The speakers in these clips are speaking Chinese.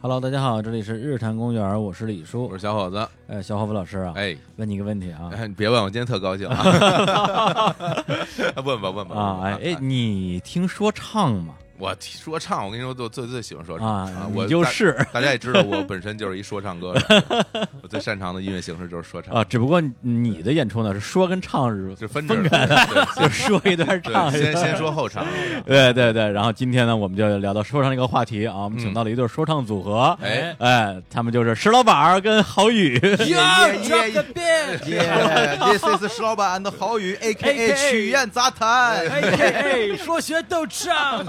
Hello，大家好，这里是日坛公园，我是李叔我，是小伙子，呃，小伙子老师啊，哎，问你一个问题啊，你别问，我今天特高兴啊！ 问吧，问吧啊，哎哎，，你听说唱吗？我说唱，我跟你说，我最最喜欢说唱啊，我你就是大大家也知道，我本身就是一说唱歌手，我最擅长的音乐形式就是说唱，啊，只不过你的演出呢是说跟唱是就分着分的。 就对说一段唱， 对，先先说后唱， 啊对对对，然后今天呢，我们就聊到说唱这个话题啊，我们请到了一对说唱组合，嗯哎哎，他们就是石老板儿跟郝宇， Yeah, drop yeah, the beat, Yeah, this is 石老板 and 郝宇 AKA ，A.K.A. 曲苑杂谈。 A K A 说学逗唱。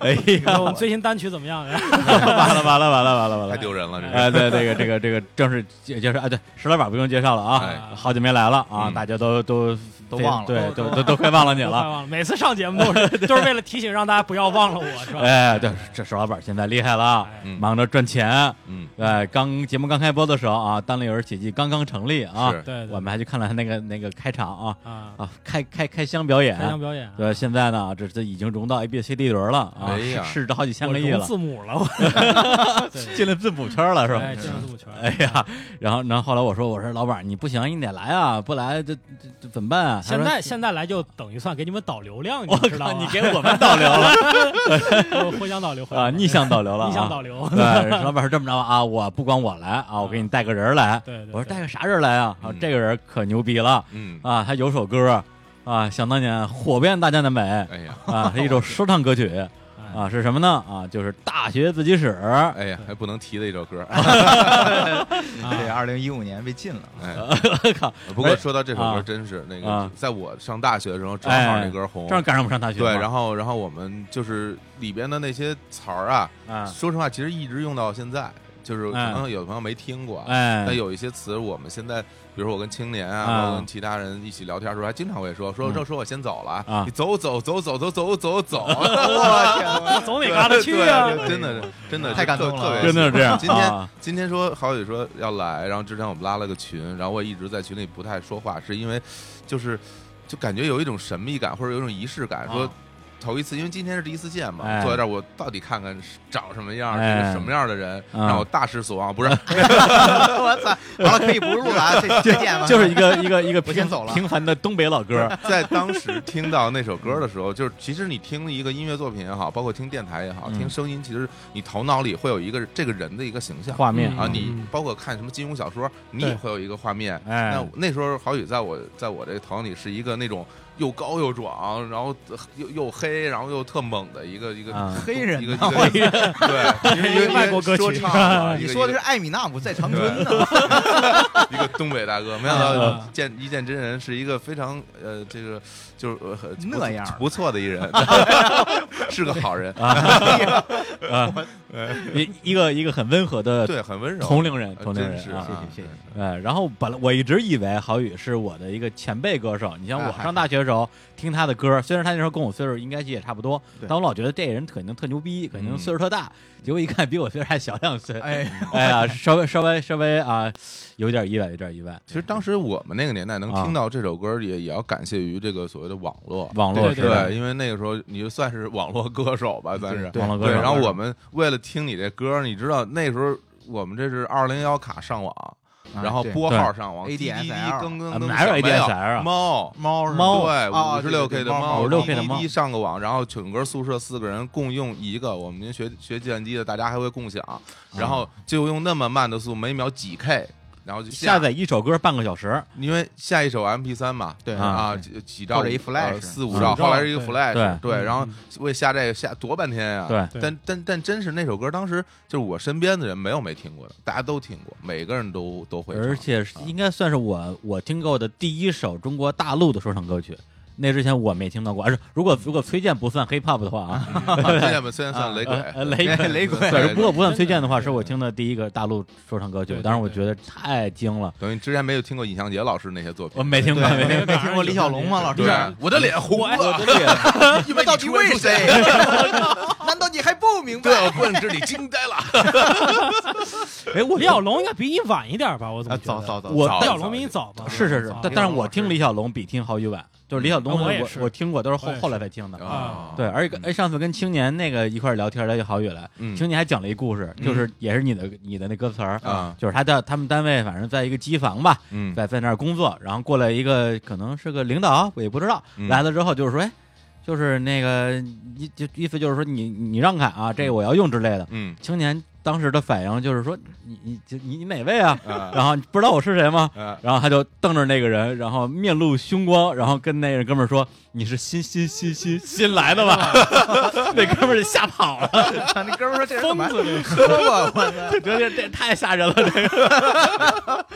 哎呀， 我们最新单曲怎么样？哎完了完了完了完了完太了。丢人了，这是哎，对，这个这个这个正式介介绍，哎，对，石老板不用介绍了啊，哎好久没来了啊，嗯大家都都都忘了对，都都都都快忘了你我快了。忘了，每次上节目 都是都是为了提醒让大家不要忘了我，是吧？哎，对，这石老板现在厉害了哎，嗯忙着赚钱。嗯，哎，刚节目刚开播的时候啊，单立人喜剧刚刚成立啊，是对，对我们还去看了他那个那个开场啊啊，啊，开开开箱表演开，箱表演啊，哎对，现在呢，这这已经融到 A B C D 轮了啊哎，呀试着好几千我个亿融了，字母了，我对进了字母圈了是吧？哎，进入字母圈， 哎呀，然后然后后来我说我说老板你不行你得来啊，不来这这这怎么办啊？他现说 在现在来就等于算给你们导流量，我你知道啊靠，你吗？给我们导流 了互相导流啊，逆向导流了啊，逆向导流， 对，老板是这么着啊，我不光我来啊，我给你带个人来。对对对我说带个啥人来啊？啊嗯，这个人可牛逼了嗯，啊，他有首歌啊，想当年火遍大江南北哎呀，啊，是一首说唱歌曲哎啊，是什么呢？啊，就是《大学自习室》。哎呀，还不能提的一首歌。对，二零一五年被禁了。 哎，靠，不过说到这首啊歌，真是那啊个，在我上大学的时候，正好哎，那歌红正，好赶上我们上大学嘛。对，然后然后我们就是里边的那些词儿啊，啊，说实话，其实一直用到现在，就是可哎能有的朋友没听过，啊哎，但有一些词我们现在，比如说我跟青年啊啊，包括跟其他人一起聊天的时候，还经常会说说嗯这说我先走了啊你走走走走走走走 走，我总得嘎达去啊 对，对真的真的太感动了特特别真的是这样。 今天、啊今天说好宇说要来，然后之前我们拉了个群，然后我一直在群里不太说话，是因为就是就感觉有一种神秘感或者有一种仪式感，说啊头一次，因为今天是第一次见嘛，哎坐在这儿我到底看看是长什么样，哎是个什么样的人，嗯让我大失所望，不是 操！ 我操！完了，可以不录了啊，这再见 吧。就是一个一个一个我平先走了平凡的东北老哥。 在当时听到那首歌的时候，就是其实你听一个音乐作品也好，包括听电台也好，嗯听声音，其实你头脑里会有一个这个人的一个形象。画面啊，嗯你包括看什么金庸小说，你也对会有一个画面。哎那那时候郝宇在我在我这头里是一个那种又高又壮，然后又又黑，然后又特猛的一个一个啊黑人一个一呢个对，因为外国歌曲说唱 嘛，啊你一个说的一是个艾米纳姆在长春呢，一个东北大哥，没想到啊见一见真人是一个非常呃这个就是呃很不那样儿不错的一人，是个好人，啊，一一个一个很温和的对，很温柔，同龄人，呃同龄真人是啊。啊谢谢谢谢哎，然后本来我一直以为郝宇是我的一个前辈歌手，你像哎我嗨上大学的时候听他的歌，虽然他那时候跟我岁数应该也差不多，对但我老觉得这人肯定特牛逼，肯定嗯岁数特大，结果一看比我岁数还小两岁，哎， 哎呀，稍微稍微稍微啊，有点意外，有点意外。其实当时我们那个年代能啊听到这首歌，也也要感谢于这个所谓的网络。网络对是对吧对，因为那个时候你就算是网络歌手吧，算是对网络歌对。手，啊然后我们为了听你这歌，你知道那时候我们这是二零幺卡上网，然后对拨号上网对滴滴滴 ADSL 更更啊更哪有小没 ADSL 啊猫猫是猫对，啊五十六 K 对对的对猫56 K 的滴猫滴上个网，然后整个宿舍四个人共用一个，我们您学学计算机的，大家还会共享，啊然后就用那么慢的速度，每秒几 K，然后就下载一首歌半个小时，因为下一首 MP 三嘛，对啊，对几几兆或者一 flash 呃四五嗯兆，五兆后来是一个对 Flash，对嗯然后嗯为下这个下多半天呀，对对但但但真是那首歌，当时就是我身边的人没有没听过的，大家都听过，每个人都都会唱，而且是应该算是我我听过的第一首中国大陆的说唱歌曲。那之前我没听到过，而是如果如果崔健不算 hip hop 的话啊， 崔健吧，虽然算 雷鬼呃，呃对雷鬼雷鬼对对，对如果不算真的崔健的话，是我听的第一个大陆说唱歌曲对。对当时我觉得太精了，等于之前没有听过尹相杰老师那些作品，我没听过，对没听过。没听过李小龙吗，老师对？我的脸红了， 你们到底为 谁？难道你还不明 白对，？我不能知你惊呆了，哎，我李小龙应该比你晚一点吧？我怎啊，么觉早得 早早，我啊李小龙比你早吧？是是是早，但但是我听李小龙比听郝宇晚，就是李晓东，啊我也我是我听过，都是后我也是后来才听的。啊，对，而且哎，上次跟青年那个一块儿聊天，聊起郝宇来，嗯青年还讲了一故事，嗯就是也是你的你的那歌词儿啊，就是他在他们单位，反正在一个机房吧，嗯，在在那儿工作，然后过来一个可能是个领导，我也不知道，嗯来了之后就是说，哎，就是那个你就意思就是说你你让开啊，这个我要用之类的。嗯青年当时的反应就是说，你你这你你哪位啊？啊然后你不知道我是谁吗？啊然后他就瞪着那个人，然后面露凶光，然后跟那个哥们儿说：“你是新新新新新来的吧？” 那哥们儿就吓跑了，那哥们说这人疯子这喝吧，我操！觉得 这太吓人了。这个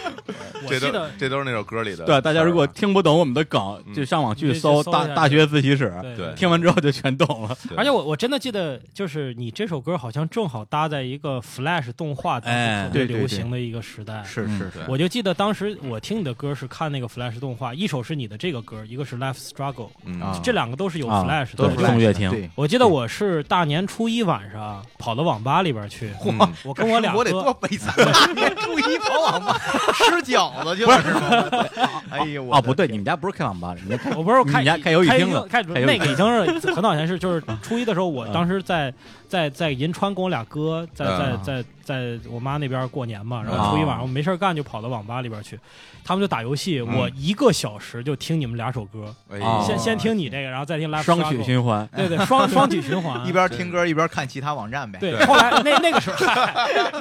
我这记都得这都是那首歌里的词儿啊。对大家如果听不懂我们的梗，嗯就上网去你就去搜搜大一下大学自习室，对听完之后就全懂了。对而且我我真的记得，就是你这首歌好像正好搭在一个 Flash 动画当哎时特别对对流对行的一个时代。是是嗯是对我就记得当时我听你的歌是看那个 Flash 动画，一首是你的这个歌，一个是 Life Struggle，嗯啊这两个都是有啊 Flash 都的是。宋岳庭，对，我记得我是大年初一晚上跑到网吧里 边去，嚯我跟我俩我得哥多悲惨啊！初一跑网吧 吃饺子去了是吗？哎呦，我哦，的不对，天你们家不是开网吧，你们 家我不是你开家开游戏厅了开开游啊戏那个已经是很早以前是就是初一的时候， 我当时在在在银川跟我俩哥在在嗯在在我妈那边过年嘛，然啊后初一晚上我没事儿干就跑到网吧里边去，他们就打游戏，嗯我一个小时就听你们俩首歌，哎哦先先听你这个，然后再听 Live 双曲 Struggle 循环。 对对双双曲循环一。边听歌一边看其他网站呗。对对，后来那那个时候，嗨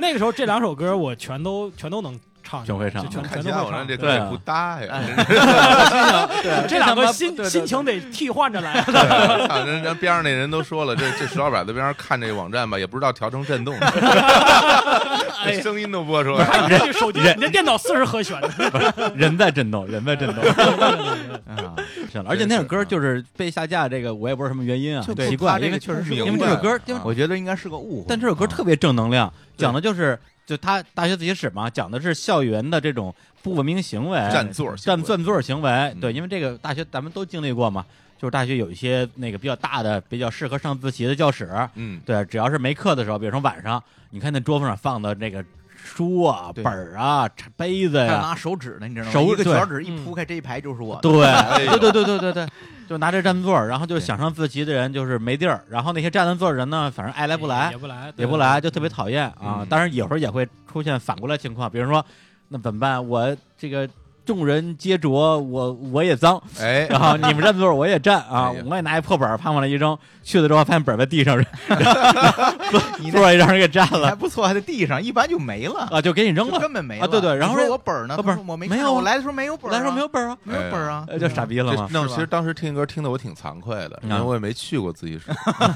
那个时候这两首歌我全都全都能唱，全会唱就全 看全起都来会好像唱。这歌对也啊不搭呀，哎真是对这这两他妈个心对对对心情得替换着来。 啊对操人人边上那人都说了，这这石老板在边上看这网站吧，也不知道调成震动，这声音都播出来。你这手机，你这电脑四十和弦的，人在震动，人在震动。啊，行了，而且那首歌就是被下架，这个我也不知道什么原因啊，就奇不怪，他这因为个确实是因明为个白这首歌，因为我觉得应该是个误会。但这首歌啊特别正能量，对讲的就是就他大学自习室嘛，讲的是校园的这种不文明行为、占座儿行为占嗯占座儿行为。对，因为这个大学咱们都经历过嘛，就是大学有一些那个比较大的、比较适合上自习的教室，嗯，对，只要是没课的时候，比如说晚上，你看那桌子上放的那个书啊、对本儿啊、茶杯子还有呀、拿手指呢，你知道吗？手一个对小指一嗯铺开，这一排就是我的。对，呦对对对对对对，就拿着占座儿，然后就想上自习的人就是没地儿，然后那些占占座儿的人呢，反正爱来不来哎也不来，也不来，就特别讨厌啊嗯。当然有时候也会出现反过来情况，比如说那怎么办？我这个众人皆浊，我我也脏，哎，然后你们占座儿我也占啊哎呀，我也拿一破本儿啪往那一扔，去了之后发现本儿在地上， 你座那儿也让人给占还了不错，还在地上，一般就没 了，啊，就给你扔就了。根本没啊了。对对然后你这说我本儿呢？啊他本儿说我没没看有到我来的时候没有本儿啊，来时候没有本儿啊，没有本儿啊，呃就傻逼了这嘛。那我是吧其实当时听歌听的我挺惭愧的，因为啊嗯我也没去过自习室，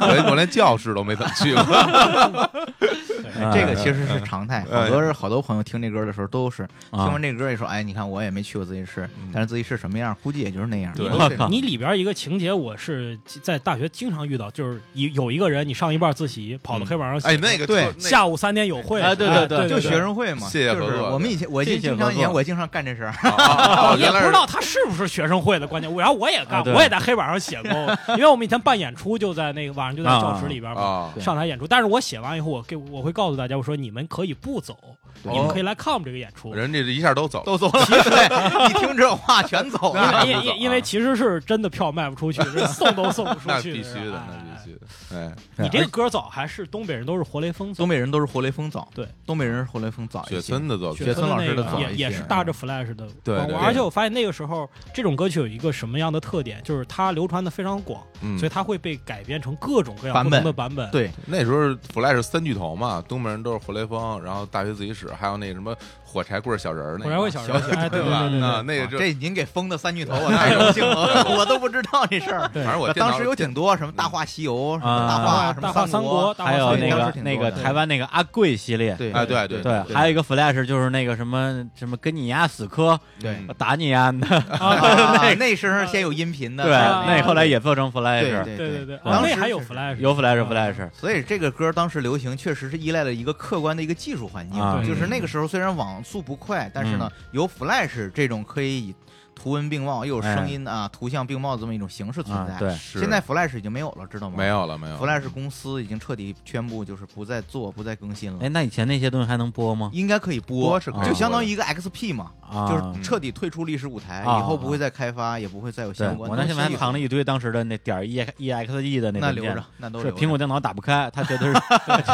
我连我连教室都没怎么去过。嗯这个其实是常态，哎好多人好多朋友听这歌的时候都是听啊完这歌也说，哎，你看我也没去过自习室嗯，但是自习室什么样，估计也就是那样。对都是这我 种靠你里边一个情节，我是在大学经常遇到，就是有有一个人，你上一半自习，跑到黑板上写，哎，那个对特那下午三点有会，嗯哎对对哎对对对，就学生会嘛，谢谢就合是作我们以前我谢谢经经常以合前作我经常干这事儿，啊啊啊也原不来知是道他是不是学生会的，关键，我然后我也干啊，对我也在黑板上写过， 因为我们以前办演出就在那个晚上就在教室里边嘛。啊，对上台演出，但是我写完以后，我给我会告诉大家，我说你们可以不走，对你们可以来看我们这个演出。哦人这一下都走了，都走了， 对，一听这话全走因了为。因因因为其实是真的票卖不出去， 是送都送不出啊那去。啊必须是的吧，那必。须的。哎，你这个歌早还是东北人都是活雷锋早东，北人都是活雷锋早，对，东北人是活雷锋早一些。哎雪村的作品雪村老师的那早个一也些也是搭着 Flash 的嗯对光对环，对而且我发现那个时候这种歌曲有一个什么样的特点，就是它流传的非常广，嗯所以它会被改编成各种各样版不本同的版本。对那时候 Flash 三巨头嘛，东北人都是活雷锋，然后大学自习室，还有那个什么火柴棍小人儿那个，火柴棍小人儿哎对对吧？对对对那那个就这您给封的三巨头，我啊太荣幸了，我都不知道 这事儿。对反正我电脑当时有挺多什么《大话西游》什么啊《大话》什么大话三国国，》，大话还有三那国 当个时挺多那的个台湾那个阿贵系列，对哎对对对，还有一个 Flash 就是那个什么什么跟你丫死磕，对嗯我打你丫的，啊， 啊那时候先有音频的， 对，啊那后来也做成对 Flash，对对对对，当啊时那还有是 Flash，有 Flash Flash，所以这个歌当时流行，确实是依赖了一个客观的一个技术环境，啊嗯就是那个时候虽然网速不快，但是呢，有 Flash 这种可以以图文并茂又有哎声音啊、图像并茂嗯的这么一种形式存啊在。，对，是现在 Flash 已经没有了，知道吗？没有了，没有了。 ，Flash 公司已经彻底宣布就是不再做、不再更新了。哎，那以前那些东西还能播吗？应该可以播，播是可以就相当播于一个 XP 嘛，啊，就是彻底退出历史舞台，啊以后不会再开发，也不会再有对相关我的那东西。现在还藏了一堆当时的那点儿 e e x e 的那文留件着，，那都是留着苹果电脑打不开，他觉 得是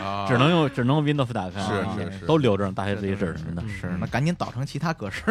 啊只能用只能用 Windows 打开，是啊是是都留着，大学自己是整是着呢。是嗯那赶紧导成其他格式。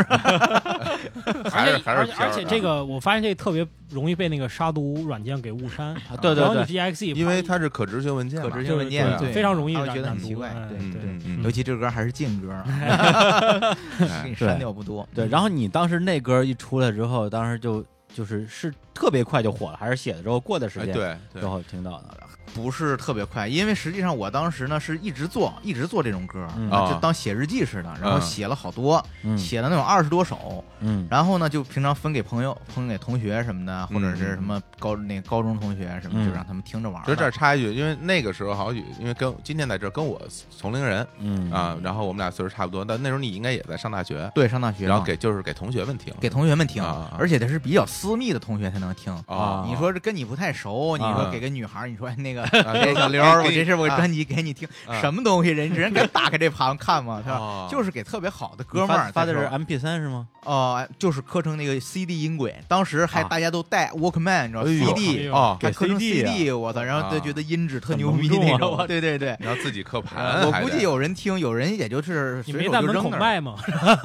还是还而是且而片儿且啊这个我发现这特别容易被那个杀毒软件给误删，啊对然对后你 E 对， exe，因为它是可执行文件嘛，可执就行是文件对对非常容易他会染觉得染很毒奇怪哎对对嗯嗯嗯，尤其这歌还是劲歌，啊哎给你删掉不多。对，然后你当时那歌一出来之后，当时就就是是特别快就火了，还是写的之后过的时哎间对之对，后听到的？不是特别快，因为实际上我当时呢是一直做，一直做这种歌，啊嗯就当写日记似的，然后啊嗯写了好多，嗯写了那种二十多首，嗯然后呢就平常分给朋友、分给同学什么嗯的，或者是什么高那个高中同学什么，嗯就让他们听着玩儿就的。这儿插一句，因为那个时候好像因为跟今天在这儿跟我同龄人嗯啊，然后我们俩岁数差不多，但那时候你应该也在上大学，对上大学嘛，然后给就是给 同学们听，给同学们听啊啊，而且得是比较私密的同学才能听。啊，你说这跟你不太熟，你说啊给个女孩儿，你说哎那 个啊哎，小刘儿，我这是我啊专辑给你听，啊什么东西？人人敢打开这盘看吗？是吧？啊就是给特别好的哥们你儿发发的是是 MP 三是吗？哦，就是刻成那个 CD 音轨，当时还啊大家都带 Walkman，你知道哎呦 CD 哎呦哦，还给刻成 CD 啊 CD，我操，然后就啊觉得音质特很牛隆逼重那啊种我，对对对。你要自己刻盘，呃 我还估得计有人听，有人也就是你随没手在就门口扔那儿。卖吗？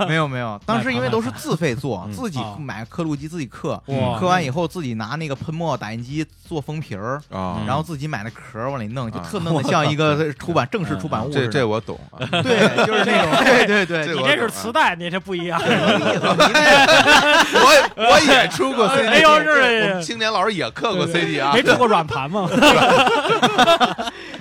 没有没有，当时因为都是自费做，嗯自己啊买刻录机，自己刻，哇刻完以后自己拿那个喷墨打印机做封皮儿，啊嗯，然后自己买的壳儿往里弄，就啊特弄得像一个出版正式出版物似这的。嗯这我懂啊， 对，就是那种，对对对，这你个我这懂是啊磁带，你这不一样。我我也出过 CD，哎呦是我们青年老师也刻过 CD 啊没，出过软盘吗？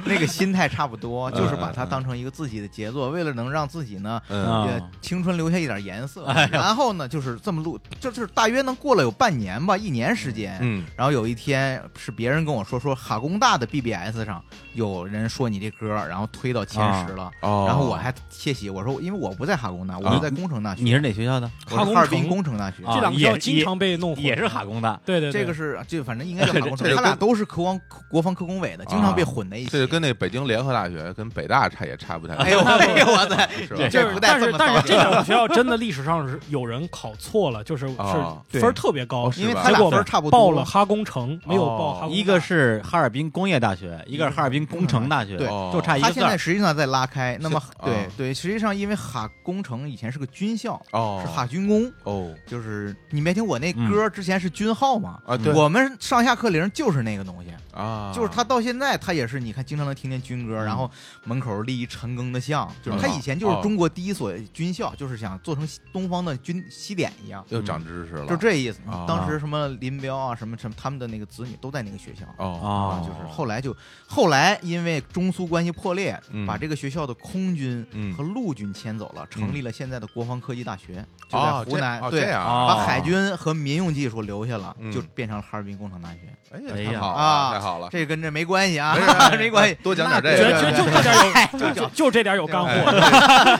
那个心态差不多，嗯就是把它当成一个自己的杰作，为了能让自己呢。嗯啊也青春留下一点颜色，然后呢，就是这么录，就就是大约能过了有半年吧，一年时间。嗯然后有一天是别人跟我说，说哈工大的 BBS 上有人说你这歌，然后推到前十了，哦，然后我还窃喜，我说因为我不在哈工大，我啊是在工程大学，你是哪学校的？我是哈尔滨工程大学，啊这两个也校经常被弄混，也是哈工大。对对，对这个是这反正应该叫哈工程这，这他俩都是科王国防科工委的，经常被混在一这起。就跟那北京联合大学跟北大差也差不太多，哎 呦哎呦我的， 是对吧？ 就这是，不带但这是么但是骚这两个学校真的历史上是有人考错了，就是哦是分儿特别高对，因为是吧他俩结果分儿差不报多哦了哈工程，没有报哈工大，一个是哈尔滨工业大学，一个是哈尔滨工程大学，对就哎差一他个现字在儿。实际上在拉开，那么是对啊对，实际上因为哈工程以前是个军校，哦是哈军工，哦就是你没听我那歌之前是军号嘛，啊对我们上下课铃就是那个东西，啊，就是他到现在他也是，你看经常能听见军歌，然后门口立一陈赓的像，就是他以前就是中国第一所军校，就是想做成西东方的军西点一样，又长知识了，就这意思啊。当时什么林彪啊，什么什么他们的那个子女都在那个学校。啊，哦哦就是后来就后来因为中苏关系破裂，嗯把这个学校的空军嗯和陆军迁走了，成立了现在的国防科技大学，就在哦湖南。这哦这对，样啊，把哦海军和民用技术留下了，嗯就变成了哈尔滨工程大学。哎哎呀太好啊了，太好了，这跟这没关系啊没事没， 没关系。多讲点就这就个，就这点就有，就讲就这点有干货，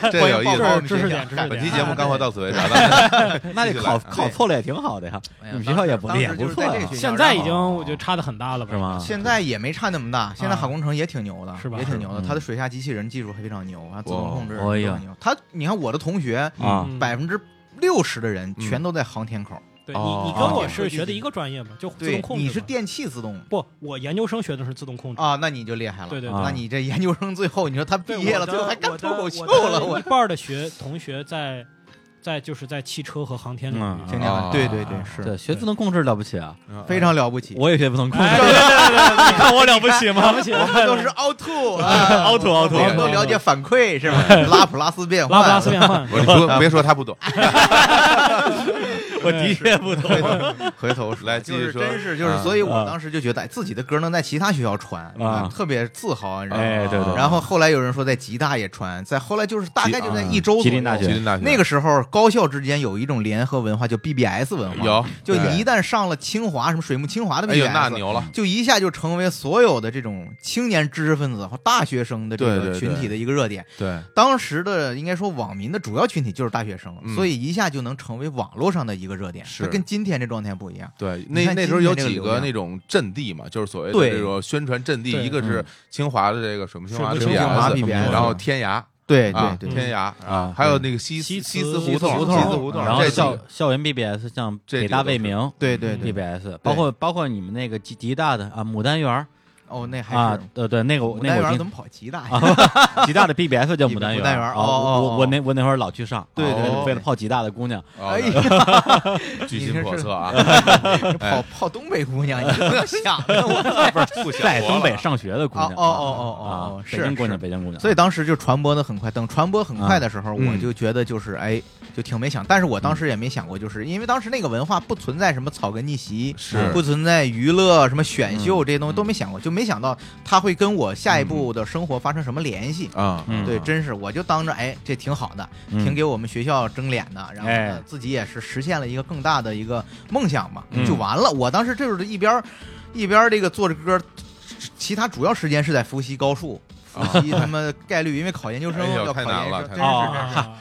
这哎 这有意欢迎报思。告这是知识点，知识点。本期节目干货到此为止，啊 那得考继续来考错了也挺好的呀，哎呀你们学校也不当时也不错当时呀就是在这个学校现在已然后经我觉得差的很大了吧？是？吗？ 现在也没差那么大，现在啊海工程也挺牛的，是吧也挺牛的，是吧它的水下机器人技术还非常牛，啊，自动控制哦哎也呀很牛。它，你看我的同学啊，嗯百分之六十的人嗯全都在航天口，对你哦你跟我是学的一个专业嘛，就自动对，控制嘛。你是电气自动不？我研究生学的是自动 控制。啊，那你就厉害了。对对啊那你这研究生最后，你说他毕对，业我了，的最后还干我脱的口秀我的了， 我一半儿的学同学在在就是在汽车和航天领嗯域，听见啊了？对对对，对，是学自动控制了不起啊，非常了不起。我也学不能控制哎，对对对 对，你看我了不起吗？了不起，我们都 是凹凸啊， 凹凸凹凸我们都了解反馈是吧？拉普拉斯变换，拉普拉斯变 换。我你不别说他不懂，我的确 不懂。回头来继就续是说，啊嗯真是就是，所以我当时就觉得哎自己的歌能在其他学校传，啊特别自豪，啊你知道吗？哎，对对，然后后来有人说在吉大也传，在后来就是大概就在一周左右吉林大学吉林大学那个时候高校之间有一种联合文化，叫 BBS 文化，有就你一对旦上了清华什么水木清华的哎呦 BBS，、那牛了，就一下就成为所有的这种青年知识分子和大学生的这对个对对群体的一个热点。对当时的应该说网民的主要群体就是大学生，嗯所以一下就能成为网络上的一个个热点，是它跟今天这状态不一样。对，你那看那今时候有天这个几流个量那种阵地嘛，就是所谓的对这种宣传阵地，对一个是嗯清华的这个水木清华水木清华 PBS， PBS 啊然后天涯对啊，嗯对天涯啊还有那个西西西祠祠胡同、西西祠胡同祠胡同，然后这几校 个校园 BBS 像这北几个大都未是名对对对， BBS，包括包括你们那个吉吉大的啊牡丹园儿哦，那还啊是，对对，那个我牡那丹个我园听怎么跑吉大呀？ 啊，吉大的 BBS 叫牡丹 牡丹园啊哦哦我哦我那我那会儿老去上，对啊对对为了泡吉大的姑娘，哦哎呀， 居你心这叵是测 啊，跑跑东北姑娘，你怎么想的？我不是不想在活东北了上学的姑哦娘，哦哦哦啊哦，北是京姑娘，是北京姑娘，所以当时就传播的很快，等传播很快的时候，啊嗯我就觉得就是哎，就挺没想。但是我当时也没想过，就是因为当时那个文化不存在什么草根逆袭，是不存在娱乐什么选秀这些东西嗯都没想过，就没想到它会跟我下一步的生活发生什么联系。啊，嗯对，真是我就当着哎，这挺好的，挺给我们学校争脸的，然后哎呢自己也是实现了一个更大的一个梦想嘛，嗯就完了。我当时就是一边儿一边儿这个做着歌，其他主要时间是在复习高数。复习他妈概率，因为考研究生哎呦要考太难研究了生，太真难是了真是。啊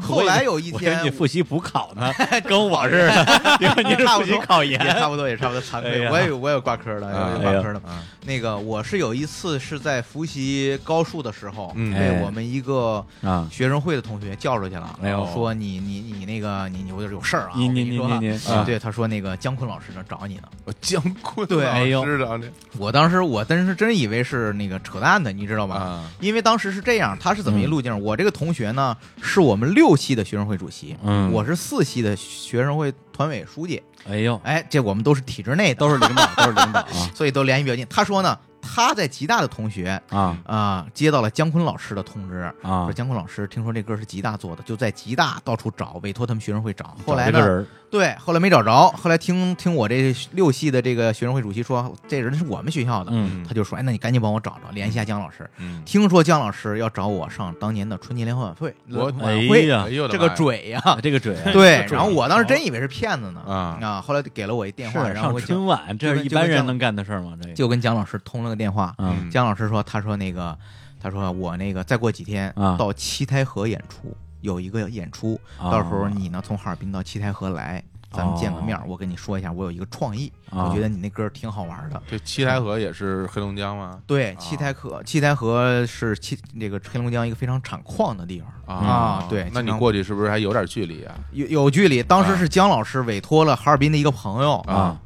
后来有一我以为天你，复习补考 呢，跟我似的，因为你是复习考研也，差不多，也差不多惭哎愧，呀我也有我也有挂科的，有有哎呀挂科的。那个我是有一次是在复习高数的时候，嗯被哎我们一个啊，学生会的同学叫出去了，哎呦说你你你那个你你我有有事儿啊，你我你跟你说你啊你啊啊，对，他说那个姜昆老师呢找你呢。 我姜昆对啊老哎呦师的啊这我当时我当时真以为是那个扯淡的，你知道吧？啊，因为当时是这样，他是怎么一嗯路径？我这个同学呢，是我们六系的学生会主席，嗯，我是四系的学生会团委书记。哎呦，哎，这我们 都是体制内的，都是领导，都是领导啊所以都联系比较近。他说呢，他在吉大的同学 啊啊、接到了姜昆老师的通知，啊说！姜昆老师听说这歌是吉大做的，就在吉大到处找，委托他们学生会找。后来找这个呢，人儿对，后来没找着。后来听听我这六系的这个学生会主席说，这人是我们学校的，嗯他就说，哎，那你赶紧帮我找着，联系一下姜老师。嗯，听说姜老师要找我上当年的春节联欢晚会，我晚哎会、呀哎，呦我的这个妈呀嘴 啊呀、这个嘴。对，这个然后准我当时真以为是骗子呢啊啊！后来给了我一电是话，然后上我春就晚，这是一般人能干的事儿吗？这个就跟姜老师通了个电话，嗯姜老师说，他说那个，他说我那个再过几天啊到七台河演出，有一个演出，哦啊到时候你呢从哈尔滨到七台河来，咱们见个面儿，我跟你说一下，我有一个创意，啊哦我觉得你那歌儿挺好玩的。这七台河也是黑龙江吗？对，七哦台河，七台河是七这个黑龙江一个非常产矿的地方，啊对那你经常过去是不是还有点距离啊？有有距离。当时啊是姜老师委托了哈尔滨的一个朋友啊，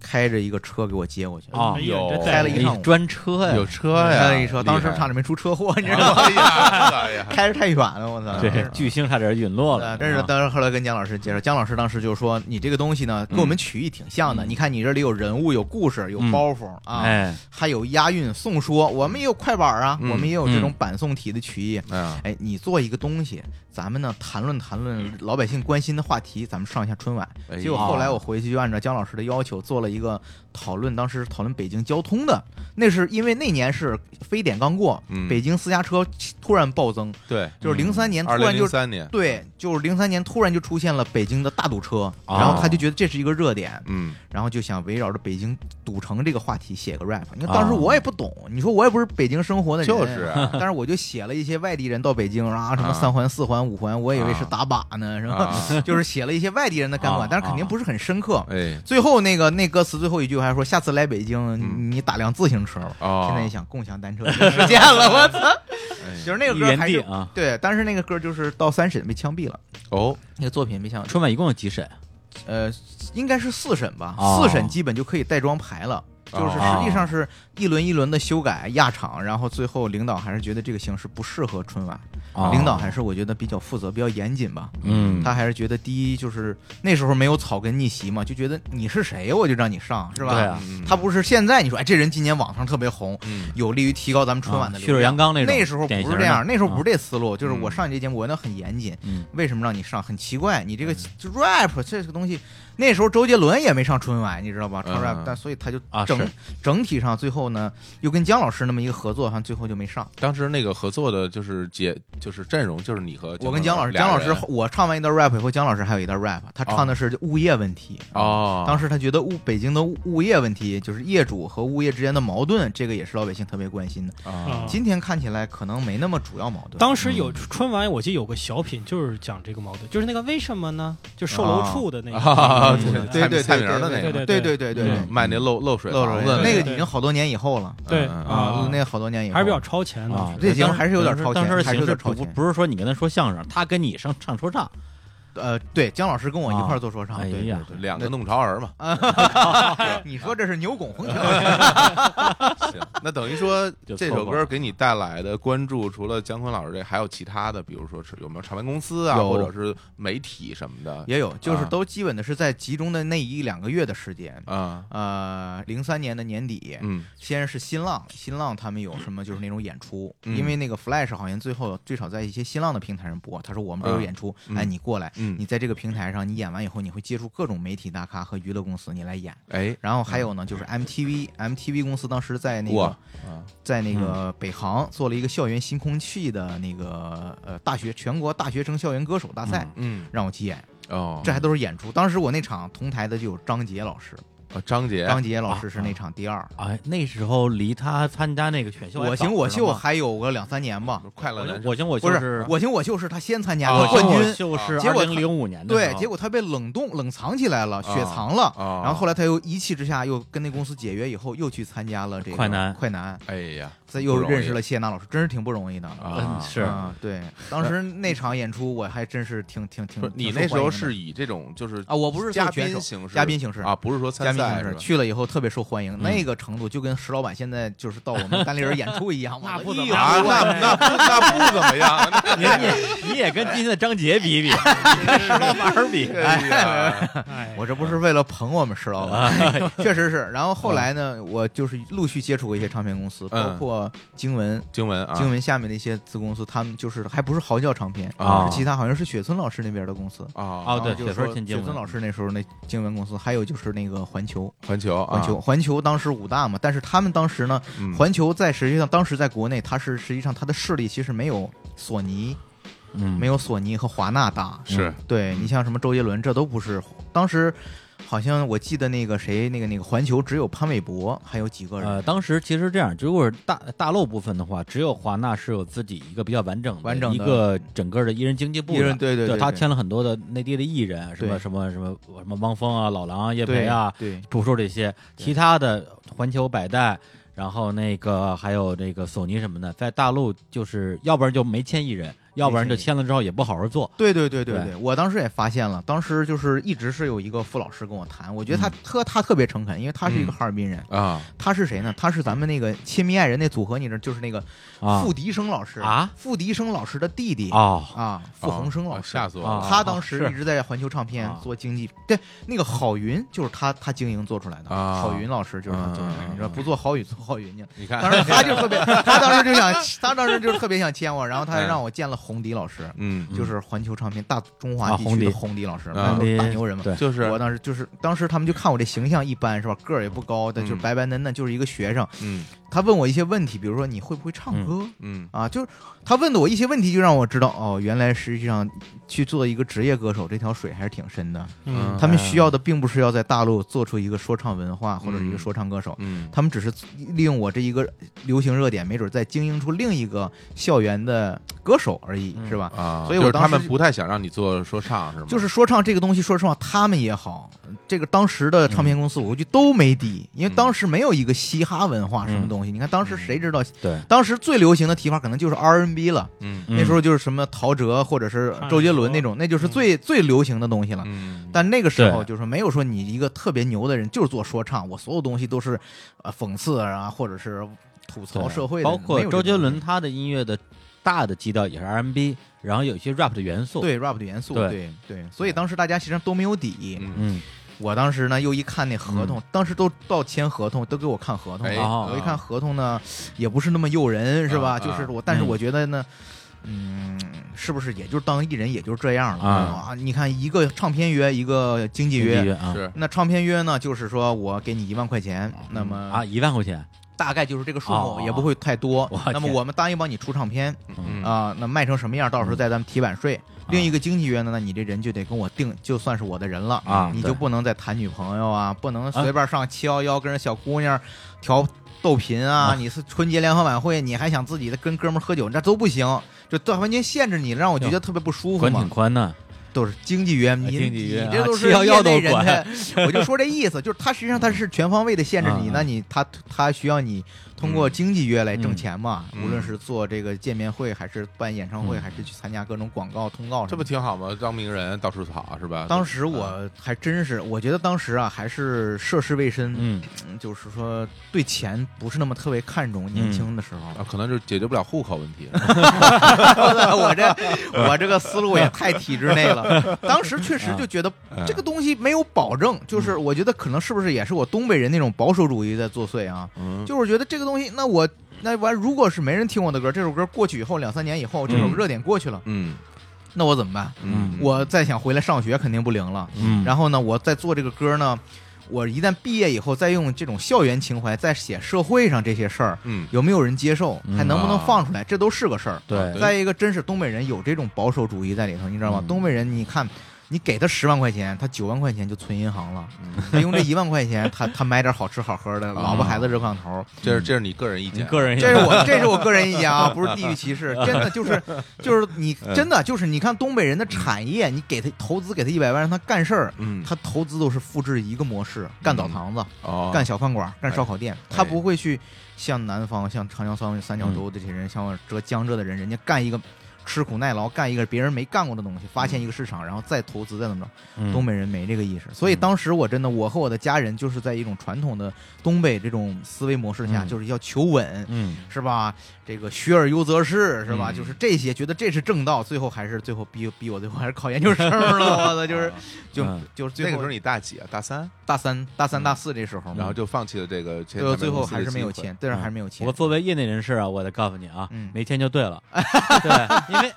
开着一个车给我接过去，啊没有有哎这开了一你趟我专车呀，啊有哦车呀，开了一车，当时厉害差点没出车 祸，你知道吗？ 哎呀，哎呀，开着太远了，我操！嗯对，巨星差点陨落了啊呃，，啊哦但是当时后来跟姜老师介绍，姜老师当时就说：“你这个东西呢，跟我嗯们曲艺挺像的。你看你这里有人物、有故事、有包袱啊，哎，还有押韵、宋说。我们也有快板啊，嗯我们也有这种板宋体的曲艺。 哎呀，哎，你做一个东西，咱们呢谈论谈论老百姓关心的话题，咱们上一下春晚。哎呀嗯结果后来我回去就按照姜老师的要求做了一个讨论，当时讨论北京交通的。那是因为那年是非典刚过，嗯北京私家车突然暴增，对，就是零三年突二零然就零三年，对，就是零三年突然就出现了北京的大堵车，哦然后他就觉得这是一个热点，嗯，然后就想围绕着北京堵城这个话题写个 rap。因为当时我也不懂，你说我也不是北京生活的人，啊就是啊， 但是我就写了一些外地人到北京啊，什啊么三环、四环、五环，我以为是打靶呢，是吧？啊 就是写了一些外地人的干啊管，但是肯定不是很深刻。哎，最后那个那歌词最后一句还说：“下次来北京，嗯你你打辆自行车吧。”哦，现在一想，共享单车已经实现了，我操！ 就哎，是那个一歌元还地是啊。对，但是那个歌就是到三审被枪毙了。哦，那个作品没想，春晚一共有几审？呃，应该是四审吧，哦四审基本就可以带装牌了。就是实际上是一轮一轮的修改压场，然后最后领导还是觉得这个形式不适合春晚。啊领导还是我觉得比较负责、比较严谨吧。嗯，他还是觉得第一就是那时候没有草根逆袭嘛，就觉得你是谁我就让你上是吧？对啊嗯他，不是现在你说哎这人今年网上特别红，嗯有利于提高咱们春晚啊的流血肉量阳刚那种那时候典不型是的这样，那时候不是啊这思路，就是嗯我上一节节目我那很严谨，嗯为什么让你上？很奇怪，你这个就 rap 这个东西，那时候周杰伦也没上春晚，你知道吧？嗯唱 rap，但所以他就啊整是整体上最后呢，又跟姜老师那么一个合作，好像最后就没上。当时那个合作的就是姐，就是阵容，就是你和我跟姜老师，姜老师我唱完一段 rap 以后，姜老师还有一段 rap，他唱哦的是物业问题。啊哦，当时他觉得物北京的物物业问题，就是业主和物业之间的矛盾，这个也是老百姓特别关心的。哦啊啊今天看起来可能没那么主要矛盾。当时有春晚，我记得有个小品，就是讲这个矛盾，就是那个为什么呢？就售楼处的那啊，个，嗯对对对蔡明的那对个对对对对对嗯对，卖那漏漏水漏房了子嗯那那个个已经好多年以后了对嗯啊啊，，那个好多年以后还是比较超前的啊，这节目还是有点当时超前当时的还是形式有点超不不前不是说你跟他说相声，他跟你上唱说唱，呃，对，姜老师跟我一啊块儿做说唱，哎对对呀，两个弄潮儿嘛， 对你说这是牛拱红桥，行，那等于 说就这错首过歌了给你带来的关注，除了姜昆老师这，还有其他的，比如说是有没有唱片公司啊，有或者是媒体什么的也有，就是啊都基本的是在集中的那一两个月的时间。啊，呃，零三年的年底，嗯先是新浪，新浪他们有什么就是那种演出，嗯因为那个 Flash 好像最后最少在一些新浪的平台上播，他说我们这有演出，嗯哎，你过来，嗯你，在这个平台上你演完以后，你会接触各种媒体大咖和娱乐公司，你来演。哎，然后还有嗯呢，就是 MTV，MTV 公司当时在那哇个啊在那嗯个北航做了一个校园新空气的那个呃大学全国大学生校园歌手大赛，嗯让我去演，哦，这还都是演出。当时我那场同台的就有张杰老师，啊张杰张杰老师是那场第二。哎，那时候离他参加那个选秀还我早行我着呢秀嘛还有个两三年吧，快乐我行男生我行我不秀是我行我秀是他先参加啊的冠我军，行我秀是结二果零零五年的时候，哦对，结果他被冷冻冷藏起来了，雪藏了。啊，然后后来他又一气之下又跟那公司解约，以后又去参加了这个快男快男，哎呀，再不又容易认识了谢娜老师，真是挺不容易的。啊嗯，是啊，对，当时那场演出我还真是挺挺嗯挺不是。你挺受那时候欢迎的是以这种就是啊，我不是嘉做选宾手形式，嘉宾形式啊，，不是说嘉参宾赛形是式吧？嗯去了以后特别受欢迎，那个程度就跟石老板现在就是到我 们单立人演出一样嘛，那不哎怎么呦样啊，那那不那不怎么样， 哎那你也你也跟今天的张杰比比，你跟石老板儿比，哎呀，哎我这不是为了捧我们石老板，哎确实是。然后后来呢，我就是陆续接触过一些唱片公司，包嗯括经文。经文啊，经文下面的一些子公司，他们就是还不是嚎叫唱片，啊是其他好像是雪村老师那边的公司。啊，哦对然后就是雪村说天津雪村文老师那时候那经文公司，还有就是那个环球，环球啊，环球，环球当时五大嘛，但是他们当时呢，嗯环球在实际上当时在国内，它是实际上它的势力其实没有索尼、嗯没有索尼和华纳大。是对嗯你像什么周杰伦，这都不是。当时好像我记得那个谁，那个那个环球只有潘玮柏，还有几个人。呃，当时其实这样，如果是大大陆部分的话，只有华纳是有自己一个比较完整的完整的一个整个的艺人经济部艺的，人对对对，他对签了很多的内地的艺人，什么对什么什么什么汪峰啊、老狼啊、叶对培啊、对不说这些，对其他的环球百代，然后那个还有这个索尼什么的，在大陆就是要不然就没签艺人，要不然就签了之后也不好好做。对对对对对对，我当时也发现了，当时就是一直是有一个傅老师跟我谈，我觉得他嗯特他特别诚恳，因为他是一个哈尔滨人，啊，他是谁呢？他是咱们那个亲密爱人那组合，你知道，就是那个啊付笛声老师啊，付笛声老师的弟弟哦，啊，傅啊宏生啊老师，吓死我啊了，哦他当时是一直在环球唱片啊做经济，对，那个郝云就是他他经营做出来的，啊郝云老师就是他做出来嗯嗯嗯的，你说不做郝宇做 郝云去了。你看，当时他就特 别，他当时就想，他当时就是特别想签我，然后他还嗯让我见了红迪老师，嗯，就是环球唱片大中华啊地红区的迪红迪老师，啊那都是大牛人嘛。对就是我当时就是，当时他们就看我这形象一般是吧，个儿也不高，但就是嗯白白嫩嫩，就是一个学生。嗯他问我一些问题，比如说你会不会唱歌，嗯啊，就是他问的我一些问题，就让我知道哦，原来实际上去做一个职业歌手，这条水还是挺深的。嗯他们需要的并不是要在大陆做出一个说唱文化或者一个说唱歌手，哎嗯，他们只是利用我这一个流行热点，没准再经营出另一个校园的歌手而已，嗯是吧？啊，所以就我是他当时们就不太想让你做说唱是吗？就是说唱这个东西，说实话，他们也好，这个当时的唱片嗯公司，我估计都没低，因为当时没有一个嘻哈文化什么嗯东西。你看当时谁知道？对，当时最流行的提法可能就是 R&B 了。嗯嗯那时候就是什么陶喆或者是周杰伦那种，那就是最最流行的东西了。嗯，但那个时候对就是没有说你一个特别牛的人就是做说唱，我所有东西都是呃讽刺啊，或者是吐槽对社会的，包括没有这周种杰伦他的音乐的大的基调也是 R&B，然后有一些 rap 的元素。，对 rap 的元素，对对对，所以当时大家其实都没有底。嗯嗯，我当时呢又一看那合同，当时都到签合同，都给我看合同哎，了。哦我一看合同呢，也不是那么诱人，是吧？啊就是啊我，但是嗯我觉得呢，嗯，是不是也就是当艺人也就是这样了啊啊？你看一个唱片约，一个经纪约。啊，是那唱片约呢，就是说我给你一万块钱，那么啊，一万块钱，大概就是这个数哦目，也不会太多我。那么天我们答应帮你出唱片嗯啊，那卖成什么样，到时候再咱们提版税。另一个经纪约呢，那你这人就得跟我定，就算是我的人了啊嗯你对就不能再谈女朋友啊，不能随便上七幺幺跟人小姑娘调逗贫啊啊！你是春节联欢晚会，你还想自己跟哥们儿喝酒，那都不行。就这完全限制你，让我觉得特别不舒服管挺嘛。宽的，都是经纪约，你经纪约你这都啊是711业都内人管才，我就说这意思，就是他实际上他是全方位的限制你，嗯那你他他需要你通过经纪约来挣钱嘛？嗯无论是做这个见面会，还是办演唱会，嗯还是去参加各种广告通告什这么不的。挺好吗？当名人到处跑是吧？当时我啊还真是，我觉得当时啊还是涉世未深，嗯，嗯就是说对钱不是那么特别看嗯重。年轻的时 候，啊，可能就解决不了户口问 题。我这我这个思路也太体制内 了。当时确实就觉得嗯这个东西没有保证，就是我觉得可能是不是也是我东北人那种保守主义在作祟啊？嗯，就是觉得这个东西，那我那完，如果是没人听我的歌，这首歌过去以后两三年以后，这首嗯热点过去了，嗯那我怎么办？嗯，我再想回来上学肯定不灵了。嗯，然后呢，我再做这个歌呢，我一旦毕业以后，再用这种校园情怀再写社会上这些事儿，嗯有没有人接受，嗯还能不能啊放出来，这都是个事儿。对，再一个，真是东北人有这种保守主义在里头，你知道吗嗯？东北人，你看，你给他十万块钱，他九万块钱就存银行了，嗯 他用这一万块钱，他他买点好吃好喝啊的，老婆孩子热炕头，这是这是你个人意你见，个人也这是 我这是我个人意见啊，不是地域歧视，真的就是就是你嗯真的就是你看东北人的产业，你给他投资给他一百万让他干事儿，嗯他投资都是复制一个模式，干澡堂子、哦干小饭馆、干烧烤店，他哎不会去像南方、像长江三三角洲这些人，像浙江浙的人，人家干一个。吃苦耐劳，干一个别人没干过的东西，发现一个市场，然后再投资，再怎么着。嗯东北人没这个意识，所以当时我真的，我和我的家人就是在一种传统的东北这种思维模式下，嗯就是要求稳，嗯是吧？这个学而优则仕，是吧？嗯就是这些，觉得这是正道，最后还是最后逼逼我，最后还是考研究生了。我操，就是啊就嗯就是那最个时后候你大几啊？大三，大三、大三、嗯大四这时候嘛，然后就放弃了这个前，最后最后还前面公司的是没有机会嗯钱，，对，还是没有钱我。作为业内人士啊，我得告诉你啊，嗯没钱就对 了。对，因为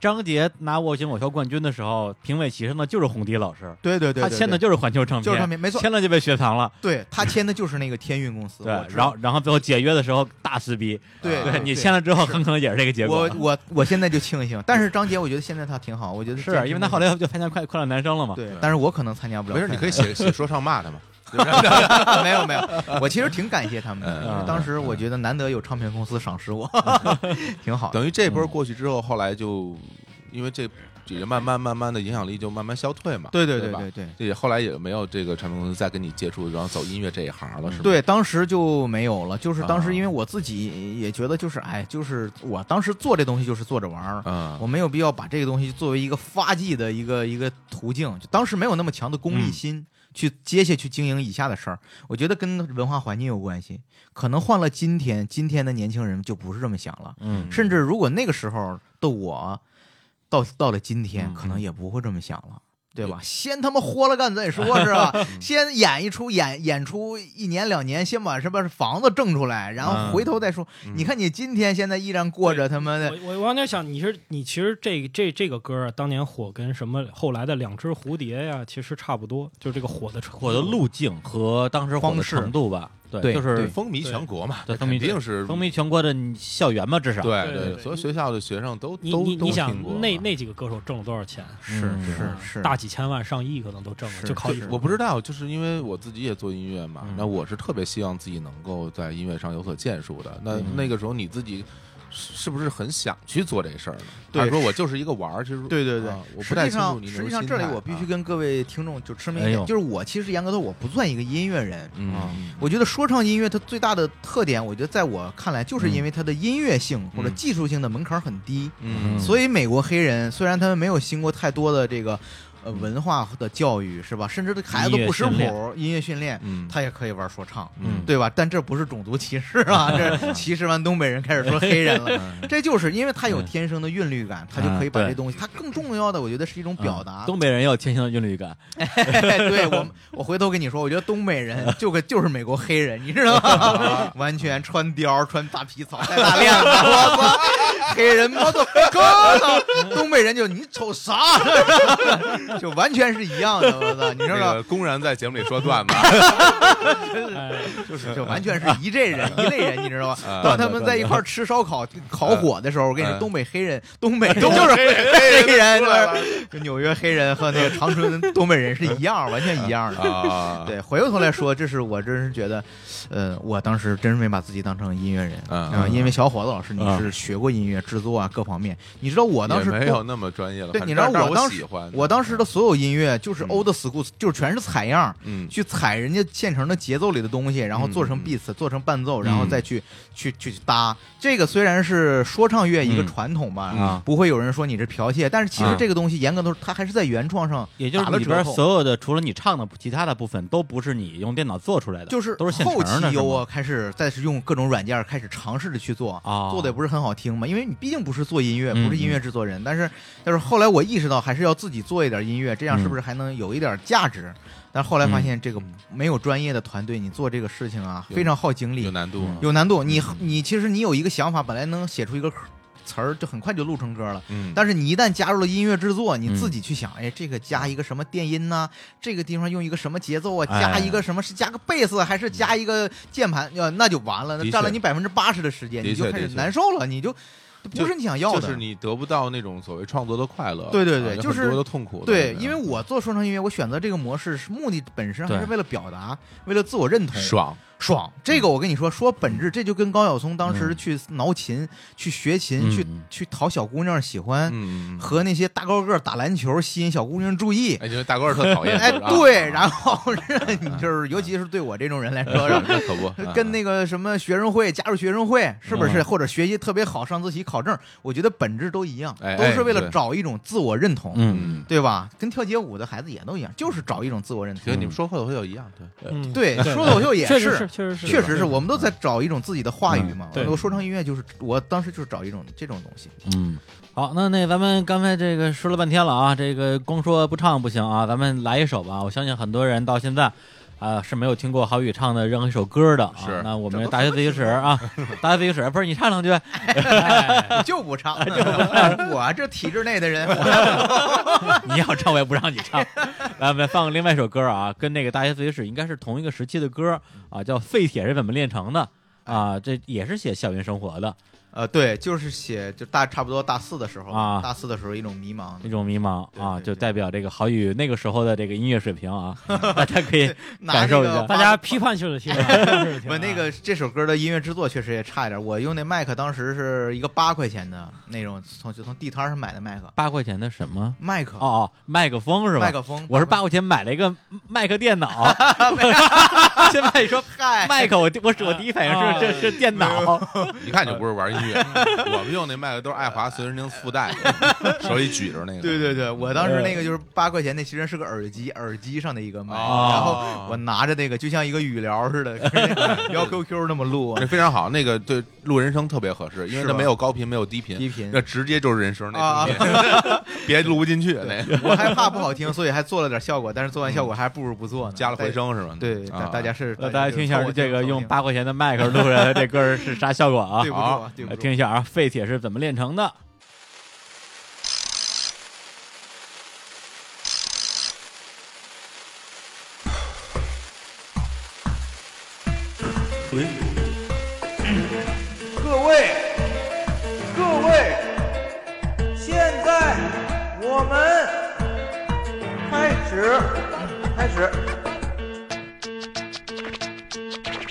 张杰拿我行我秀冠军的时候，评委席上的就是红迪老师，对对对，他对签的对就是环球唱片，就是唱片没错签了就被雪藏了。对他签的就是那个天运公司。对我，知然道后然后最后解约的时候大撕逼，对对你签签。了之后，很可能也是这个结果我。我我现在就庆幸，但是张杰，我觉得现在他挺好，我觉得是啊因为他后来就参加快快乐男生了嘛，对，但是我可能参加不没了快事，男。你可以 写写说唱骂他嘛。没有没有，我其实挺感谢他们嗯的，因为当时我觉得难得有唱片公司赏识我，嗯 挺好的。等于这波过去之后，后来就因为这也慢慢慢慢的影响力就慢慢消退嘛。对对对吧对对。也后来也没有这个唱片公司再跟你接触，然后走音乐这一行了，是吧？对，当时就没有了。就是当啊时因为我自己也觉得，就是哎，就是我当时做这东西就是做着玩儿，嗯，我没有必要把这个东西作为一个发迹的一个一个途径。就当时没有那么强的功利心。去接下去经营以下的事儿，我觉得跟文化环境有关系。可能换了今天，今天的年轻人就不是这么想了。嗯，甚至如果那个时候的我，到到了今天，嗯可能也不会这么想了。对吧？先他妈豁了干再说，是吧？嗯先演一出，演演出一年两年，先把什么房子挣出来，然后回头再说。嗯你看你今天现在依然过着他妈的，我我往那想，你是你其实这这这个歌啊，当年火跟什么后来的两只蝴蝶呀，其实差不多，就是这个火的程度火的路径和当时火的程度吧，对，对就是对风靡全国嘛，对肯定是风靡全国的校园嘛，至少对对对所有学校的学生都你都你都你听过啊想那那几个歌手挣了多少钱？是嗯是啊是，大几千万、上亿可能都挣了，是就靠是一我不知道，就是因为我自己也做音乐嘛，嗯那我是特别希望自己能够在音乐上有所建树的。那、嗯那个时候你自己是是不是很想去做这事儿呢？对还是说我就是一个玩儿，其实对对对啊我不实太际清楚上你那实种际上心这里态我必须啊跟各位听众就吃明哎一呦点，就是我其实严格的我不算一个音乐人，嗯啊嗯我觉得说唱音乐它最大的特点，我觉得在我看来，就是因为它的音乐性或者嗯技术性的门槛很低，嗯所以美国黑人虽然他们没有经过太多的这个呃嗯文化的教育，是吧？甚至这孩子都不识音乐训谱，音乐训练，嗯他也可以玩说唱，嗯对吧？但这不是种族歧视 啊，这歧视完东北人开始说黑人了。这就是因为他有天生的韵律感，他就可以把嗯嗯对这东西。他更重要的，我觉得是一种表达嗯。东北人也有天性的韵律感， 对我，我回头跟你说，我觉得东北人就个就是美国黑 人，你知道吗？完全穿貂儿、穿大皮草、带大链子，我操！黑人猫的哥呢，东北人就你瞅啥， 就完全是一样的。我操，你知那道吗？个公然在节目里 说段子，哎就是就完全是一这人一类人，你知道吗？嗯 啊当他们在一块儿吃烧烤、烤火的时候，我跟你说，嗯东北黑人、东北人就是黑人，就是就纽约黑人和那个长春东北人是一样，完全一样的。啊， 对，回过头来说，这是我真是觉得，呃，我当时真是没把自己当成音乐人嗯啊、因为小伙子老师你嗯是学过音乐制作啊各方面，你知道我当时也没多有那么专业了。对，反你正知道但是我我当喜时欢，我当时的所有音乐就是嗯 old school，就是全是采样，嗯去采人家现成的节奏里的东西，然后做成嗯嗯 beats，做成伴奏，然后嗯再去去去搭。这个虽然是说唱乐一个嗯传统吧，啊，不会有人说你是剽窃，但是其实啊这个东西严格都是它还是在原创上也就打是了里折边扣所有的除了你唱的其他的部分都不是你用电脑做出来的，就是都是现后成的期啊是由吗我开始再是用各种软件儿开始尝试着去做，啊，做的也不是很好听嘛，因为你毕竟不是做音乐，嗯不是音乐制作人。但是，但是后来我意识到还是要自己做一点音乐，这样是不嗯是还能有一点价值？但后来发现这个没有专业的团队，你做这个事情啊，有非常耗精有力，难度啊，有难度。你你其实你有一个想法，本来能写出一个词儿，就很快就录成歌了。嗯，但是你一旦加入了音乐制作，你嗯自己去想，哎，这个加一个什么电音呐、这个地方用一个什么节奏啊？哎加一个什么是加个贝斯还是加一个键盘？呃，那就完了，的那确占了你百分之八十的时间，的你确就开始的确难受了，你就不是你想要就的。是你得不到那种所谓创作的快乐，对对对啊有就是很多的痛苦的。对，吧因为我做说唱音乐，我选择这个模式是目的本身还是对为了表达，为了自我认同，爽，爽。这嗯个我跟你说，说本质，这就跟高晓松当时去挠琴、去学嗯琴、去嗯去讨小姑娘喜欢，嗯，嗯嗯和那些大高个儿打篮球吸引小姑娘注意，哎，因为大哥特讨厌，哎，是啊吧对，然后是 你就是，尤其是对我这种人来说，啊嗯是吧那可不跟那个什么学生会加入学生会，是不是？或者学习特别好，上自习考证，我觉得本质都一样哎，都是为哎了对找一种自我认同，嗯，对吧？跟跳街舞的孩子也都一样，就是找一种自我认跟同。你们说脱口秀一样，对，嗯对，说口秀也确实是是，。确实是，确实是我们都在找一种自己的话语嘛嗯。对我说唱音乐就是，我当时就是找一种这种东 西。嗯，好，那那咱们刚才这个说了半天了啊，这个光说不唱不行啊，咱们来一首吧。我相信很多人到现在啊、是没有听过郝宇唱的任何一首歌的啊。是那我们大学自习室啊，大学自习室不是你唱两句，哎就不 唱，我啊这体制内的人，我你要唱我也不让你唱。 来，我们放另外一首歌啊，跟那个大学自习室应该是同一个时期的歌啊，叫《废铁是怎么炼成的》啊，这也是写校园生活的呃，对，就是写就大差不多大四的时候啊大四的时候一种迷 茫那，种迷茫啊，对对对就代表这个郝宇那个时候的这个音乐水平啊， 大家可以 拿感那受一个下大八家批判性的听啊，我那啊个这首歌的音乐制作确实也差一点，我用那麦克当时是一个八块钱的那种，从就从地摊上买的麦克，八块钱的什么？麦克哦，哦，麦克风是吧？麦克风，我是八块钱买了一个麦克电 脑，现在你说嗨，麦克，我第我我第一反应啊哎是这是电脑，一看就不是玩音乐。嗯 我们用那麦克都是爱华随身听附 带的，手里举着那个。对对对，我当时那个就是八块钱，那其实是个耳机，耳机上的一个麦，哦然后我拿着那个就像一个语聊似的， 聊 QQ 那么录啊那非常好，那个对录人声特别合适，因为是它吧没有高频，没有低频，低频那直接就是人声那啊低频，别录不进去那个。我害怕不好听，所以还做了点效果，但是做完效果还不如不做呢，加了回。声是吧？对，大啊大家 是大家听一下就是这个用凑合八块钱的麦克 录出来的这歌是啥效果啊听对？不住好啊，对不来住听一下啊，废铁是怎么炼成的？各位，各位，现在我们开始，开始。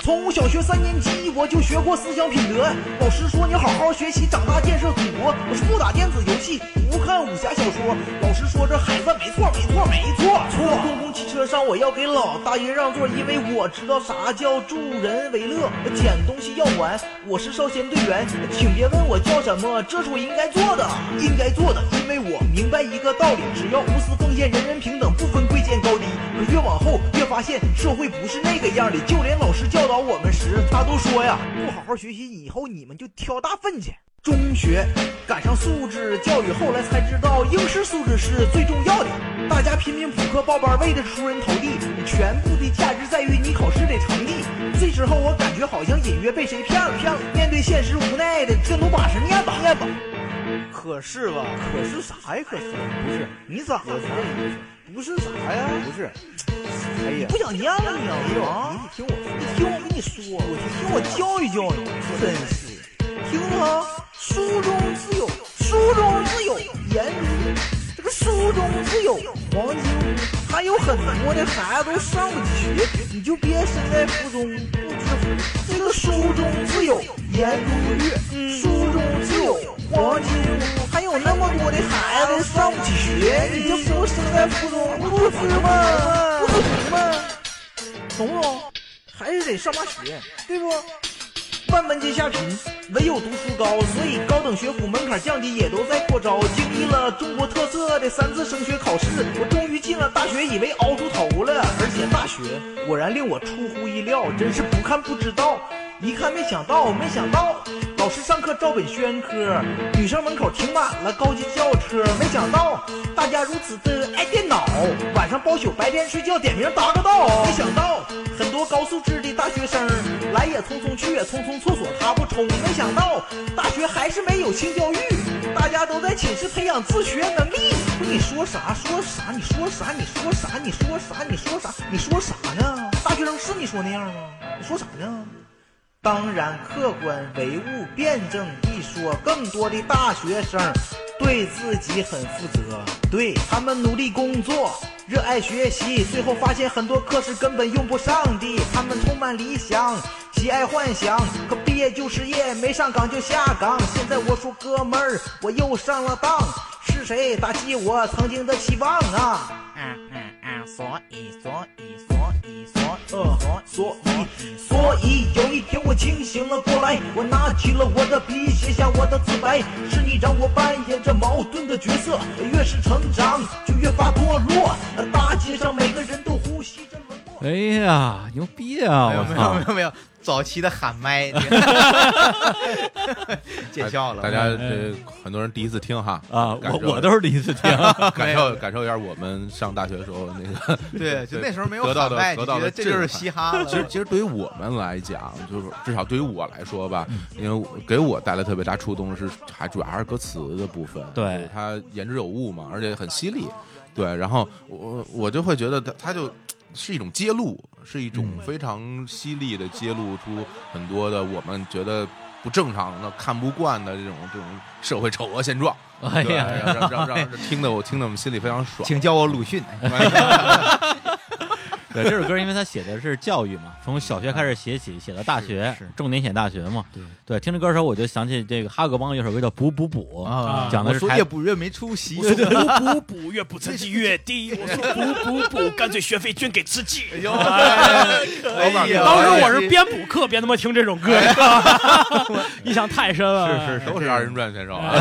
从小学三年级我就学过思想品德，老师说你好好学习，长大建设祖国。我是不打电子游戏，不看武侠小说。老师说这孩子没错，没错，没错。错。公共汽车上我要给老大爷让座，因为我知道啥叫助人为乐。捡东西要还，我是少先队员，请别问我叫什么，这是我应该做的，应该做的，因为我明白一个道理，只要无私奉献，人人平等，不分贵贱高低。可越往后越发现社会不是那个样儿的，就连老师教导我们时，他都说呀，不好好学习，以后你们就挑大粪去。中学赶上素质教育，后来才知道应试素质是最重要的。大家频频补课报班，为的是出人头地，全部的价值在于你考试的成绩。这时候我感觉好像隐约被谁骗了，骗了。面对现实无奈的，这努把式念吧念吧。可是吧，可是啥呀？可是不是？你咋的？不是啥呀？不是。哎呀，不想念了你啊？你听我，你听我跟你说，我听我教育教育你，真是。听着啊，书中自有，书中自有颜如玉，这个书中自有黄金屋，还有很多的孩子都上不起学，你就别身在福中不知福。这个书中自有颜如玉，书中自有黄金屋，还有那么多的孩子都上不起学，你这不身在福中不知福吗？不知福吗？懂不懂？还是得上大学，对不？半门皆下贫，唯有读书高，所以高等学府门槛降低也都在扩招。经历了中国特色的三次升学考试，我终于进了大学，以为熬出头了。而且大学果然令我出乎意料，真是不看不知道，一看没想到，没想到老师上课照本宣科，女生门口停满了高级轿车。没想到大家如此的爱电脑，晚上包宿，白天睡觉，点名答个到。没想到很多高素质的大学生来也匆匆，去也匆匆，厕所他不冲。没想到大学还是没有性教育，大家都在寝室培养自学能力。不，你说啥？说啥？你说啥？你说啥？你说啥？你说啥？你说啥呢？大学生是你说那样吗？你说啥呢？当然，客观唯物辩证一说，更多的大学生对自己很负责，对他们努力工作，热爱学习，最后发现很多课是根本用不上的。他们充满理想，喜爱幻想，可毕业就失业，没上岗就下岗。现在我说哥们儿，我又上了当，是谁打击我曾经的期望啊？嗯嗯嗯，所以所以所以所以呃所，以所以，所以有一天我清醒了过来，我拿起了我的笔，写下我的自白。是你让我扮演这矛盾的角色，越是成长就越发堕落。呃大街上每个人都呼吸着冷漠。哎呀，牛逼啊！没有我操，没有没有没有，早期的喊 麦， 见笑了。嗯大家这很多人第一次听哈啊，感我受我都是第一次 听，感受感受一下我们上大学时候那个。 对，就那时候没有得到喊的麦，得就到觉的得这就是震撼嘻哈了。其 实其实对于我们来讲，就是至少对于我来说吧，因为我给我带来特别大触动的是还主要还是歌词的部分，对就是它言之有物嘛，而且很犀利，对，然后我我就会觉得它它就。是一种揭露，是一种非常犀利的揭露出很多的我们觉得不正常的、看不惯的这种这种社会丑恶现状。哎对，呀，让让让让听得我听得我们心里非常爽。 请叫我鲁迅。 对，这首歌因为它写的是教育嘛，从小学开始写起，写到大学是是，重点写大学嘛。对，听这歌的时候，我就想起这个哈狗帮有首歌叫《补补补》，啊讲的是我说台越补越没 出 息。补补补，越补自己越低。我说补补补，干脆学费捐给自己。 哎呀当时我是边补课边他妈听这种歌，印象太深了。 是是都是二人转选手啊，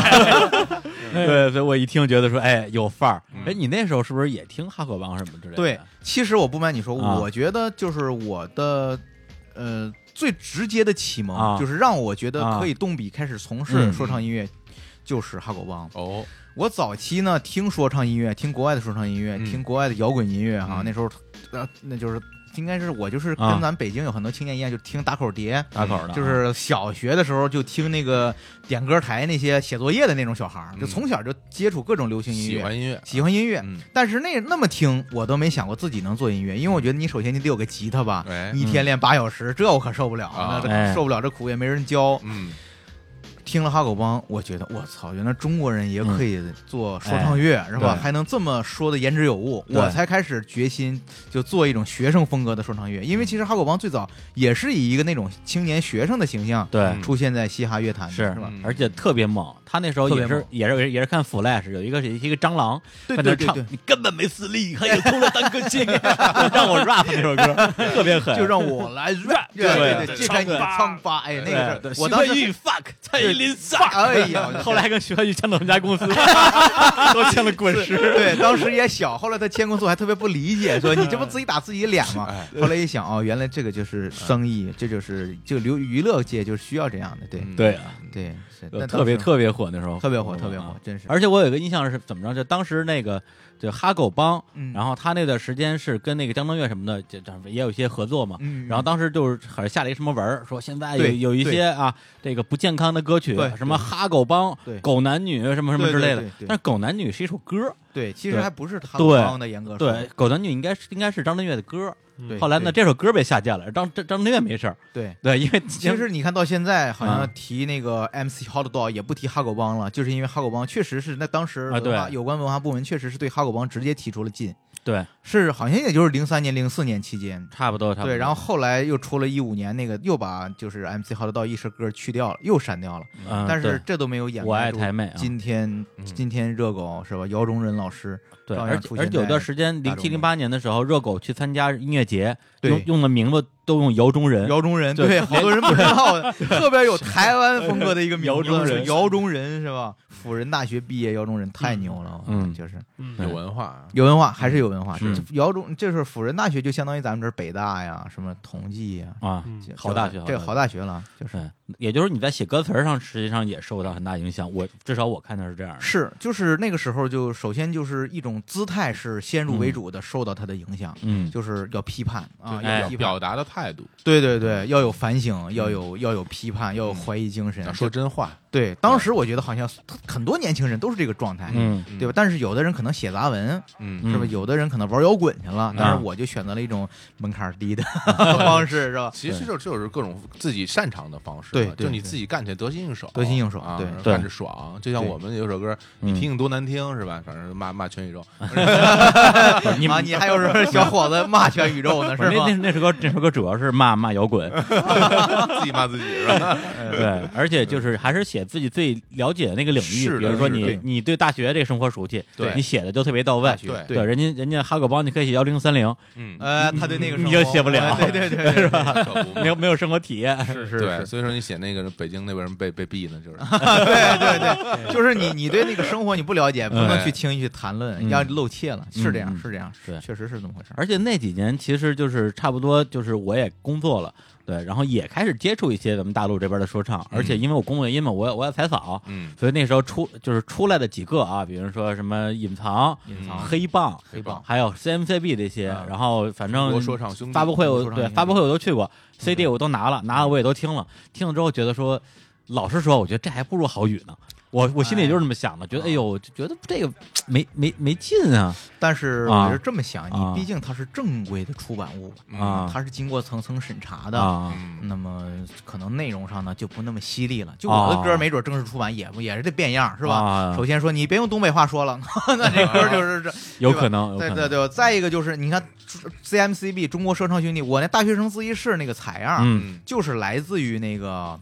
对，所以我一听觉得说，哎，有范儿。哎，你那时候是不是也听哈狗帮什么之类的？嗯对，其实我不瞒你说，啊我觉得就是我的，呃，最直接的启蒙，啊就是让我觉得啊可以动笔开始从嗯事说唱音乐，就是哈狗帮。哦，我早期呢听说唱音乐，听国外的说唱音乐，嗯听国外的摇滚音乐哈，嗯那时候，呃，那就是应该是我就是啊跟咱北京有很多青年一样，就听打口碟。打口啊的，啊就是小学的时候就听那个点歌台那些写作业的那种小孩儿，嗯就从小就接触各种流行音喜乐，欢音乐，喜欢音乐。嗯，但是那那么听，我都没想过自己能做音乐，因为我觉得你首先你得有个吉他吧，哎，一天练八小时，这我可受不了，啊那哎这受不了这苦也没人教。嗯，听了哈狗帮，我觉得我操，原来中国人也可以做说唱乐，嗯是吧？对还能这么说的言之有物，对我才开始决心就做一种学生风格的说唱乐，因为其实哈狗帮最早也是以一个那种青年学生的形象对，嗯出现在嘻哈乐坛的，是吧？嗯而且特别猛。他那时候特也别是猛也是也是看 Flash，有一个是一个蟑螂对在那对对唱对，，你根本没实力，还有偷了单歌星， 让我 rap 那首 歌，特别狠。就让我来 rap，对对对，揭开你的疮疮疤，哎，那对个对徐事儿，我当慧时玉 fuck 蔡依林 s 哎呀， 后来还跟徐慧玉签到我们家公司， 都签了滚石。对，当时也小，后来他签工作还特别不理解，说你这不自己打自己脸吗？哎后来一想，哦，原来这个嗯就是生意，这就是就流娱乐界就是需要这样的，对嗯对啊，对，是那特别当时特别火那时候，特别火，特别啊火，真是。而且我有一个印象是怎么着？就当时那个就哈狗帮，嗯然后他那段时间是跟那个张震岳什么的，就就也有一些合作嘛。嗯，然后当时就是好像下了一个什么文儿，说现在有对有一对些啊，这个不健康的歌曲对，什么哈狗帮对、狗男女什么什么之类对的对对。对但是狗男女是一首歌，对，其实对还不是他对帮的，严格说，对，狗男女应该是应该是张震岳的歌。对后来呢，对这首歌被下架了，张张张震岳没事儿，对。对， 因为其实你看到现在，好像嗯提那个 MC Hot Dog 也不提哈狗帮了，就是因为哈狗帮确实是那当时啊对文化有关文化部门确实是对哈狗帮直接提出了禁，对，是好像也就是零三年、零四年期间，差不多，差不多。对，然后后来又出了一五年那个，又把就是 MC Hot Dog 一首歌去掉了，又删掉了，嗯，但是对这都没有掩我爱盖住台妹啊，今天今天热狗是吧？姚中仁老师对，照而样且出而现且有在段时间，零七众零八年的时候，热狗去参加音乐节，对用用的名字都用姚中人，姚中仁，对对，好多人不知 道，特别有台湾风格的一个名字，姚中仁姚中仁是吧？辅仁大学毕业，姚中仁太牛了，嗯就是有文化啊，有文化，还是有文化。是这姚中就是辅仁大学，就相当于咱们这儿北大呀，什么同济呀，啊，嗯这好大学这个好好大学了，就是对，也就是你在写歌词儿上，实际上也受到很大影响。我至少我看到是这样的，是就是那个时候就首先就是一种姿态是先入为主的受到它的影响，嗯，就是要批判啊，哎嗯要批判表，达的态度，对对对，要有反省，要有要有批判，要有怀疑精神要，说真话，对，当时我觉得好像很多年轻人都是这个状态，嗯嗯对吧？？但是有的人可能写杂文，嗯，嗯是吧？有的人可能玩摇滚去了，但嗯是我就选择了一种门槛 低的方式，是吧？其实就就是各种自己擅长的方式对嘛，对就你对自己干起来得心应手，得心应手啊对对看着爽。就像对我们有首歌，嗯你听听多难听是吧？反正骂骂全宇宙，不是你 啊，们 你还有时候小伙子骂全宇宙呢，不是是那那吗？那首歌，那首歌主要是骂骂摇滚，自己骂自己是吧？ 对，而且就是还是写自己最了解的那个领域，是的比如说是的你你对大学这个生活熟悉，对你写的就特别到位，对对，人家人家哈狗帮你可以写幺零三零，嗯，呃，他对那个你生就活写不了哎对对 对，是吧？可不嘛没有没有生活体验，是是对，所以说你写那个北京那边人被被毙呢，就是对对对，就是你你对那个生活你不了解，不能哎去轻易去谈论，嗯要露怯了，是这嗯样嗯，是这样，对确实是这么回事儿。而且那几年其实就是差不多，就是我也工作了，对，然后也开始接触一些咱们大陆这边的说唱，而且因为我工作原因嘛，我要我要采访，嗯，所以那时候出就是出来的几个啊，比如说什么隐藏、隐嗯藏黑棒、黑棒还有 CMCB 这些，啊然后反中正国说唱嗯兄弟嗯发布会我中国说唱对音乐发布会我都去过，CD 嗯我都拿了，拿了我也都听了，听了之后觉得说，老实说，我觉得这还不如好语呢。我我心里就是这么想的，觉得哎呦，觉得这个没没没劲啊但是我啊是这么想，啊你毕竟它是正规的出版物，啊它是经过层层审查的，啊！嗯，那么可能内容上呢就不那么犀利了。就我哦的歌，没准正式出版也不也是得变样，是吧？啊首先说你别用东北话说了， 那这歌就是这。 有可能，有可对能对对，再一个就是你看 CMCB 中国说唱兄弟，我那大学生自习室那个采样，嗯嗯就是来自于那个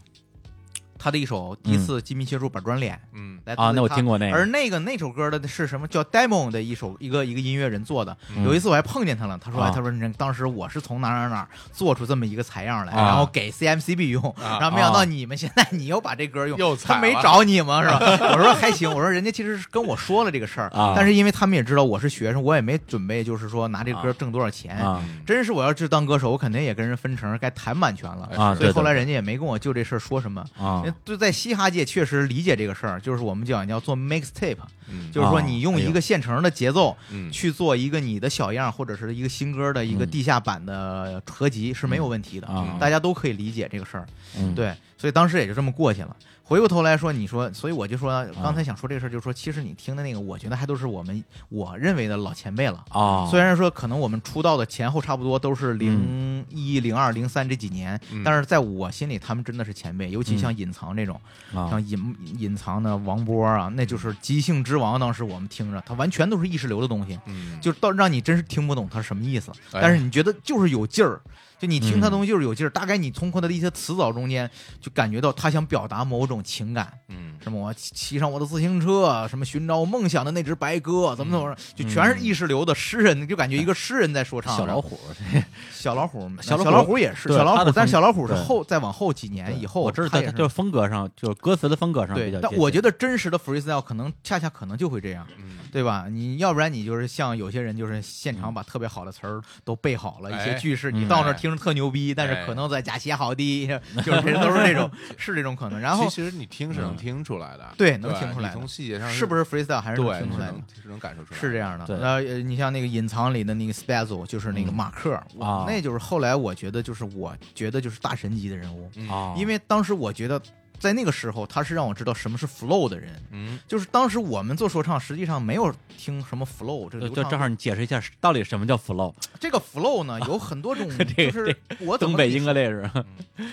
他的一首第一嗯次金密切术板砖脸。嗯来自啊，那我他听过那个，而那个那首歌的是什么叫 demo 的一首一个一个音乐人做的。嗯有一次我还碰见他了，他说：“啊哎，他说你当时我是从哪儿哪儿哪儿做出这么一个采样来，啊然后给 CMCB 用，啊然后没想到你们现在你又把这歌嗯用。”又他惨没了找你吗？是吧？我说还行，我说人家其实是跟我说了这个事儿，啊但是因为他们也知道我是学生，我也没准备就是说拿这个歌啊挣多少钱。啊嗯真是我要去当歌手，我肯定也跟人分成，该谈版权了。啊，是哎所以对后来人家也没跟我就这事儿说什么。对啊因为就呃在嘻哈界确实理解这个事儿，就是我们讲要做 mixtape，嗯就是说哦你用哎呦一个现成的节奏嗯去做一个你的小样儿或者是一个新歌的一个嗯地下版的合集是没有问题的，啊，大家都可以理解这个事儿。嗯，对，所以当时也就这么过去了。回过头来说，你说，所以我就说啊刚才想说这个事儿，就是说其实你听的那个，我觉得还都是我们我认为的老前辈了。啊，嗯虽然说可能我们出道的前后差不多都是零一、零二、零三这几年，嗯但是在我心里他们真的是前辈，尤嗯其像隐藏这种，啊像隐隐藏的王波啊，那就是即兴之王。当时我们听着，他完全都是意识流的东西，嗯就到让你真是听不懂他是什么意思，哎但是你觉得就是有劲儿。就你听他嗯东西就是有劲儿，大概你从他的一些词藻中间就感觉到他想表达某种情感，嗯什么我骑骑上我的自行车，什么寻找我梦想的那只白鸽，怎么嗯怎么着，就全是意识流的诗人，就感觉一个诗人在说唱。小老 虎，小老虎，小老小虎老虎也是对小老他的虎，但风小老虎是对后再往后几年以后，我知道，他但也它是就是风格上，就是歌词的风格上比对较，接但近，我觉得真实的 freestyle 可能恰恰可能就会这样，嗯对吧？你要不然你就是像有些人，就是现场把特别好的词儿都背好了，一些哎句式，嗯你到那儿听着特牛逼，但哎是可能在假鞋好的，就是这都是这种是这种可能。然后嗯其实你听是能听出来的，对吧能听出来你的从细节上是不是是 freestyle 还是能对听出是来的能？是能感受出来，是这样的对，那呃你像那个隐藏里的那个 Spazzo，就是那个嗯马克，啊哇，那就是后来我觉得就是我觉得就是大神级的人物，嗯啊，因为当时我觉得在那个时候，他是让我知道什么是 flow 的人。嗯，就是当时我们做说唱，实际上没有听什么 flow 这个就流就畅正好你解释一下，到底什么叫 flow？这个 flow 呢，有很多种， 这个就是我怎东么北给你英格雷 是，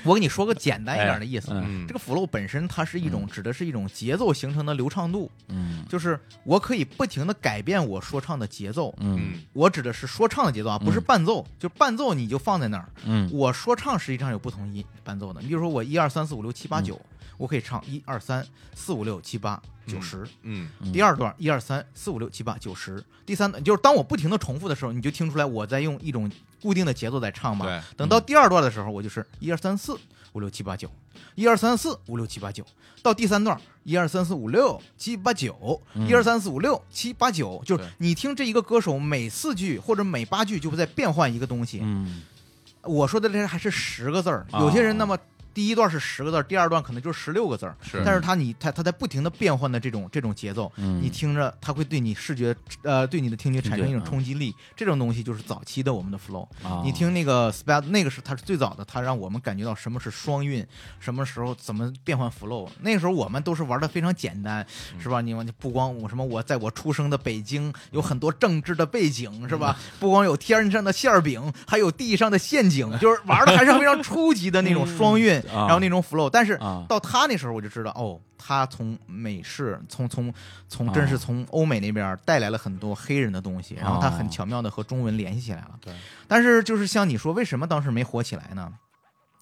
我给你说个简单一点的意思，哎嗯这个 flow 本身它是一种指的是一种节奏形成的流畅度，嗯就是我可以不停的改变我说唱的节奏。嗯嗯我指的是说唱的节奏啊，不是嗯伴奏。就伴奏你就放在那儿，嗯我说唱实际上有不同音伴奏的。你比如说我一二三四五六七八嗯九，我可以唱一二三四五六七八九十。嗯嗯第二段一二三四五六七八九十，第三段就是当我不停的重复的时候，你就听出来我在用一种固定的节奏在唱嘛。对等到第二段的时候，我就是一二三四五六七八九，一二三四五六七八九。到第三段一二三四五六七八九，嗯一二三四五六七八九，就是对你听这一个歌手每四句或者每八句就会在变换一个东西。嗯我说的这还是十个字儿，哦啊有些人那么。第一段是十个字儿，第二段可能就是十六个字儿，是但是他你他他在不停的变换的这种这种节奏，嗯，你听着，它会对你视觉，呃，对你的听觉产生一听觉嗯种冲击力。这种东西就是早期的我们的 flow。啊你听那个 s p a d 那个是它是最早的，它让我们感觉到什么是双韵，什么时候怎么变换 flow。那时候我们都是玩的非常简单，嗯是吧？你们不光我什么，我在我出生的北京有很多政治的背嗯景，是吧？不光有天上的馅儿饼，还有地上的陷 阱，就是玩的还是非常初级的那种双韵，啊然后那种 flow。但是啊到他那时候我就知道，哦，他从美式，从从从哦真是从欧美那边带来了很多黑人的东西，然后他很哦巧妙的和中文联系起来了。对，但是就是像你说，为什么当时没火起来呢？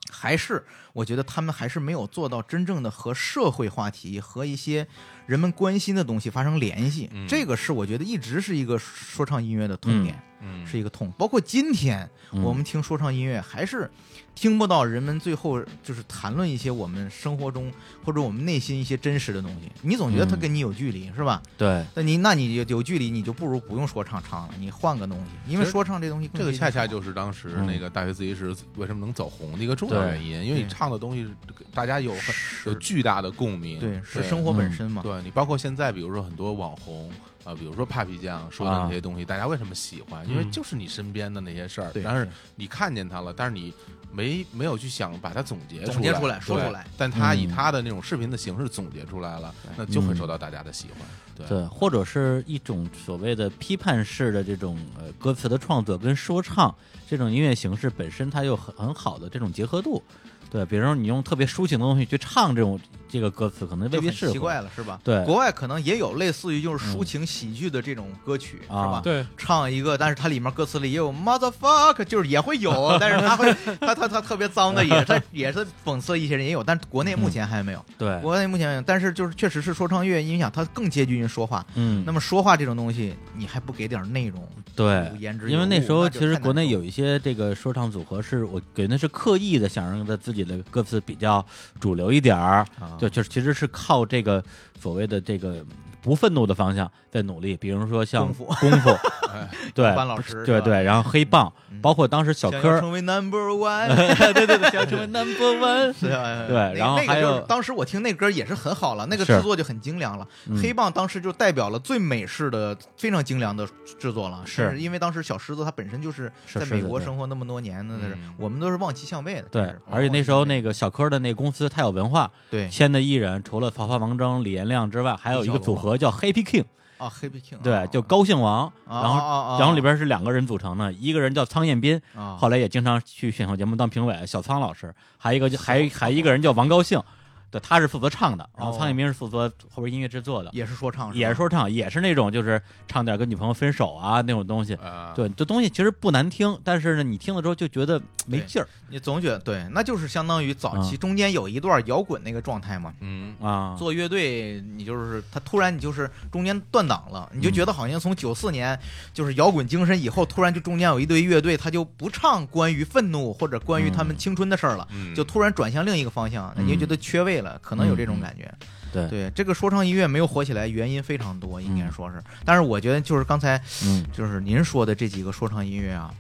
还是我觉得他们还是没有做到真正的和社会话题和一些人们关心的东西发生联系，嗯这个是我觉得一直是一个说唱音乐的痛点，嗯是一个痛。包括今天嗯我们听说唱音乐，还是听不到人们最后就是谈论一些我们生活中或者我们内心一些真实的东西。你总觉得它嗯跟你有距离，是吧？对，那你那你有有距离，你就不如不用说唱唱了，你换个东西，因为其实说唱这东西更这个接近恰恰生活就是当时嗯那个大学自习室为什么能走红的一个重要对原因，因为你对唱的东西大家有很有巨大的共鸣，对，嗯是生活本身嘛。对你包括现在，比如说很多网红啊、比如说 Papi 酱说的啊那些东西，大家为什么喜欢？因为就是你身边的那些事儿，嗯对但是你看见它了，但是你没没有去想把它总结总结出出来说对出来但他以嗯他的那种视频的形式总结出来了，那就很受到大家的喜欢。对，对，或者是一种所谓的批判式的这种呃歌词的创作跟说唱这种音乐形式本身，它有很很好的这种结合度。对，比如说你用特别抒情的东西去唱这种这个歌词，可能未就必很适合。奇怪了，是嗯吧？对国外可能也有类似于就是抒情喜剧的这种歌曲，啊是吧？对，唱一个，但是它里面歌词里也有 motherfuck，就是也会 有，但是他会，他他他特别脏的，也是也是讽刺一些人也有，但是国内目前还没有，对，国内目前没有，但是就是确实是说唱乐音响，它更接近于说话。嗯，那么说话这种东西，你还不给点内容，对有，言之有物，因为那时候那其就实太难国内受有一些这个说唱组合，是我感觉是刻意的想让他自己的歌词比较主流一点儿，啊就就是其实是靠这个所谓的这个不愤怒的方向在努力，比如说像功夫功 夫哎对班老师对是吧对，然后黑棒，嗯包括当时小想柯要儿，成为 number one，对对对，想成为 number one，对啊对那然后那个还就是有当时我听那歌也是很好了，那个是制作就很精良了。嗯黑棒当时就代表了最美式的、非常精良的制作了。是甚至因为当时小狮子他本身就是是在狮美子国对生活那么多年的，那是嗯我们都是望其项背的。对真是，而且那时候望其项背那个小柯儿的那个公司太有文化，对签的艺人除了曹操、王铮、李延亮之外，还有一个组合叫 Happy King，啊，Happy King，对，就高兴王，啊然后啊啊啊然后里边是两个人组成的，一个人叫苍彦斌，啊，后来也经常去选秀节目当评委，小苍老师，还有一个就还还一个人叫王高兴，对，他是负责唱的，然后哦苍彦斌是负责后边音乐制作的，也是说唱，也是是吧说唱，也是那种就是唱点跟女朋友分手啊那种东西。啊，对，这东西其实不难听，但是呢，你听了之后就觉得没劲儿你总觉得对，那就是相当于早嗯期中间有一段摇滚那个状态嘛。嗯，啊。做乐队，你就是他突然你就是中间断档了，你就觉得好像从九四年就是摇滚精神以后，突然就中间有一堆乐队，他就不唱关于愤怒或者关于他们青春的事儿了，嗯就突然转向另一个方向，嗯你就觉得缺位了，可能有这种感觉。对对，这个说唱音乐没有火起来，原因非常多，应该说是。但是我觉得就是刚才嗯就是您说的这几个说唱音乐啊，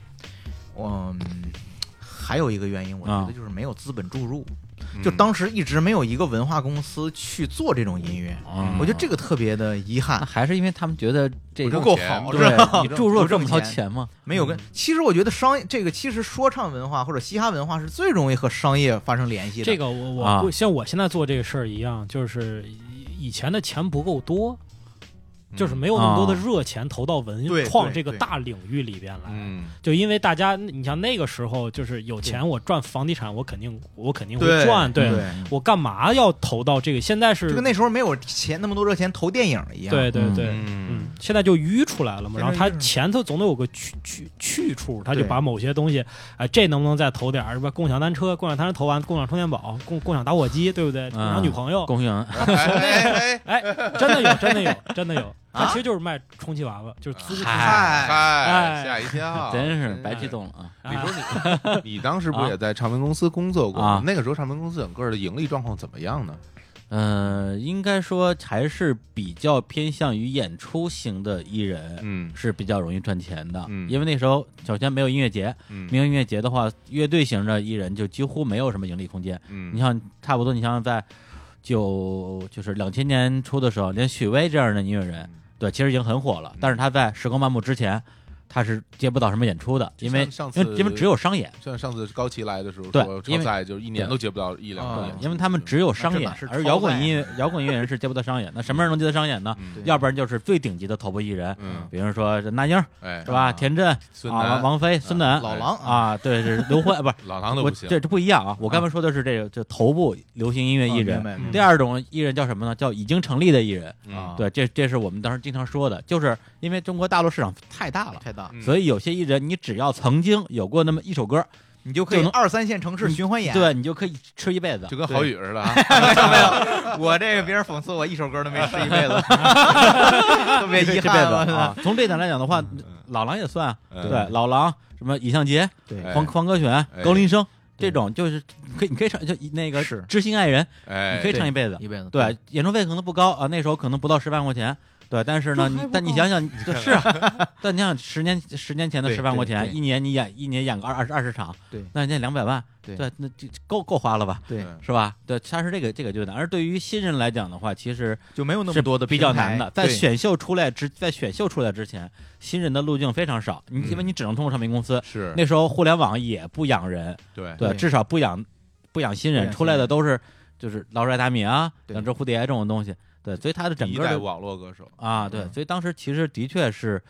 嗯，还有一个原因，我觉啊得就是没有资本注入，嗯就当时一直没有一个文化公司去做这种音乐，嗯我觉得这个特别的遗那憾，还是因为他们觉得这不个挣够钱好，是吧对，你注入不这挣么掏钱钱吗？没有跟。其实我觉得商业这个，其实说唱文化或者嘻哈文化是最容易和商业发生联系的。这个我我、啊不像我现在做这个事儿一样，就是以以前的钱不够多，嗯就是没有那么多的啊热钱投到文嗯对创对这个对大领域里边来。嗯，就因为大家，你像那个时候，就是有钱，我赚房地产，我肯定我肯定会对赚，对我干嘛要投到这个？现在是就跟那时候没有钱那么多热钱投电影一样。对对嗯对，嗯嗯，现在就淤出来了嘛，现在然后他就是前头总得有个去去去处，他就对把某些东西，哎，这能不能再投点儿？是吧？共享单车，共享单车投完，共享充电宝，共共享打火机，对不嗯对？共享女朋友，公园哎哎 哎哎，真的有，真的有， 真的有，他其实就是卖充气娃娃，就是租出去。哎嗨，嗨，哎吓一跳！ 真是白激动了啊！李叔，你你当时不也在唱片公司工作过吗啊？那个时候唱片公司整个的盈利状况怎么样呢？呃，应该说还是比较偏向于演出型的艺人嗯是比较容易赚钱的，嗯因为那时候首先没有音乐节，没嗯有音乐节的话，乐队型的艺人就几乎没有什么盈利空间。嗯，你像差不多，你像在九就是两千年初的时候，连许巍这样的音乐人，嗯对，其实已经很火了，但是他在时光漫步之前，他是接不到什么演出的，就因像为上因次为因为只有商演。像上次高旗来的时候对说因超为载就是一年都接不到一两个对对演，出，因为他们只有商那这演哪是，而超摇滚载音乐摇滚音乐人是接不到商演。那什么人能接到商演呢？嗯对要不然就是最顶级的头部艺人，嗯比如说这那英儿哎是吧？啊田震啊，孙王楠王菲、孙楠老狼啊，啊，对，是刘欢，不是老狼都我不行，这这不一样啊！我刚才说的是这个，就头部流行音乐艺啊明人。嗯白明白第二种艺人叫什么呢？叫已经成立的艺人。嗯啊对，这这是我们当时经常说的，就是因为中国大陆市场太大了，太大了，嗯所以有些艺人你只要曾经有过那么一首歌，你就可就以能嗯二三线城市循环演。，对你就可以吃一辈子就。跟郝宇似的啊， 我这个别人讽刺我一首歌都没吃 一辈子，特别遗这辈憾子了。啊，从这点来讲的话，老狼也算啊，嗯对，老狼什么尹相杰、对哎黄黄歌选哎、高林生这种，就是可以你可以唱就那个是知心爱人，哎，你可以唱一辈子。一辈子对，演唱费可能不高啊，那时候可能不到十万块钱。对，但是呢，你但你想 想，就是啊，但你想十年十年前的对十万块对钱，对一年你演一年演个二二十二十场，对那人家两百万，对对，那就够够花了吧，对，是吧？对，他是这个这个就难，而对于新人来讲的话，其实就没有那是么多的比较平台难的，在对选秀出来之在选秀出来之前，新人的路径非常少，你嗯因为你只能通过唱片公司，是那时候互联网也不养人，对对，对至少不养不养新不人，养出来的都是就是劳瑞达米啊、对两只蝴蝶这种东西，对，所以他的整一个代的网络歌手，啊，对，所以当时其实的确是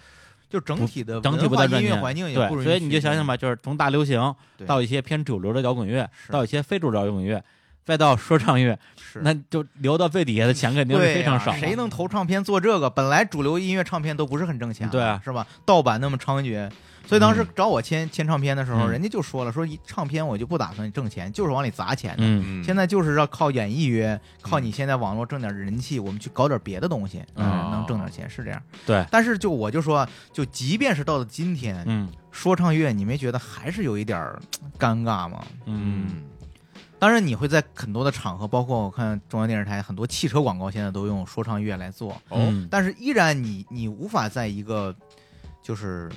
就整体的整体文不化太赚音乐钱，环境也对不，允许。所以你就想想吧，就是从大流行对到一些偏主流的摇滚乐，是到一些非主流摇滚乐，再到说唱乐，是，那就留到最底下的钱肯定是对非常呀少的，谁能投唱片做这个？本来主流音乐唱片都不是很挣钱，对啊是吧？盗版那么猖獗。所以当时嗯找我签签唱片的时候，嗯人家就说了，说一唱片我就不打算挣钱，就是往里砸钱的。嗯。嗯，现在就是要靠演艺约，靠你现在网络挣点人气，我们去搞点别的东西，嗯嗯，能挣点钱是这样。对但是就我就说，就即便是到了今天，嗯说唱乐你没觉得还是有一点儿尴尬吗？嗯，嗯当然，你会在很多的场合，包括我看中央电视台很多汽车广告，现在都用说唱乐来做，哦，嗯但是依然你你无法在一个就是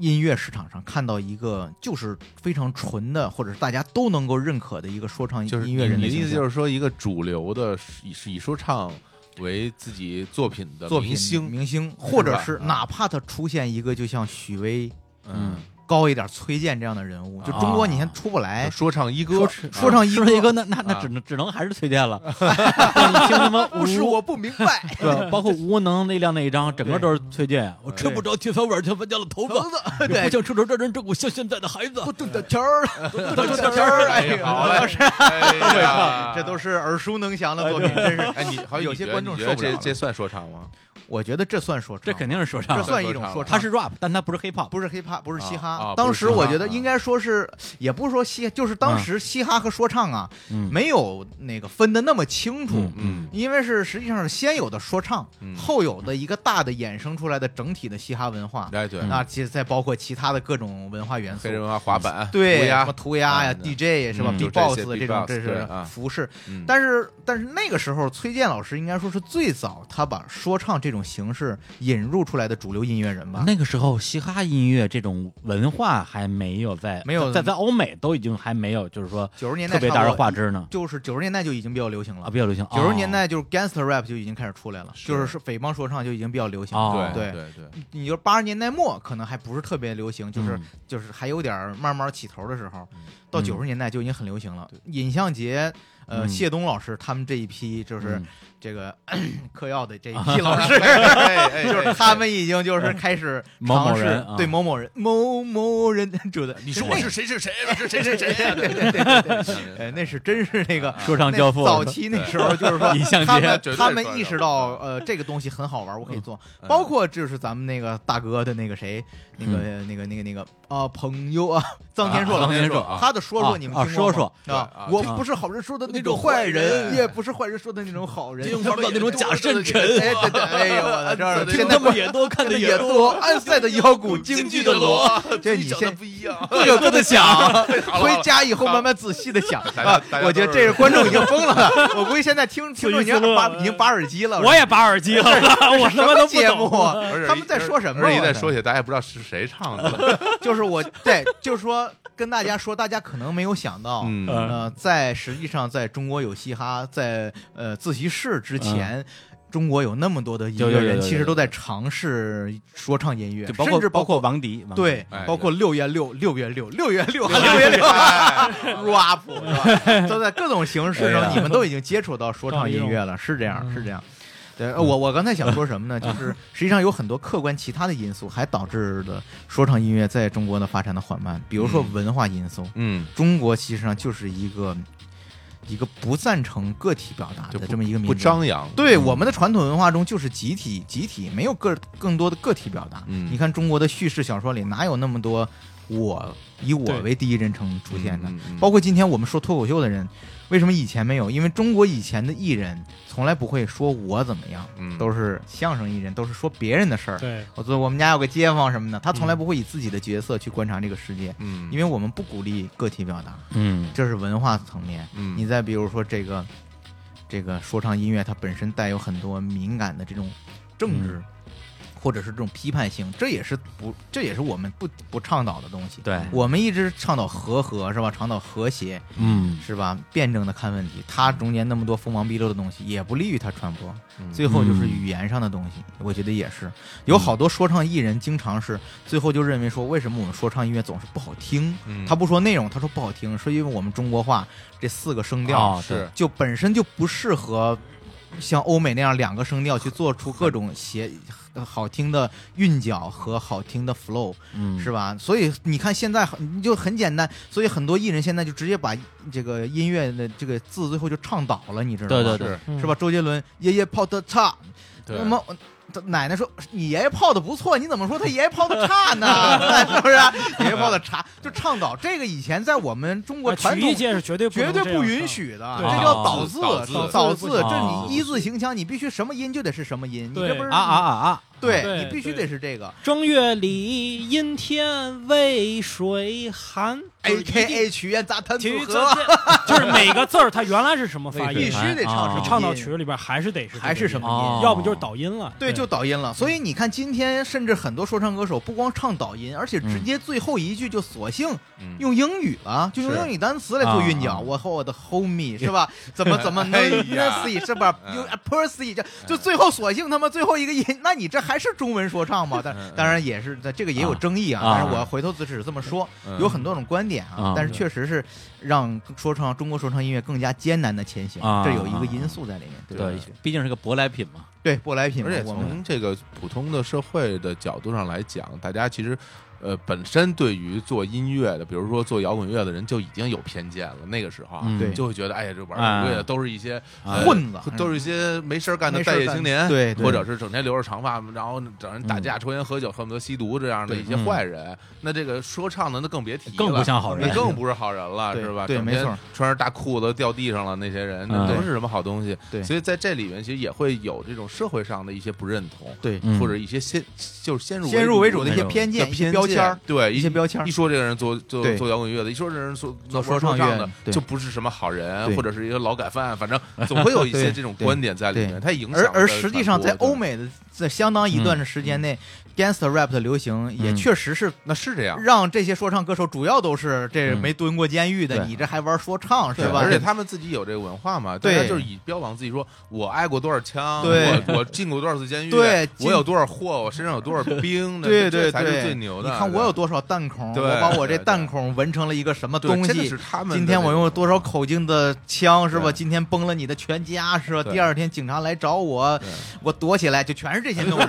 音乐市场上看到一个就是非常纯的，或者是大家都能够认可的一个说唱就是音乐人你的的意形思象就是说，一个主流的以以说唱为自己作品的作品明星，明星，或者是啊哪怕他出现一个就像许巍嗯，高一点崔健这样的人物，就中国你现在出不来。啊说唱一啊哥哎说，说唱一说一个，那那那啊只能只能还是崔健了。你听什么？不是哦我不明白， 对，包括无能力量那一张，整个都是崔健。我吃不着铁饭碗，却翻掉了头发。子也不 对，想出手这人这股像现在的孩子。不懂的球儿，不懂的球儿，哎哎，呀，好嘞，哎呀 这都是耳熟能详的作品，真是。哎， 你好，有你些觉得观你众觉受得不这了这了算说唱吗？我觉得这算说唱，这肯定是说唱这了，算一种说啊这唱，他是 rap，但他不是 hip hop。不是 hip hop，不是嘻啊啊哈。不当是时嘻哈我觉得啊嗯应该说是，也不是说嘻，就是当时嘻哈和说唱啊，嗯没有那个分的那么清楚。嗯嗯因为是实际上是先有的说唱，嗯后有的一个大的衍生出来的整体的嘻哈文化，哎对，那其实再包括其他的各种文化元素黑，人文化滑板，对，涂鸦什么涂鸦呀、嗯 DJ 是吧、嗯 b 就 b 这些 o x 这种 beatbox，这对是啊服饰。嗯但是但是那个时候，崔健老师应该说是最早他把说唱这种形式引入出来的主流音乐人吧。那个时候，嘻哈音乐这种文化还没有在没有在在欧美都已经还没有，就是说九十年代特别差不大多而化之呢就是九十年代就已经比较流行啊，了比。较流行。九十年代就是 gangster rap 就已经开始出来了，就是是匪帮说唱就已经比较流行了。哦对对对对，你就八十年代末可能还不是特别流行，就是、嗯就是还有点儿慢慢起头的时候，到嗯九十年代就已经很流行了。尹相杰、呃、嗯谢东老师他们这一批就是嗯这个 嗑药的 这一批老师， 哎哎就是他们已经就是开始嗯某某尝试人啊对某某人某某人 主的，你说我是谁是谁，我是谁是谁呀？对对对对对，对哎，那是真是那个。说唱教父那早期那时候就是说尹相，杰他们绝对他们是意识到，呃，这个东西很好玩，我可以做。嗯包括就是咱们那个大哥的那个谁，那个那个那个那个啊，朋友啊，臧天啊朔，臧天朔他的说说你们啊听过吗说说啊啊，我啊不是好人说的那种那种坏坏人，人也不是坏人说的那种好人。听哎他们那种假圣臣对对对，哎呦我的这儿，听天他呐们也多，看的也多，安塞的腰鼓，京京剧剧的的锣锣，，这这你想的先不一样。各有各的想，回家以后好了慢慢仔细的想大家啊大家。都我觉得这是观众已经疯了，我估计现在听听众已自娱自经乐拔已经拔耳机了。我也拔耳机了， 我什他妈么都不节目懂。啊？而且他们在说什么？而且一我再操说起来，大家也不知道是谁唱的。就是我对，就是说跟大家说，大家可能没有想到，嗯呃，在实际上在中国有嘻哈，在呃自习室之前。中国有那么多的音有有乐有有有人，其实都在尝试说唱音乐，就包甚括至包包括王迪，王迪对哎，包括六月六、六月六、六月六、六月六 rap 是 吧？都在各种形式哎呀上，你们都已经接触到说唱音嗯乐了，是这样，是这样。对，呃我我刚才想说什么呢？就是嗯实际上有很多客观其他的因素，还导致了说唱音乐在中国的发展的缓慢，比如说文化因素。嗯，中国其实上就是一个一个不赞成个体表达就的这么一个民不族。张嗯扬。对我们的传统文化中就是集体，集体没有个更多的个体表达。嗯你看中国的叙事小说里哪有那么多我以我对为第一人称出现的嗯嗯嗯？包括今天我们说脱口秀的人，为什么以前没有？因为中国以前的艺人从来不会说我怎么样，嗯都是相声艺人，都是说别人的事儿。对，我做我们家有个街坊什么的，他从来不会以自己的角色去观察这个世界，嗯，因为我们不鼓励个体表达。嗯，这是文化层面。嗯你再比如说这个，这个说唱音乐，它本身带有很多敏感的这种政治，嗯或者是这种批判性，这也是不，这也是我们不不倡导的东西。，对，我们一直倡导和和是吧？倡导和谐嗯，是吧？辩证的看问题，它中间那么多锋芒毕露的东西，也不利于它传播。嗯最后就是语言上的东西，我觉得也是。有好多说唱艺人经常是最后就认为说，为什么我们说唱音乐总是不好听？嗯他不说内容，他说不好听，说因为我们中国话这四个声调、哦是就本身就不适合像欧美那样两个声调去做出各种谐好听的韵脚和好听的 flow，、嗯是吧？所以你看现在很你就很简单，所以很多艺人现在就直接把这个音乐的这个字最后就唱倒了，你知道对吗？对对是，嗯是吧？周杰伦爷爷泡的差，对那么。他奶奶说：“你爷爷泡的不错，你怎么说他爷爷泡的差呢？ 是不是？爷爷泡的差，就倡导这个。以前在我们中国啊传曲统艺界是绝对绝能对这样不允的。许的，对这叫啊倒字倒字倒倒字啊字，不这行你一字行腔，你必须什么音就得是什么音，你对这不是啊啊啊啊，对对你必须得是这个正月里，阴天为水寒。 ，A K A 曲苑杂谈体组育合，就是每个字儿它原来是什么发必 音，须得唱什么啊音，唱到曲里边还是得是这个还是什音，么哦啊音。要不嗯就是倒音了。对，就倒音了。所以你看，今天甚至很多说唱歌手不光唱倒音，而且直接最后一句就索性嗯用英语了，就用是英语单词来做韵脚。啊我和我 的 homie 是吧？怎么怎么哎 n 呀 a c 是吧嗯？you a pussy 这就最后索性他妈最后一个音， 那你这还是中文说唱吗？但嗯嗯当然也是，在这个也有啊争议啊。啊但是我要回头只是这么说，嗯有很多种观点啊啊。但是确实是让说唱中国说唱音乐更加艰难的前行啊，这有一个因素在里面，对吧对，毕竟是个舶来品 嘛，对，舶来品啊嘛，而且我们从这个普通的社会的角度上来讲，大家其实。呃，本身对于做音乐的，比如说做摇滚乐的人，就已经有偏见了。那个时候啊，嗯对就会觉得，哎呀，这玩摇滚乐的啊都是一些呃啊混子嗯都是一些没事儿干的没事儿待业干青的年，对对或者是整天留着长发，然后找人打架、抽烟、喝酒，恨不得吸毒这样的对嗯一些坏人。那这个说唱的，那更别提了，更不像好人那更不是好人了，对是吧？对整没天错穿着大裤子掉地上了，那些人那嗯都是什么好东西？对所以在这里面其实也会有这种社会上的一些不认同，对嗯或者一些先就是先入先入为主的的一些偏见、偏一些标签儿对一些标签儿一说这个人做做对做摇滚乐的，一说这人做做说说唱乐的对，就不是什么好人，对或者是一个劳改犯，反正总会有一些对这种对观点在里对面，它影响而了而实际上，在传播嗯欧，美的在相当一段的时间内、g a n g s t e r rap 的流行也嗯确实是对那是这样，让这些说唱歌手主要都是这嗯没蹲过监狱的，对你这还玩说唱对是吧？而且他们自己有这个文化嘛，对大家就是以标榜自己说，我挨过多少枪，对我我进过多少次监狱，对进我有多少货，我身上有多少兵，那对这对才是对，最牛的。你看我有多少弹孔，对我把我对这对弹孔纹成了一个什么对东真的西是？他们的今天我用了多少口径的枪是吧？对今天崩了你的全家是吧？对第二天警察来找我对，我躲起来，就全是这些弄 人。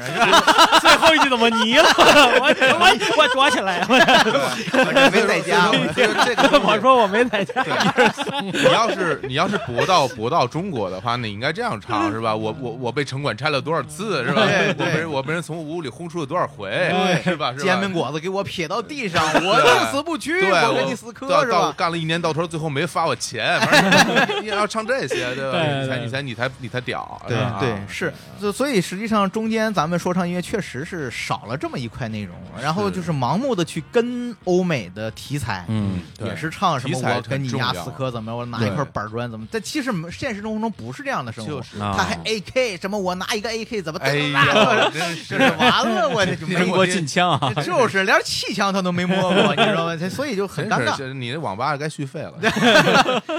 最后一句怎么泥 了？我我我躲起来了。我没在 家，所以说我所以说这 个东西 我说我没在家。啊你要是你要是博到博到中国的话，你应该这样唱是吧？我我我被城管拆了多少次是吧？对我对被人我被人从屋里轰出了多少回对是吧？是吧煎饼果子给我撇到地上，我宁死不屈，对，我我跟你死磕到是到吧？干了一年到头，最后没发我钱，反正 你要唱这些对对吧？对你才你才你才你才屌，对是吧啊嗯对是，所所以实际上中间咱们说唱音乐确实是少了这么一块内容，然后就是盲目的去跟欧美的题材，嗯，对也是唱什么题材我跟你很重压要死磕怎么，我拿一块板砖怎么，但其实现实生活中不是这样的生活就，是。他他还哎 AK 什么我拿一个 AK 怎么，啊哎呀，真这是是完了我这就没中 国禁枪啊，就是连气枪他都没摸过，你知道吗？他所以就很尴真尬是，，这你那网吧该续费了。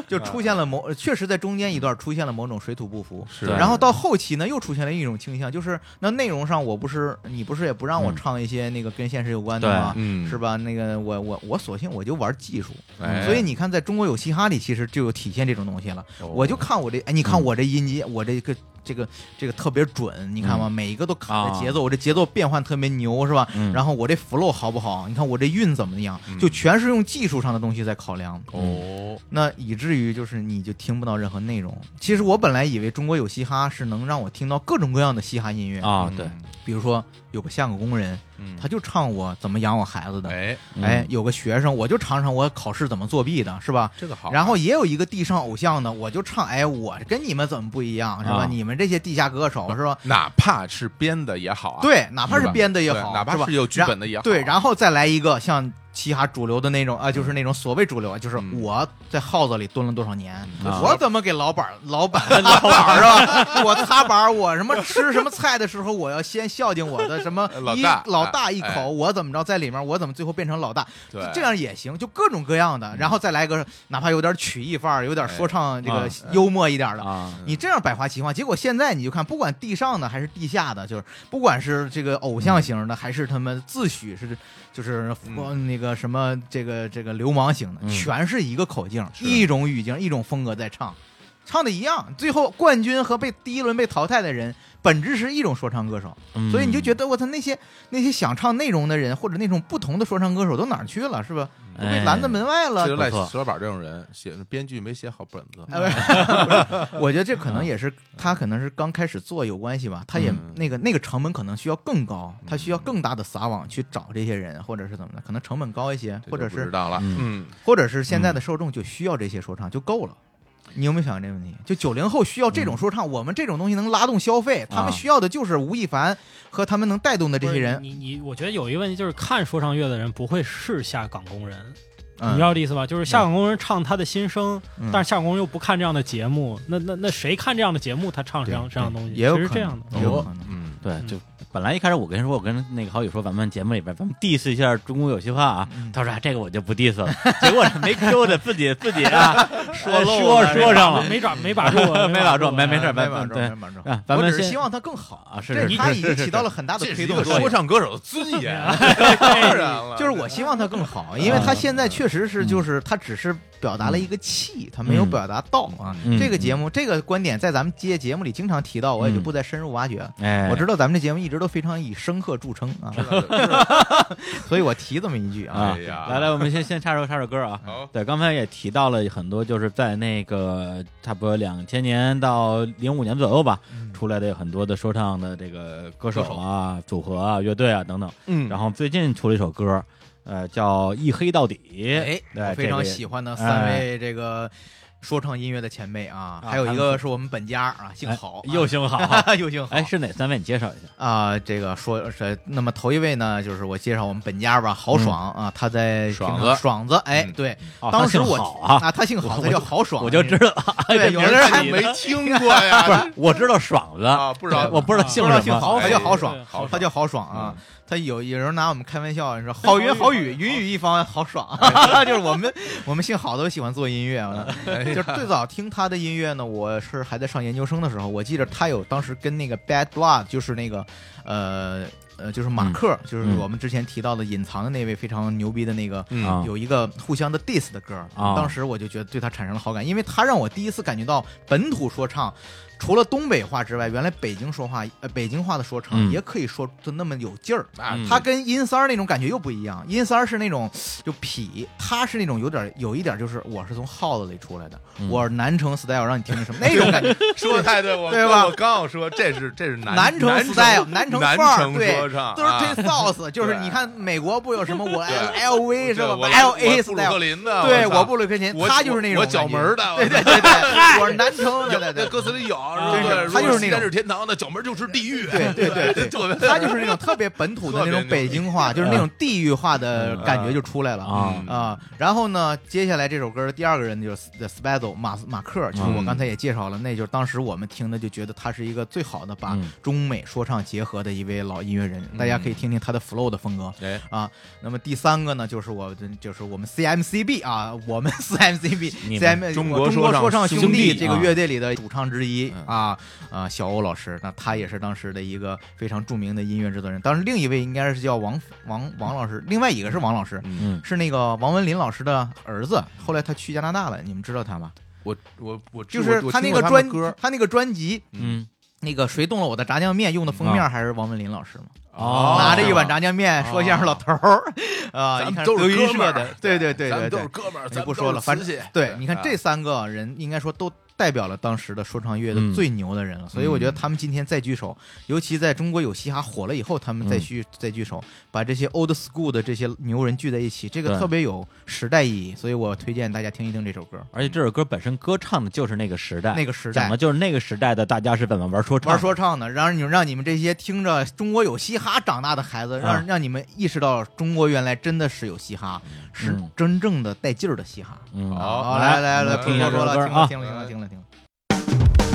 就出现了某，确实在中间一段出现了某种水土不服。是然后到后期呢，又出现了一种倾向，就是那内容上我不是你不是也不让我嗯唱一些那个跟现实有关的对吗？嗯是吧？那个我我我索性我就玩技术，哎所以你看，在中国有嘻哈里其实就有体现这种东西了。哦嗯 我就看我这，哎，你看我这音阶，我这个。这个这个特别准，你嗯看嘛，每一个都啊卡着节奏，我这节奏变换特别牛，是吧？嗯然后我这 flow 好不好？你看我这韵怎么样？嗯就全是用技术上的东西在考量。哦，那以至于就是你就听不到任何内容。其实我本来以为中国有嘻哈是能让我听到各种各样的嘻哈音乐，啊，对，比如说有个下岗工人，嗯，他就唱我怎么养我孩子的，哎哎，嗯有个学生我就尝尝我考试怎么作弊的，是吧？这个好。然后也有一个地上偶像的，我就唱，哎，我跟你们怎么不一样，是吧？啊你们这些地下歌手，是吧？哪怕是编的也好啊，对，哪怕啊是是吧编的也对好，哪怕吧是有剧然本的也好啊对，然后再来一个像嘻哈主流的那种啊、就是那种所谓主流啊，就是嗯我在号子里蹲了多少年，嗯啊我怎么给老板 老板老板是吧？我擦板，我什么吃什么菜的时候，我要先孝敬我的什么老一大老哎大一口，哎我怎么着在里面，我怎么最后变成老大，对嗯这样也行，就各种各样的，然后再来个哪怕有点曲艺范儿，有点哎说唱这嗯啊个幽默一点的，啊，你这样百花齐放，结果现在你就看，不管地上的还是地下的，就是不管是这个偶像型的，还是他们自诩是就是、嗯呃那个什么这个这个流氓型的，嗯全是一个口径、一种语境、一种风格在唱，唱的一样。最后冠军和被第一轮被淘汰的人，本质是一种说唱歌手，嗯所以你就觉得我操那些那些想唱内容的人，或者那种不同的说唱歌手都哪儿去了，是吧？都被拦在门外了，这就赖不错石老板这种人，写编剧没写好本 子，哎，不是我觉得这可能也是他可能是刚开始做有关系吧，他也嗯那个那个成本可能需要更高，他需要更大的撒网去找这些人，或者是怎么的，可能成本高一些，这或者就不知是道了，嗯，或者是现在的受众就需要这些说唱就够了。你有没有想过这个问题？就九零后需要这种说唱，我们这种东西能拉动消费，他啊们需要的就是吴亦凡和他们能带动的这些不人。是你你，我觉得有一个问题就是，看说唱乐的人不会是下岗工人，你嗯知，道这意思吧？就是下岗工人唱他的心声，嗯但是下岗工人又不看这样的节目，那那那谁看这样的节目？他唱这样对这样的东西，也有其实可这能样的。也有可能嗯，对，就本来一开始我跟说，我跟那个好友说，咱们节目里边咱们 diss 一下中国有嘻哈啊，嗯他说、啊、这个我就不 diss 了，结果没 Q 的自己自己啊哎说漏说了说上了，没把没把住啊，没把把住，没没事，没没嗯把住，对没把住。啊，咱我们只是先希望他更好啊是这是是他已是经是起到了很大的这是推一动个作用说唱歌手的尊 严，当然了，就是我希望他更好，嗯因为他现在确实是就是他只是表达了一个气，他没有表达到啊。嗯这个节目这个观点在咱们接节目里经常提到，我也就不再深入挖掘了。哎，我知道咱们这节目一直都非常以深刻著称 啊，知道知道所以我提这么一句啊啊哎，呀来来，我们先先插首插首歌 啊。好对，刚才也提到了很多，就是在那个差不多两千年到零五年左右吧，嗯出来的有很多的说唱的这个歌手啊、组合啊、乐队啊等等。嗯然后最近出了一首歌，呃，叫《一黑到底》，哎，对我非常喜欢的三位这个。说唱音乐的前辈啊，啊还有一他们个是我们本家啊，姓郝，哎 又姓郝，啊又姓郝，哎，是哪三位？你介绍一下。啊，这个说是那么头一位呢，就是我介绍我们本家吧，嗯郝爽啊，他在爽平常子爽子，哎嗯，对，哦当时他姓我郝啊他姓郝，我他叫郝 爽，我就知道，道， 哎对这有名人儿还还起没的听过 呀，我知道爽子啊不知道对我不知道啊姓不知道什么姓郝，他叫郝哎爽郝爽，他叫郝爽嗯啊，他有有人拿我们开玩笑，哎说好云好雨，云雨一方郝爽， 就是我们我们姓郝都喜欢做音 乐啊，就是最早听他的音乐呢，我是还在上研究生的时候，我记得他有当时跟那个 Bad Blood，就是那个呃呃，就是嗯马克，就是我们之前提到的隐藏的那位非常牛逼的那个。嗯啊有一个互相的 diss 的歌儿，啊当时我就觉得对他产生了好感，因为他让我第一次感觉到本土说唱，除了东北话之外，原来北京说话，呃，北京话的说唱嗯也可以说的那么有劲儿。那嗯他跟阴三儿那种感觉又不一样，阴三儿是那种就痞，他是那种有点有一点就是我是从号子里出来的，嗯我是南城 style 让你听听什 么那种感觉，说的太对，我对吧我刚要说这是这是南南城 style 南城南范儿，城对说，唱都是啊 t sauce，就是对你看美国不有什么我对 L V 是吧我？L A 我布鲁克 style，林的，对，啊我我布鲁克林，我他就是那种我角门儿感的，觉，对 对对对，我是南城有的，对那对歌词里有，真是对他如果就是那种西安啊是天堂的，角门就是地狱，对对对 对特别他就是那种特别本土的特那别种牛北京话，就是那种地域化的感觉就出来了啊嗯啊。然后呢，接下来这首歌的第二个人就是 The Spazzo 马马克，就是我嗯刚才也介绍了，那就是当时我们听的就觉得他是一个最好的把嗯中美说唱结合的一位老音乐人，大嗯家可以听听他的 flow 的风格。哎啊，那么第三个呢，就是我就是我们 CMCB 啊，我们 CMCB 你们 CM 中国国中说说唱唱兄兄弟这个啊乐队里的主唱之一嗯啊啊，小欧老师，那他也是当时的一个非常著名的音乐制作人。当时另一位应该是叫王王王老师，另外一个是王老师，嗯嗯，是那个王文林老师的儿子，后来他去加拿大了，你们知道他吗？我我我知就是我我他那听个过他专们歌他那个专辑。嗯那个谁动了我的炸酱面用的封面还是王文林老师吗？哦拿着一碗炸酱面说相声老 头儿，啊，啊哦咱们一看都德是云哥们社儿啊的，对对对咱们对都是对，哥们儿，就咱们不都说了是反瓷器，对，你看啊这三个人应该说都代表了当时的说唱乐的嗯最牛的人了，所以嗯我觉得他们今天再聚首，尤其在中国有嘻哈火了以后，他们再嗯聚再聚首，把这些 old school 的这些牛人聚在一起，这个对特别有时代意义，所以我推荐大家听一听这首歌，而且这首歌本身歌唱的就是那个时哎代，那个时讲代的。就是那个时代的大家是怎么玩说唱的，玩说唱的，让你们让你们这些听着中国有嘻哈长大的孩子，让啊让你们意识到中国原来真的是有嘻哈，是嗯真正的带劲儿的嘻哈。嗯，好好，好来来来，啊来听我说了，听一下这首听歌啊了，听了，听了，听了，听了。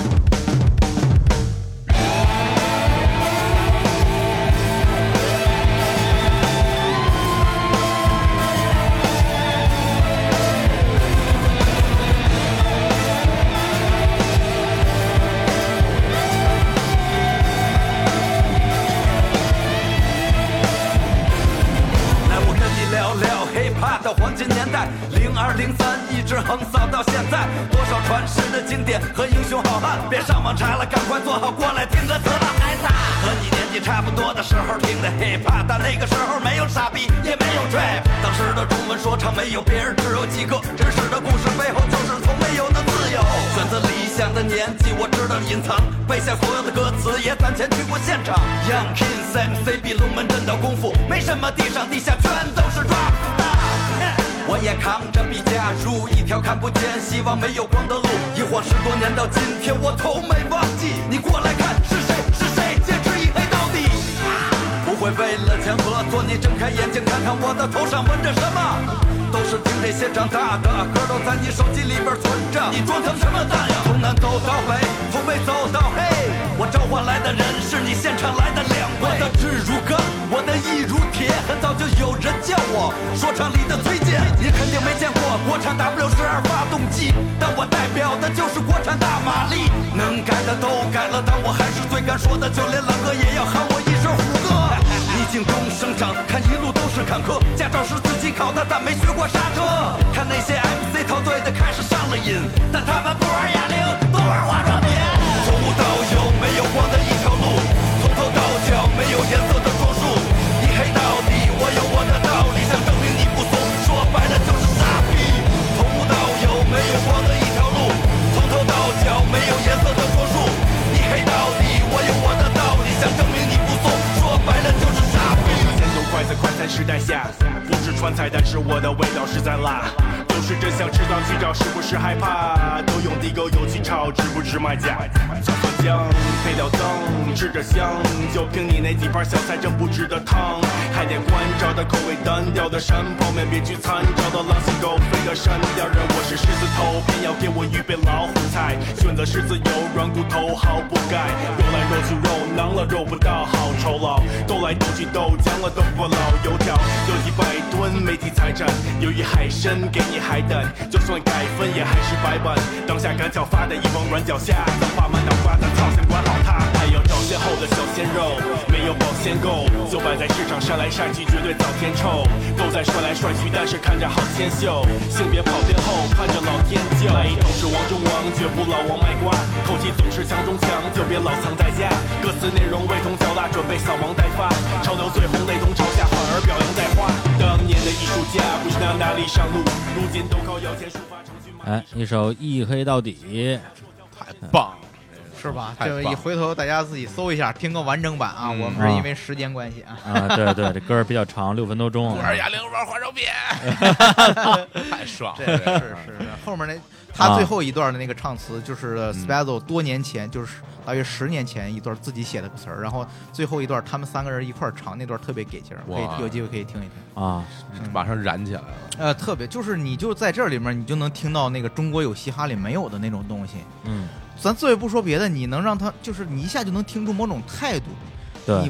来，我跟你聊聊 hiphop 的黄金年代，零二零三一直横扫到现在，多少传世的经典和英雄好汉，别上网查了，赶快坐好过来听歌词吧，孩子。啊和你年纪差不多的时候听的 hiphop，但那个时候没有傻逼，也没有 trap，当时的中文说唱没有别人，只有几个真实的故事背后就是从没有的自由。选择理想的年纪，我知道隐藏，背下所有的歌词，也攒钱去过现场。Young King Sam C B 龙门阵的功夫，没什么地上地下全都是抓的。我也扛着笔加入一条看不见、希望没有光的路。一晃十多年到今天，我从没忘记。你过来看是谁？是谁？坚持一黑到底。不会为了钱合作，你睁开眼睛看看我的头上纹着什么？都是听这些长大的歌，都在你手机里边存着。你装成什么蛋呀？从南走到北，从北走到黑，我召唤来的人是你现场来的两倍。我的志如钢，我的艺如铁，很早就有人叫我说唱里的崔健。你肯定没见过国产 W 十二发动机，但我代表的就是国产大马力。能改的都改了，但我还是最敢说的，就连狼哥也要喊我一声虎哥。逆境中生长，看一路都是坎坷。驾照是自己考的，但没学过刹车。看那些 MC 陶醉的开始上了瘾，但他们不玩哑铃，都玩化妆品。从无到有，没有光的一条路，从头到脚没有颜色的装束。你黑到底，我有我的道理，想证明你不怂，说白了就是傻逼。从无到有，没有光的一条路，从头到脚没有颜色的装束。你黑到底，我有我的道理，想证明你不怂，说白了就是傻逼。节奏快在快餐时代下，不是川菜，但是我的味道实在辣。都是真相，知道去找是不是害怕？都用地沟油去炒，值不值卖价？小蒜姜配料脏，吃着香，就凭你那几盘小菜，真不值得汤。海淀关照的口味单调的山，泡面别聚餐，找到狼心狗肺的山调人，我是狮子头，偏要给我预备老虎菜，选择狮子油，软骨头毫不盖，揉来揉去肉囊了肉不到，好酬劳，斗来斗去斗僵了斗不过老油条，有几百吨媒体财产，由于海参给你海胆，就算改分也还是白板。当下赶巧发的一帮软脚虾，早把满脑瓜子操心管好它，还有早先后的小鲜肉，没有保鲜够，就摆在市场晒来晒去，绝对早添臭。都在帅来帅去，但是看着好纤秀，性别跑偏后盼着老天救。没都是王中王，绝不老王卖瓜，口气总是强中强，就别老藏在家。歌词内容味同嚼蜡，准备扫盲待发，潮流最红内容朝下，反而表扬带花。当年的艺术家不知道哪里上路，如今都靠摇钱树发成群。哎，一首《一黑到底》，太棒了，是吧？太这个棒一了回头大家自己搜一下，听个完整版嗯啊。我们是因为时间关 系啊，啊，对对，这歌儿比较长，六分多钟。啊玩哑铃玩花生米，太爽这了，个这是是是，后面那啊他最后一段的那个唱词就是嗯 s p a z z o 多年前，就是大约十年前一段自己写的词儿，然后最后一段他们三个人一块儿唱那段特别给劲儿，可哇以有机会可以听一听。啊，马上燃起来了。呃，特别就是你就在这里面，你就能听到那个中国有嘻哈里没有的那种东西。嗯，咱最不说别的，你能让他就是你一下就能听出某种态度，你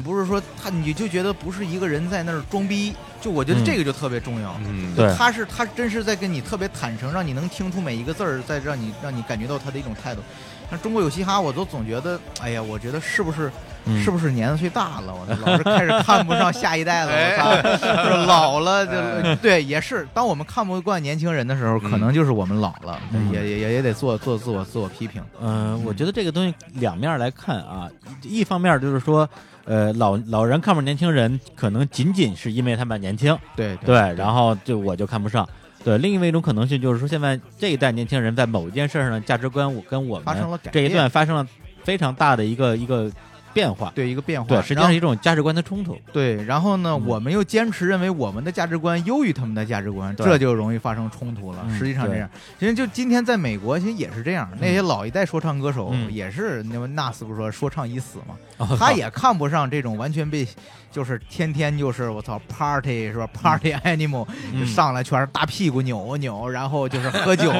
对不是说他你就觉得不是一个人在那儿装逼，就我觉得嗯这个就特别重要。嗯，对他是他真是在跟你特别坦诚，让你能听出每一个字儿，再让你让你感觉到他的一种态度。像中国有嘻哈，我都总觉得，哎呀，我觉得是不是、嗯是不是年岁大了，我老是开始看不上下一代了，哎我操，就是老了，就、哎对，也是。当我们看不惯年轻人的时候，嗯可能就是我们老了，嗯也也也也得做做自我自我批评。嗯、我觉得这个东西两面儿来看啊，一一方面就是说，呃，老老人看不上年轻人，可能仅仅是因为他们年轻，对对，然后就我就看不上。对，另外一种可能性就是说，现在这一代年轻人在某一件事上的价值观，我跟我发生了们改哎这一变段发生了非常大的一个一个变化。对一个变化，对，实际然上后是一种价值观的冲突。对，然后呢，嗯我们又坚持认为我们的价值观优于他们的价值观，对这就容易发生冲突了。嗯实际上这样，其实就今天在美国，其实也是这样，那些老一代说唱歌手、嗯也是，那么纳斯不是说说唱已死嘛， 哦他也看不上这种完全被，就是天天就是我操 party 是吧？party animal、嗯上来全是大屁股扭扭，然后就是 喝酒，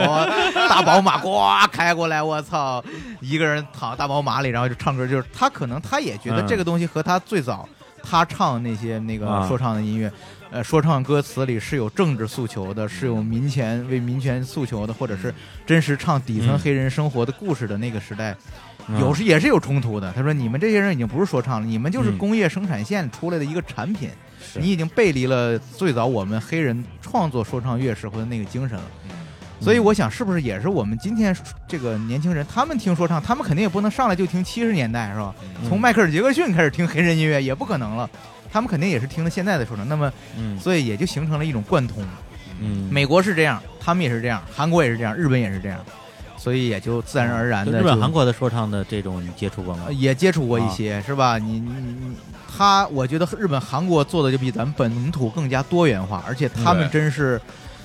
大宝马呱开过来，我操，一个人躺大宝马里，然后就唱歌，就是他可能他也觉得嗯这个东西和他最早他唱那些那个啊说唱的音乐。呃，说唱歌词里是有政治诉求的，是有民权为民权诉求的，或者是真实唱底层嗯黑人生活的故事的那个时代，嗯有时也是有冲突的。他说：“你们这些人已经不是说唱了，你们就是嗯工业生产线出来的一个产品，是你已经背离了最早我们黑人创作说唱乐时候的那个精神了。”嗯所以我想，是不是也是我们今天这个年轻人，他们听说唱，他们肯定也不能上来就听七十年代，是吧？嗯从迈克尔·杰克逊开始听黑人音乐也不可能了，他们肯定也是听的现在的说唱。那么，嗯所以也就形成了一种贯通。嗯，美国是这样，他们也是这样，韩国也是这样，日本也是这样，所以也就哎自然而然就的日本、韩国的啊说唱的这种你接触过吗？也接触过一些，是吧？你你你，他我觉得日本、韩国做的就比咱们本土更加多元化，而且他们对真是，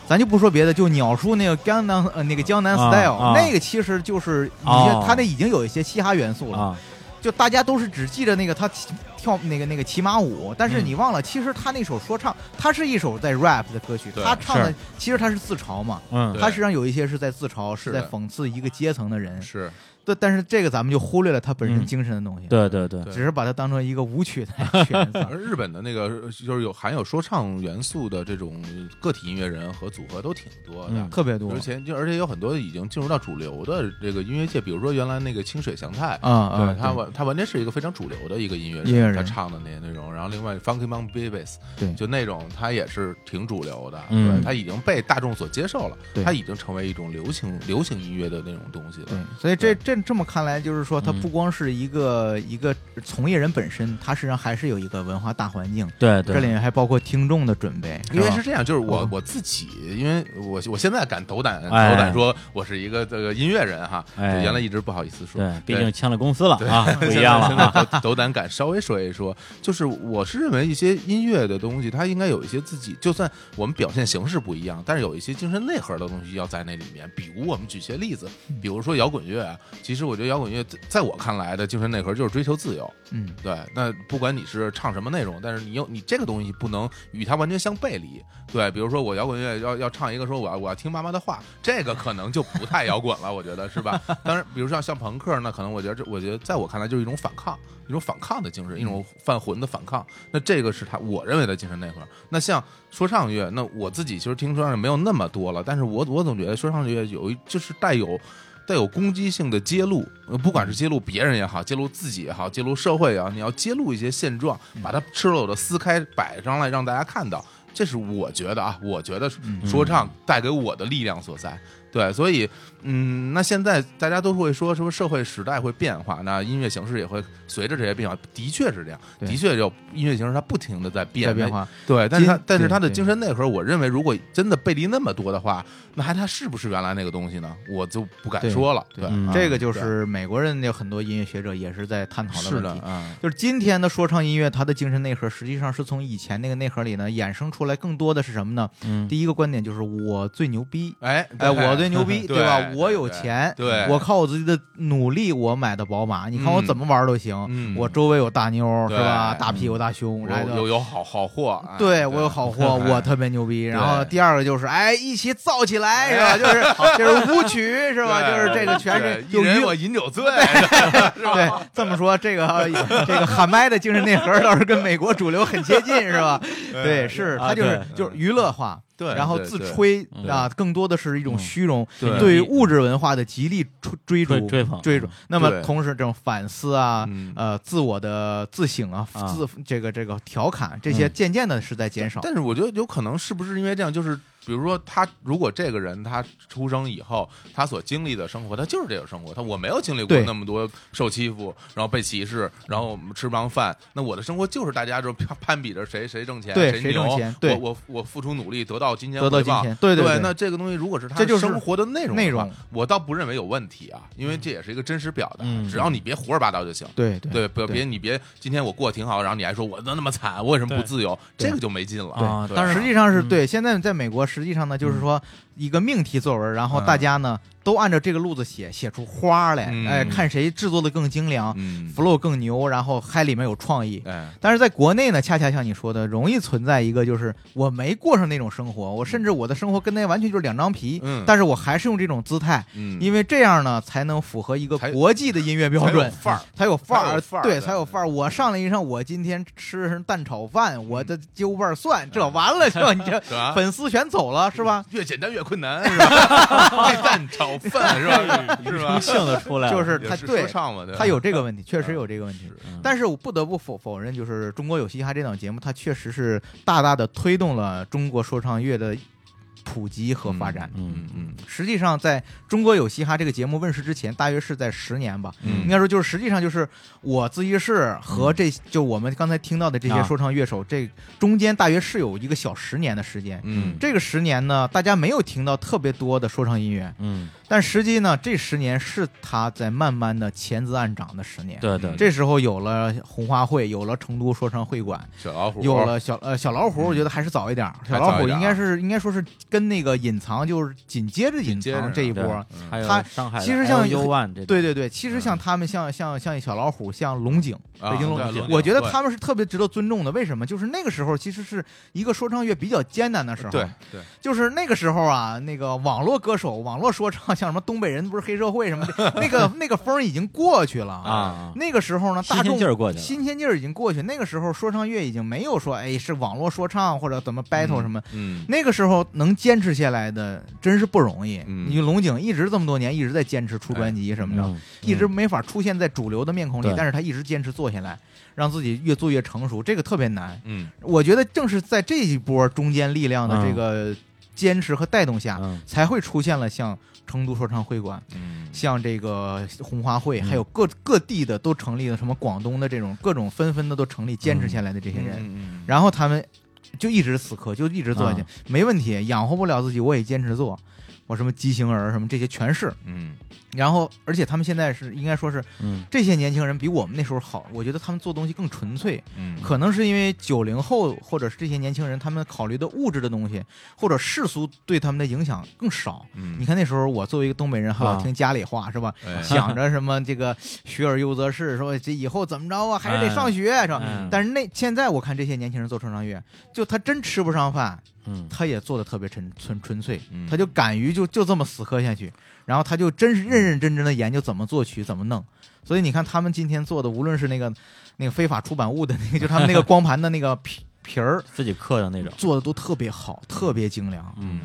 咱就不说别的，就鸟叔那个江南呃那个江南啊 style，、啊那个其实就是一些、哦他那已经有一些嘻哈元素了，啊，就大家都是只记着那个他骑跳那个那个骑马舞，但是嗯你忘了，其实他那首说唱，他是一首在 rap 的歌曲，对他唱的是其实他是自嘲嘛，嗯对他实际上有一些是在自嘲，是是的在讽刺一个阶层的人，嗯是对，但是这个咱们就忽略了他本身嗯精神的东西。对对对，对只是把它当成一个舞曲来选 择。而日本的那个就是有含有说唱元素的这种个体音乐人和组合都挺多的嗯，特别多而且就而且有很多已经进入到主流的这个音乐界，比如说原来那个清水祥太。啊啊对！他完，他完全是一个非常主流的一个音乐人，音乐人他唱的那些内容。然后另外 Funky Monk Babies，对就那种他也是挺主流的，嗯对他已经被大众所接受了对，他已经成为一种流行流行音乐的那种东西了。对，所以这这这么看来，就是说，它嗯不光是一个、一个从业人本身，它实际上还是有一个文化大环境，对对，这里面还包括听众的准备，因为吧是这样，就是我嗯我自己，因为我我现在敢斗胆斗哎胆说我是一个这个音乐人哈，就哎原来一直不好意思说，对，毕竟签了公司了 啊，不一现样了在现在啊，斗斗胆敢稍微说一说，就是我是认为一些音乐的东西，它应该有一些自己，就算我们表现形式不一样，但是有一些精神内核的东西要在那里面。比如我们举些例子，嗯比如说摇滚乐啊，其实我觉得摇滚乐在在我看来的精神内核就是追求自由。嗯，对，那不管你是唱什么内容，但是你有你这个东西不能与它完全相背离。对，比如说我摇滚乐要要唱一个说我要我要听妈妈的话，这个可能就不太摇滚了，我觉得是吧？当然，比如像像朋克呢，可能我觉得这我觉得在我看来就是一种反抗，一种反抗的精神，一种犯浑的反抗。那这个是他我认为的精神内核。那像说唱乐，那我自己其实听说唱乐没有那么多了，但是我我总觉得说唱乐有一就是带有。带有攻击性的揭露，呃不管是揭露别人也好，揭露自己也好，揭露社会也好，你要揭露一些现状，把它赤裸裸的撕开摆上来，让大家看到。这是我觉得啊，我觉得说唱带给我的力量所在。对，所以，嗯，那现在大家都会说，说社会时代会变化，那音乐形式也会随着这些变化，的确是这样，对的确有音乐形式它不停的在变在变化，对，但是它今但是对它的对精神内核，我认为如果真的背离那么多的话，那还它是不是原来那个东西呢？我就不敢对说了。对，嗯这个就是美国人有很多音乐学者也是在探讨是问的题。啊，就是今天的说唱音乐，它的精神内核实际上是从以前那个内核里呢衍生出来，更多的是什么呢？嗯第一个观点就是我最牛逼，哎哎，我最 牛逼，对吧？我对有对钱，对我靠我自己的努力，我买的宝马，你看我嗯怎么玩都行。嗯我周围有大妞，是对吧？大屁股、大胸，然有有后。有好好货，哎对我有好 货，我特别牛逼。然后第二个就是，哎，一起造起来 是吧？就是就是舞曲是吧？对就是这个全对是一有人娱我饮酒醉， 对，这么说，这个呃这个喊麦的精神内核倒是跟美国主流很接近，是吧？对，是啊它就是对就是娱乐化，对然后对自对吹嗯啊，更多的是一种虚荣，对对于物质文化的极力追追追逐追捧追逐。那么对同时，这种反思啊 嗯，呃，自我的自省啊，啊自这个这个调侃，这些嗯渐渐的是在减少。但是我觉得有可能是不是因为这样，就是比如说他如果这个人他出生以后，他所经历的生活，他就是这个生活，他我没有经历过对那么多受欺负，然后被歧视，然后吃不上饭，那我的生活就是大家就攀攀比着谁谁挣钱，对谁谁牛挣钱对我我我付出努力得到金钱得到回报金钱对对对对那这个东西如果是他这就是生活的内容的话内容，我倒不认为有问题啊，因为这也是一个真实表达，嗯只要你别胡说八道就行。对对对，不别你别，今天我过得挺好，然后你还说我那那么惨，我为什么不对自由？这个就没劲了啊对当然实际上是嗯对。现在在美国，实际上呢，就是说一个命题作文，然后嗯大家呢都按照这个路子写，写出花来嗯，哎，看谁制作的更精良嗯， ，flow 更牛，然后嗨里面有创意。哎，但是在国内呢，恰恰像你说的，容易存在一个就是我没过上那种生活，我甚至我的生活跟那完全就是两张皮，嗯但是我还是用这种姿态，嗯，因为这样呢才能符合一个国际的音乐标准，才有范儿才有范才有儿，范儿对对，才有范儿。我上来一上，我今天吃上蛋炒饭，我嗯的揪瓣蒜，这完 了，这你这是吧粉丝全走了，是吧？越简单越困难，是吧？配蛋 炒饭是吧？是吧？性的出来了，就是嗯也他是对说唱嘛，对吧他有这个问题，确实有这个问题。嗯但是我不得不否否认，就是《中国有嘻哈》这档节目，它确实是大大的推动了中国说唱乐的普及和发展。嗯嗯实际上，在《中国有嘻哈》这个节目问世之前，大约是在十年吧。嗯应该说，就是实际上就是我自习室和这就我们刚才听到的这些啊说唱乐手，这中间大约是有一个小十年的时间。嗯这个十年呢，大家没有听到特别多的说唱音乐，嗯，但实际呢，这十年是他在慢慢的潜滋暗长的十年。对对，这时候有了红花会，有了成都说唱会馆，小老虎有了小呃小老虎，我觉得还是早一点儿。嗯还小早老一虎点儿啊应该是应该说是跟那个隐藏就是紧接着隐紧接着藏这一波儿。对还有他上海的其实像 U One 这种对对对，其实嗯像他们像像像小老虎，像龙井，啊北京龙对龙井我觉得他们是特别值得尊重的。为什么？就是那个时候其实是一个说唱乐比较艰难的时候。对对，就是那个时候啊，那个网络歌手、网络说唱，像什么东北人不是黑社会什么的，那个那个风儿已经过去了啊。啊，那个时候呢，大新众鲜劲儿过去了新鲜劲儿已经过去。那个时候说唱乐已经没有说，哎，是网络说唱或者怎么 battle 什么。嗯那个时候能坚持下来的真是不容易。嗯你龙井一直这么多年一直在坚持出专辑什么的，嗯一直没法出现在主流的面孔里对，但是他一直坚持做下来，让自己越做越成熟，这个特别难。嗯我觉得正是在这一波中间力量的这个坚持和带动下，嗯才会出现了像成都说唱会馆，嗯像这个红花会，还有嗯各各地的都成立了什么广东的这种各种纷纷的都成立坚持下来的这些人，嗯然后他们就一直死磕，就一直做下去，啊没问题，养活不了自己我也坚持做。我什么畸形儿什么这些全是，嗯然后而且他们现在是应该说是嗯这些年轻人比我们那时候好，我觉得他们做东西更纯粹，嗯，可能是因为九零后或者是这些年轻人，他们考虑的物质的东西或者世俗对他们的影响更少。嗯你看那时候我作为一个东北人，还老啊听家里话是吧？哎想着什么这个学而优则仕，说这以后怎么着啊，还是得上学是吧？嗯但是那现在我看这些年轻人做说唱乐，就他真吃不上饭，嗯他也做的特别纯纯纯粹嗯，他就敢于就就这么死磕下去，然后他就真是认认真真的研究怎么作曲怎么弄，所以你看他们今天做的，无论是那个那个非法出版物的那个，就他们那个光盘的那个 皮皮儿自己刻的那种，做的都特别好，特别精良，嗯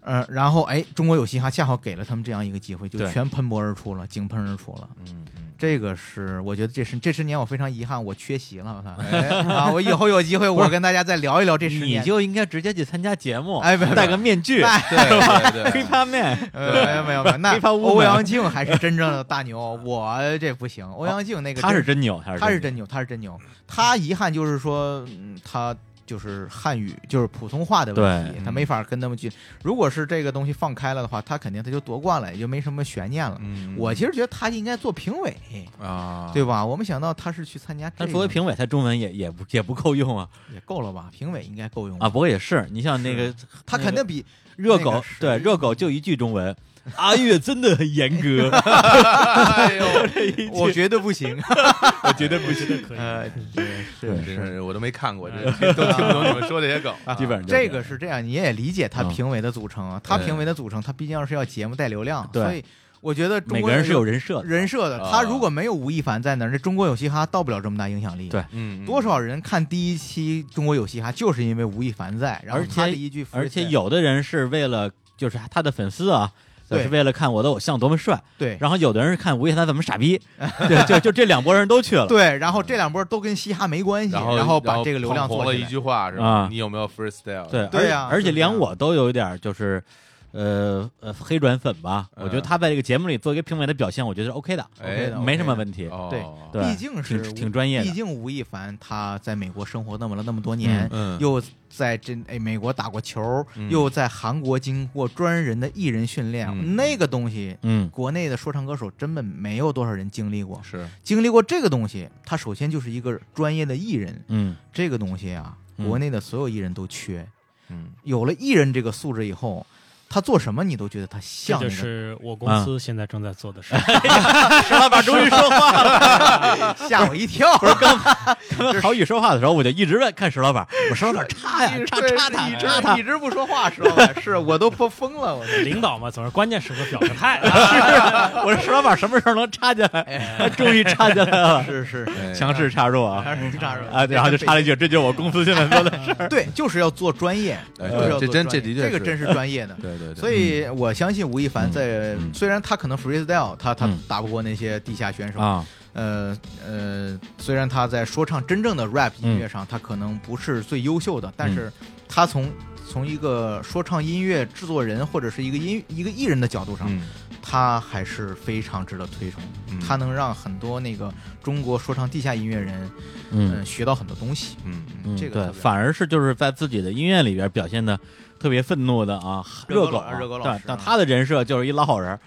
呃，然后哎，中国有嘻哈恰好给了他们这样一个机会，就对全喷薄而出了，井喷而出了。嗯嗯这个是我觉得这是这十年我非常遗憾，我缺席了，我操、啊！我以后有机会我跟大家再聊一聊这十你年。就应该直接去参加节目， 哎不不戴个面具对对对， ，hiphop man，呃没有 没有没有，那黑怕雾欧呢阳靖还是真正的大牛，我这 不行。欧阳靖那个他是真真嗯牛，他是他是真真牛，他是真牛。他遗憾就是说，嗯他就是汉语就是普通话的问题对，嗯他没法跟他们去。如果是这个东西放开了的话，他肯定他就夺冠了，也就没什么悬念了。嗯我其实觉得他应该做评委，啊，对吧？我没想到他是去参加这他个，作为评委，他中文也也不也不够用啊也够了吧？评委应该够用啊！不过也是，你像那个他那肯个定比 热嗯那狗个，是对热狗就一句中文，阿月真的很严格，哎呦，我觉得不行。我觉得不行，这可 以。呃，对 对 是真是我都没看过，这这都听不懂你们说这些梗。啊基本上就啊这样个是这样，你也理解他嗯评委的组成啊，他对评委的组成，他毕竟是要节目带流量，对所以我觉得中每国个人是有人设的，人设的。啊他如果没有吴亦凡在那儿，这中国有嘻哈到不了这么大影响力。对嗯，多少人看第一期《中国有嘻哈》就是因为吴亦凡在，然后而且他的一句 freestyle，而且有的人是为了就是他的粉丝啊。就对是为了看我的偶像多么帅，对然后有的人是看吴亦凡怎么傻逼，对，就就这两拨人都去了， 对，然后这两波都跟嘻哈没关系，然然后把这个流量捧做红了起一来句话是吧啊？你有没有 freestyle？对，对呀而而且就是这样连我都有一点儿就是，呃呃黑转粉吧。嗯我觉得他在这个节目里做一个评委的表现，我觉得是 OK 的，哎 OK 的没什么问题。哦对对，毕竟是挺吴挺专业毕的。竟吴亦凡他在美国生活那么了那么多年，嗯嗯又在这哎美国打过球，嗯又在韩国经过专人的艺人训练，嗯那个东西。嗯，国内的说唱歌手根本没有多少人经历过，是经历过这个东西，他首先就是一个专业的艺人，嗯这个东西啊，嗯国内的所有艺人都缺。嗯有了艺人这个素质以后，他做什么你都觉得他这像那就个是我公司现在正在做的事。 吓我一跳，刚刚郝宇说话的时候，我就一直问看石老板，我石老板他插呀插插他一插直他一，直不说话，说 吧，是我都疯疯了，我这。领导嘛，总是关键时刻表个态。啊 我说石老板什么时候能插进来？他终于插进来了，是是，哎强势插入啊 还是扎人啊！然后就插了一句，这就是我公司现在做 的事儿。对，就是要做专业，哎就是要对做这真专业这的确这个是真是 专业的。对对对，所以我相信吴亦凡在嗯嗯，嗯虽然他可能 freestyle，他他嗯打不过那些地下选手，哎啊，呃呃，虽然他在说唱真正的 rap 音嗯乐上，他可能不是最优秀的，但是他从从一个说唱音乐制作人或者是一个音一个艺人的角度上，嗯他还是非常值得推崇的。嗯他能让很多那个中国说唱地下音乐人，嗯哎嗯，学到很多东西。嗯嗯，这个特对，别反而是就是在自己的音乐里边表现的特别愤怒的啊，热热狗狗老啊热狗老但师但啊他的人设就是一老好人儿，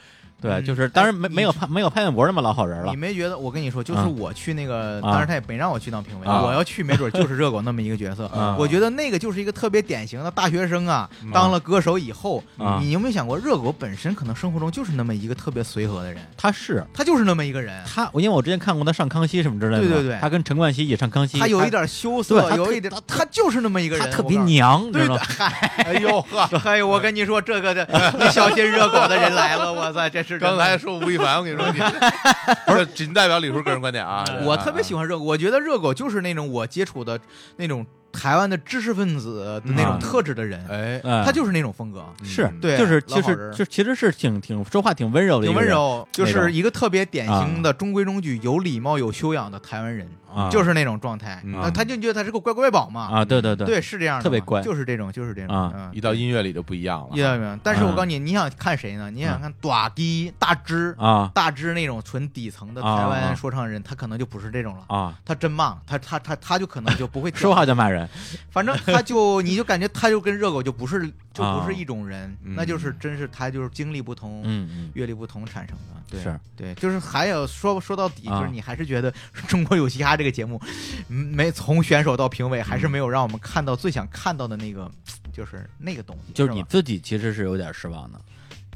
对，嗯就是当然没哎没有潘没有潘玮柏那么老好人了你，没觉得？我跟你说，就是啊我去那个，啊当然他也没让我去当评委，啊我要去，没准就是热狗那么一个角色。啊我觉得那个就是一个特别典型的大学生啊，嗯当了歌手以后，啊你有没有想过，热狗本身可能生活中就是那么一个特别随和的人，他是他就是那么一个人，他，我因为我之前看过他上康熙什么之类的嘛，对对对他跟陈冠希一起上康熙，他有一点对羞涩，他有特一点，他就是那么一个他，人，他特我别告诉你。娘，你知对道的，吗？嗨，哎呦呵， 哎，我跟你说，这个这 你小心热狗的人来了，我操，这是真的刚才说吴亦凡，我跟你说，你不是哎仅代表李叔个人观点啊，我特别喜欢热狗，我觉得热狗就是那种我接触的那种台湾的知识分子的那种特质的人，哎，嗯哎 他就是那种风格，是嗯对就是老就好人是就其实是挺挺说话挺温柔的一挺个温人，柔，就那是种一个特别典型的中规中矩、有礼貌、有修养的台湾人，啊就是那种状态。嗯那他就觉得他是个乖乖宝嘛，啊，对对对，嗯对，是这样的嘛，特别乖就是这种，就是这种啊嗯一到音乐里就不一样了，一到明。但是嗯我告诉你，你想看谁呢？你想看短低大只，啊大只那种纯底层的啊台啊湾说唱人，他可能就不是这种了。啊，他真骂，他他他他就可能就不 会说话就骂人，反正他就你就感觉他就跟热狗就不是就啊不是一种人，嗯那就是真是他就是经历不同、嗯阅历不同产生的。对，嗯，是对，就是还有说说到底，啊就是你还是觉得《中国有嘻哈》这个节目，嗯没从选手到评委，还是嗯没有让我们看到最想看到的那个，就是那个东西。就是是你吧自己其实是有点失望的，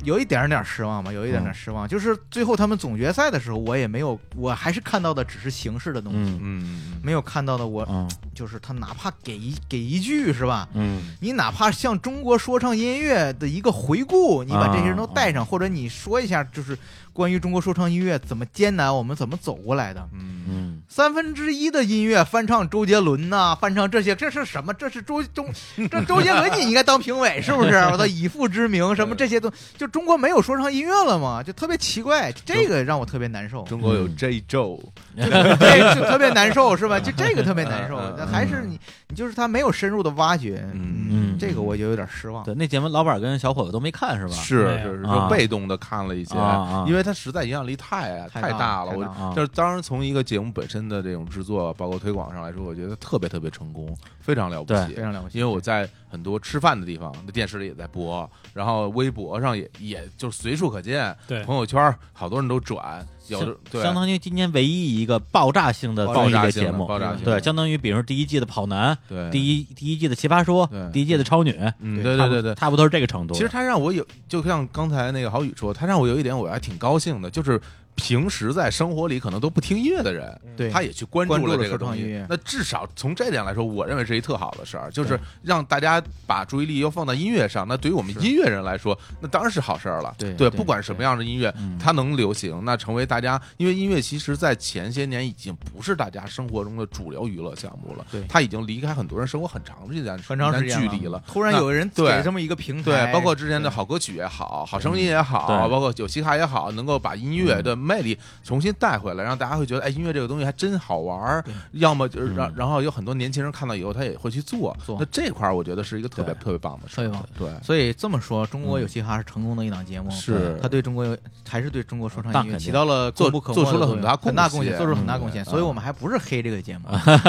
有一点点失望吧，有一点嗯点失望。就是最后他们总决赛的时候，我也没有，我还是看到的只是形式的东西。嗯嗯，嗯没有看到的我，嗯就是他哪怕给一给一句是吧？嗯你哪怕像中国说唱音乐的一个回顾，你把这些啊人都带上，或者你说一下，就是关于中国说唱音乐怎么艰难，我们怎么走过来的。嗯嗯，嗯三分之一的音乐翻唱周杰伦呐、翻唱这些，这是什么？这是周中， 这周杰伦你应该当评委 是不是？我的以父之名什么这些都，就中国没有说唱音乐了吗？就特别奇怪，这个让我特别难受。中国有嗯 J Joe， 对，就特别难受，是吧？就这个特别难受嗯嗯，嗯还是你，你就是他没有深入的挖掘，嗯嗯这个我就有点失望。对，那节目老板跟小伙子都没看是吧？是没有是是，啊就被动的看了一些啊啊，因为它实在影响力太太太大大了。了太我大了啊就是当然从一个节目本身的这种制作，包括推广上来说，我觉得特别特别成功，非常了不对起非。常了不起，因为我在很多吃饭的地方，那电视里也在播，然后微博上也也就随处可见，对朋友圈好多人都转，有的相对相当于今年唯一一个爆炸性的爆综艺炸类性节的目，爆炸性的对，相当于比如说第一季的跑男，对一，第一第一季的奇葩说对，第一季的超女，嗯，对对差对不对对。差不多是这个程度。其实，它让我有，就像刚才那个郝宇说，它让我有一点我还挺高兴的，就是平时在生活里可能都不听音乐的人，对他也去关关注注了这个说唱东音西乐。那至少从这点来说，我认为是一特好的事儿，就是让大家把注意力又放到音乐上。那对于我们音乐人来说，那当然是好事儿了。对对，对不管什么样的音乐嗯，它能流行，那成为大家，因为音乐其实在前些年已经不是大家生活中的主流娱乐项目了对，它已经离开很多人生活很长的一段很长时一间段距离了。突然那有人对给这么一个平台，对，包括之前的嗯哎对好歌曲也好，好声音也好，对包括有嘻哈也好，能够把音乐的魅力重新带回来，让大家会觉得，哎，音乐这个东西还真好玩儿。要么就是嗯让，然后有很多年轻人看到以后，他也会去做。做那这块儿，我觉得是一个特别对特别棒的事特别棒儿。对，所以这么说，中嗯国有嘻哈是成功的一档节目，是他对中国有还是对中国说唱那音乐肯定起到了功不可没的做做出了作用很大很大贡贡献，献做出了很大贡献。嗯所以我们还不是黑这个节 目，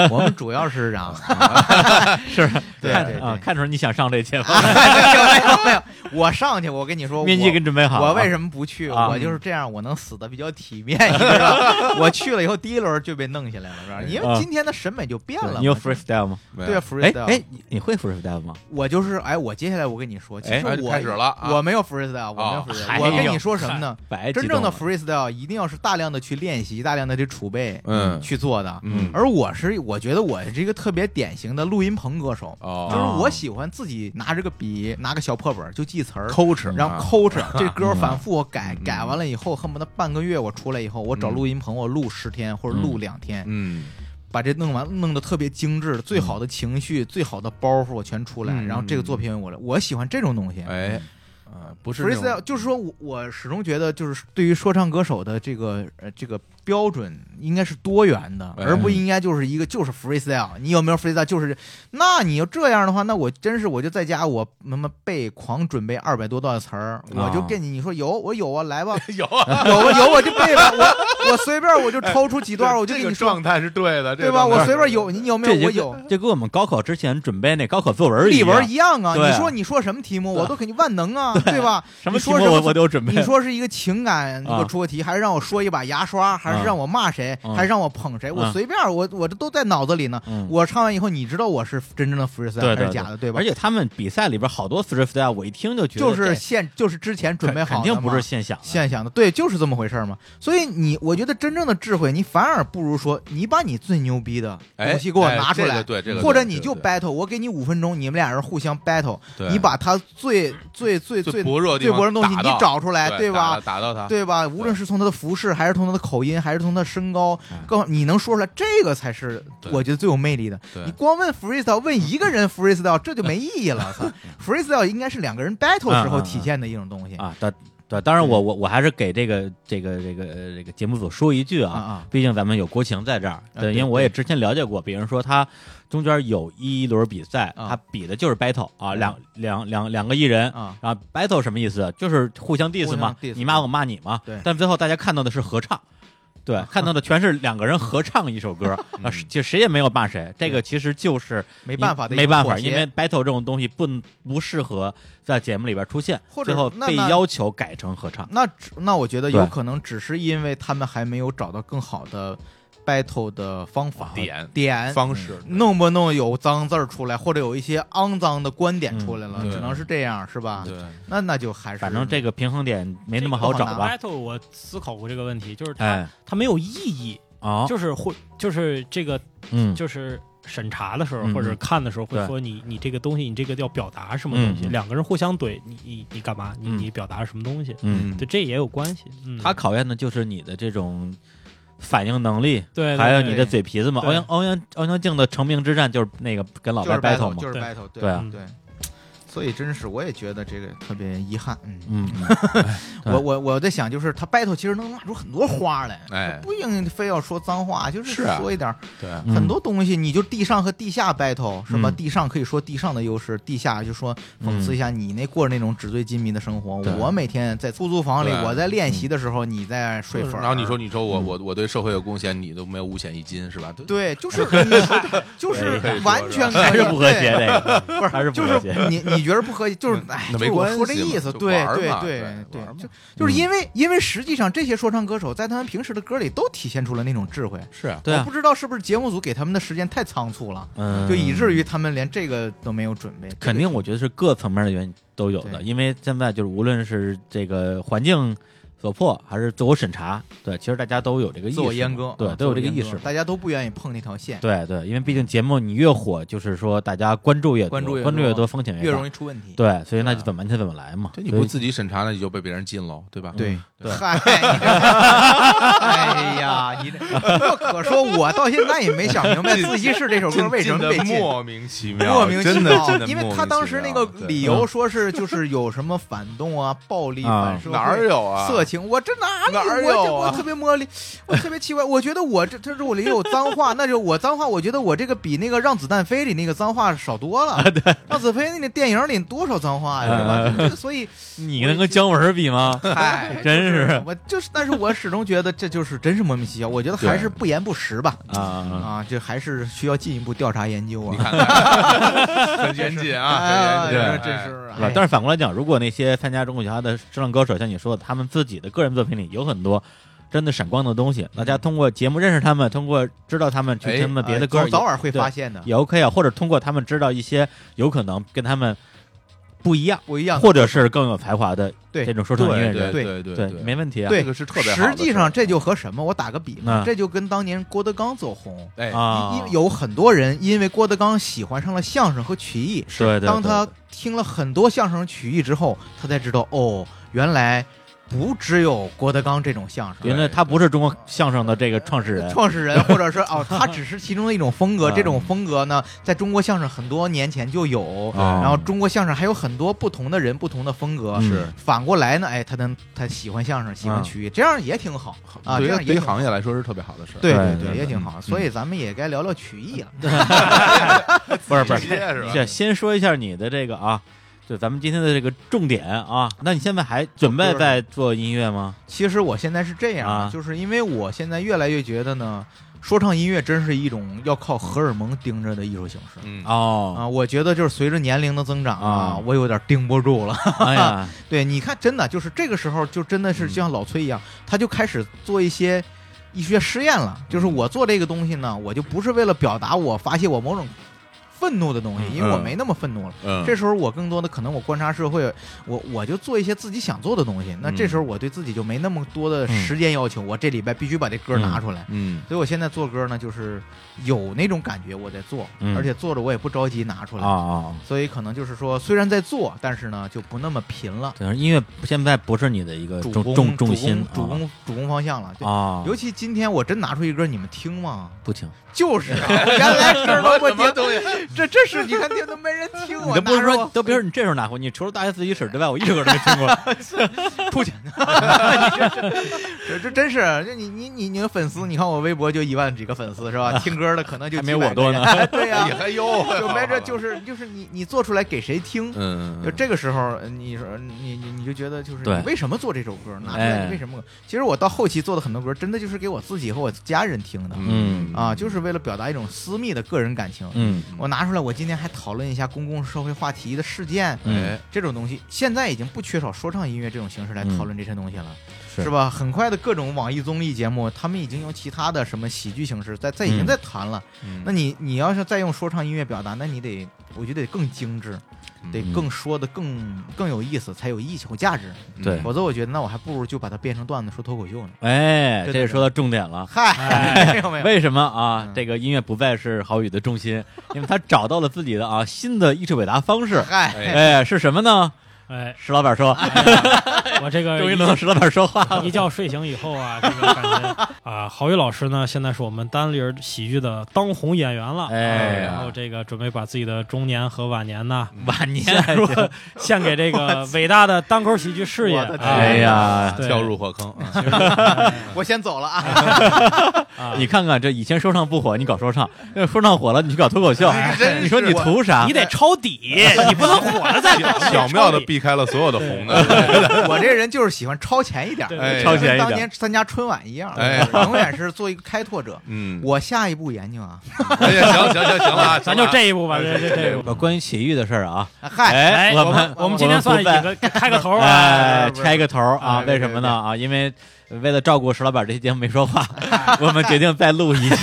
我们主要是啥？是 对看对啊，对看出来你想上这节目，啊没有没有没有，我上去，我跟你说，面具我给你准备好了。我为什么不去？啊我就是这样，我能死的比较体面，你知道 吧？我去了以后，第一轮就被弄下来了，是吧？因为啊今天的审美就变了对嘛。你有就是 freestyle 吗？没有对哎啊，，freestyle。哎，，你你会 freestyle 吗？我就是哎，我接下来我跟你说，其哎实哎我开始了啊我没有 freestyle，我没有哦 freestyle。还我跟有你说什么呢？白激真动正的了 freestyle 一定要是大量的去练习，大量的去储备，嗯去做的。嗯而我是，我觉得我是一个特别典型的录音棚歌手，就是哦，啊我喜欢自己拿着个笔，拿个小破本儿就记词儿，抠哧，然后抠 着这歌嗯反复我改，嗯改完了以后恨不得半个月我出来以后，我找嗯录音棚我录十天或者录两天，嗯，把这弄完弄得特别精致，最好的情绪、最好的包袱我全出来，嗯然后这个作品我我喜欢这种东西。哎，呃，不是那种嗯 freestyle 就是说我我始终觉得就是对于说唱歌手的这个呃这个标准应该是多元的，哎而不应该就是一个就是 freestyle，你有没有 freestyle 就是，那你要这样的话，那我真是我就在家我他妈背狂准备二百多段词儿，我就跟你你说有我有啊，来吧，啊 有啊，哎有吧有我就背吧， 我我随便我就抽出几段，我就这跟个你说状，态是对的，对吧？这个我状态随便有你有没这有就我有。跟这跟我们高考之前准备那高考作文一例样文一样啊，对啊你说你说什么题目，我都肯定万能啊，对吧？什么你题说目什么我我都有准备。你说是一个情感给啊我出个题，还是让我说一把牙刷，还是啊让我骂谁，嗯还是让我捧谁？我嗯随便，我我这都在脑子里呢。嗯我唱完以后，你知道我是真正的 freestyle 对还对是假的，对吧而？且他们比赛里边好多 freestyle，我一听就觉得就是这现就是之前准备肯好的嘛，肯定不是现想的。现想的，对，就是这么回事儿嘛。所以你，我觉得真正的智慧，你反而不如说，你把你最牛逼的哎东西给我哎拿出这个来，对这个对，或者你这就个对 battle，我给你五分钟，你们俩人互相 battle，对你把他最最最最薄弱的地最方薄弱的东西打你到找出来，对吧？啊打到打到他，对吧？无论是从他的服饰，还是从他的口音，还是从他身高哎各方，你能说出来，这个才是对我觉得最有魅力的。对你光问 freestyle，问一个人 freestyle，这就没意义 了。操 freestyle 应该是两个人 battle 嗯时嗯候嗯体现的一种东西。啊，对对，当然我我我还是给这个这个这个呃这个节目组说一句啊，啊啊毕竟咱们有国情在这儿，对因为我也之前了解过，比如说他中间有一轮比赛，啊他比的就是 battle 啊，两两两两个艺人。啊，然后 battle 什么意思？就是互相 diss 互相嘛， diss 你骂我骂你嘛。对啊但最后大家看到的是合唱，对，看到的全是两个人合唱一首 歌啊，就谁也没有骂谁。这个其实就是没办法的一没种办法，妥协因为 battle 这种东西不不适合在节目里边出现，或者最后那被那要求改成合唱。那只那我觉得有对可能只是因为他们还没有找到更好的 battle 的方哦法点点方式，嗯弄不弄有脏字儿出来，或者有一些肮脏的观点出来了，嗯只能是这样，是吧？对，那那就还是反正这个平衡点 没那么这好个找好吧？ battle 我思考过这个问题，就是它哎，它没有意义，哦，就是会就是这个嗯，就是审查的时候、嗯或者看的时候会对说你你这个东西你这个要表达什么东西，嗯嗯两个人互相怼你你你干嘛你、嗯你表达什么东西，嗯，对这也有关系。嗯，他考验的就是你的这种反应能力，对对还有你对的嘴皮子嘛。对欧阳欧阳欧阳靖的成名之战就是那个跟老就白是 battle battle，嘛就。是对 battle，对对啊对。所以真是，我也觉得这个特别遗憾。嗯，嗯，对我我我在想，就是他 battle 其实能骂出很多花来，哎不一定非要说脏话，就是啊说一点儿对，嗯很多东西，你就地上和地下 battle 是吧？嗯地上可以说地上的优势，地下就说讽刺一下你那过着那种纸醉金迷的生活对。嗯我每天在出租房里对，我在练习的时候，你在睡粉儿。啊嗯然后你说你说我我我对社会有贡献，你都没有五险一金是吧？对，对，就是你就是可以说完全 还可是以不和谐，这个 对不是还是不就和谐是你你觉得不和谐，就是嗯哎，那就没是我关系说这嘛意思，就对玩儿对嘛对对对玩儿嘛，就就是嗯因为因为实际上这些说唱歌手在他们平时的歌里都体现出了那种智慧。是啊，对我啊不，知道是不是节目组给他们的时间太仓促了，嗯，就以至于他们连这个都没有准备。肯定我觉得是各层面的原因都有的，对因为现在就是无论是这个环境所迫，还是自我审查，对，其实大家都有这个意识自嘛，我阉割，对啊，都有这个意自我识阉割嘛。大家都不愿意碰那条线，对对，因为毕竟节目你越火，就是说大家关注越多关注越关注多越多，风险大越容易出问题。对，所以那就怎么完全怎么来嘛。对，你所以不自己审查，那你就被别人禁喽，对吧？嗯对对嗨，哎呀，你这不可说，我到现在也没想明白自习室这首歌为什么被禁禁得。莫名其妙，莫名其真的妙禁，得因为莫他名当其时妙那个对嗯理由说是就是有什么反动啊、暴力、啊反社会哪儿有啊？ 色情，我这哪里哪儿我这有啊我特别摸里，我特别奇怪，我觉得我这这是我里有脏话，那就我脏话，我觉得我这个比那个《让子弹飞》里那个脏话少多啊了。让子飞那个电影里多少脏话呀，嗯是吧？这所 以，你能跟姜文儿比 吗？嗨， 真是我就是，但是我始终觉得这就是真是莫名其妙。我觉得还是不言不实吧，啊，啊，这还是需要进一步调查研究嗯你啊。看看， 很严谨啊，哎很严呀谨，真哎是对吧哎？啊但是反过来讲，如果那些参加中国小哈的说唱歌手，像你说的，他们自己的个人作品里有很多真的闪光的东西，大家通过节目认识他们，通过知道他们去哎听他们别的嗯哎歌早儿，早晚会对发现的，也 OK 啊，或者通过他们知道一些有可能跟他们不一样，不一样。或者是更有才华的嗯对这种说唱音乐哎对人，对对对，没问题啊。对，这个是特别好的实际事儿上这就和什么？我打个比嗯方，这就跟当年郭德纲走红。哎啊，因有很多人因为郭德纲喜欢上了相声和曲艺，对对对当他听了很多相声曲艺之后，他才知道哦，原来不只有郭德纲这种相声。因为他不是中国相声的这个创始人，创始人，或者是哦，他只是其中的一种风格。嗯这种风格呢，在中国相声很多年前就有，哦然后中国相声还有很多不同的人、不同的风格。嗯是反过来呢，哎，他能他喜欢相声，喜欢曲艺，这样也挺好嗯啊，哎对这于样也对于挺好行业来说是特别好的事儿。对对对对，也挺好。所以咱们也该聊聊曲艺了。不是 不直接是吧是，先先说一下你的这个啊，就咱们今天的这个重点啊。那你现在还准备在做音乐吗？其实我现在是这样，啊就是因为我现在越来越觉得呢，说唱音乐真是一种要靠荷尔蒙盯着的艺术形式。嗯，哦，啊，我觉得就是随着年龄的增长啊我有点盯不住了。哎呀，对，你看，真的就是这个时候，就真的嗯是就像老崔一样，他就开始做一些嗯医学实验了。就是我做这个东西呢，我就不是为了表达我发泄我某种愤怒的东西，因为我嗯没那么愤怒了。嗯，这时候我更多的可能我观察社会，我我就做一些自己想做的东西。那这嗯时候我对自己就没那么多的时间要求，我这礼拜必须把这歌拿出来。 嗯所以我现在做歌呢，就是有那种感觉我在做，嗯而且做着我也不着急拿出啊来。啊，所以可能就是说，虽然在做，但是呢就不那么频了，等于音乐现在不是你的一个主呃重攻重重心主攻主攻主攻方向了。对，啊，尤其今天我真拿出一歌，你们听吗？不听，就是 啊，我原来歌都不什么听，东西？这这是你看听都没人听我，你都不是拿着说我都别说你这时候拿回，你除了大学自习室之外，我一首歌都没听过。 出去。这这真是，这你你你你的粉丝，你看我微博就一万几个粉丝是吧？听歌的可能就啊还没几百我多呢个人对呀、哎 呀，哎呦，，就没这就是是就是你你做出来给谁听？嗯，就这个时候，呃你说你你你就觉得就是对你为什么做这首歌？拿出哎来为什么？其实我到后期做的很多歌，真的就是给我自己和我家人听的嗯啊，就是为了表达一种私密的个人感情。嗯我拿出来，我今天还讨论一下公共社会话题的事件，哎嗯，这种东西现在已经不缺少说唱音乐这种形式来讨论这些东西了，嗯是是吧？很快的各种网易综艺节目，他们已经用其他的什么喜剧形式在嗯在已经在谈了。嗯嗯那你你要是再用说唱音乐表达，那你得我觉得得更精致，得嗯更说的更更有意思，才有意有价值。对否则我觉得那我还不如就把它变成段子说脱口秀 呢。哎，对这对说到重点了。嗨，没有没有，为什么啊？嗯这个音乐不再是郝宇的重心，因为他找到了自己的啊新的艺术表达方式。嗨，哎，是什么呢？哎，石老板说，我这个终于轮到石老板说话了。 一觉睡醒以后啊，这个感 觉啊，郝宇老师呢，现在是我们单立人喜剧的当红演员了，啊哎呀嗯然后这个准备把自己的中年和晚年呢， 晚年献入献给 这个伟大的单口喜剧事业。我的天啊哎呀，对跳入火坑，嗯我先走了啊！啊你看看这以前说唱不火，你搞说唱；要说唱火了，你去搞脱口秀。真是你说你图啥？啊你得抄底，哎你不能火了再搞巧妙的避开了所有的红的，我这人就是喜欢超前一点，对哎，超前一点跟当年参加春晚一样，哎我永远是做一个开拓者。嗯，我下一步研究啊，哎呀，行行行行了啊，咱行了就啊这一步吧，这这这一步。呃关于体育的事儿啊，嗨，哎，我们我我们今天算不再几个开个头啊哎，，开个头儿啊？哎为什么呢？啊，因为为了照顾石老板，这期节目没说话，我们决定再录一期，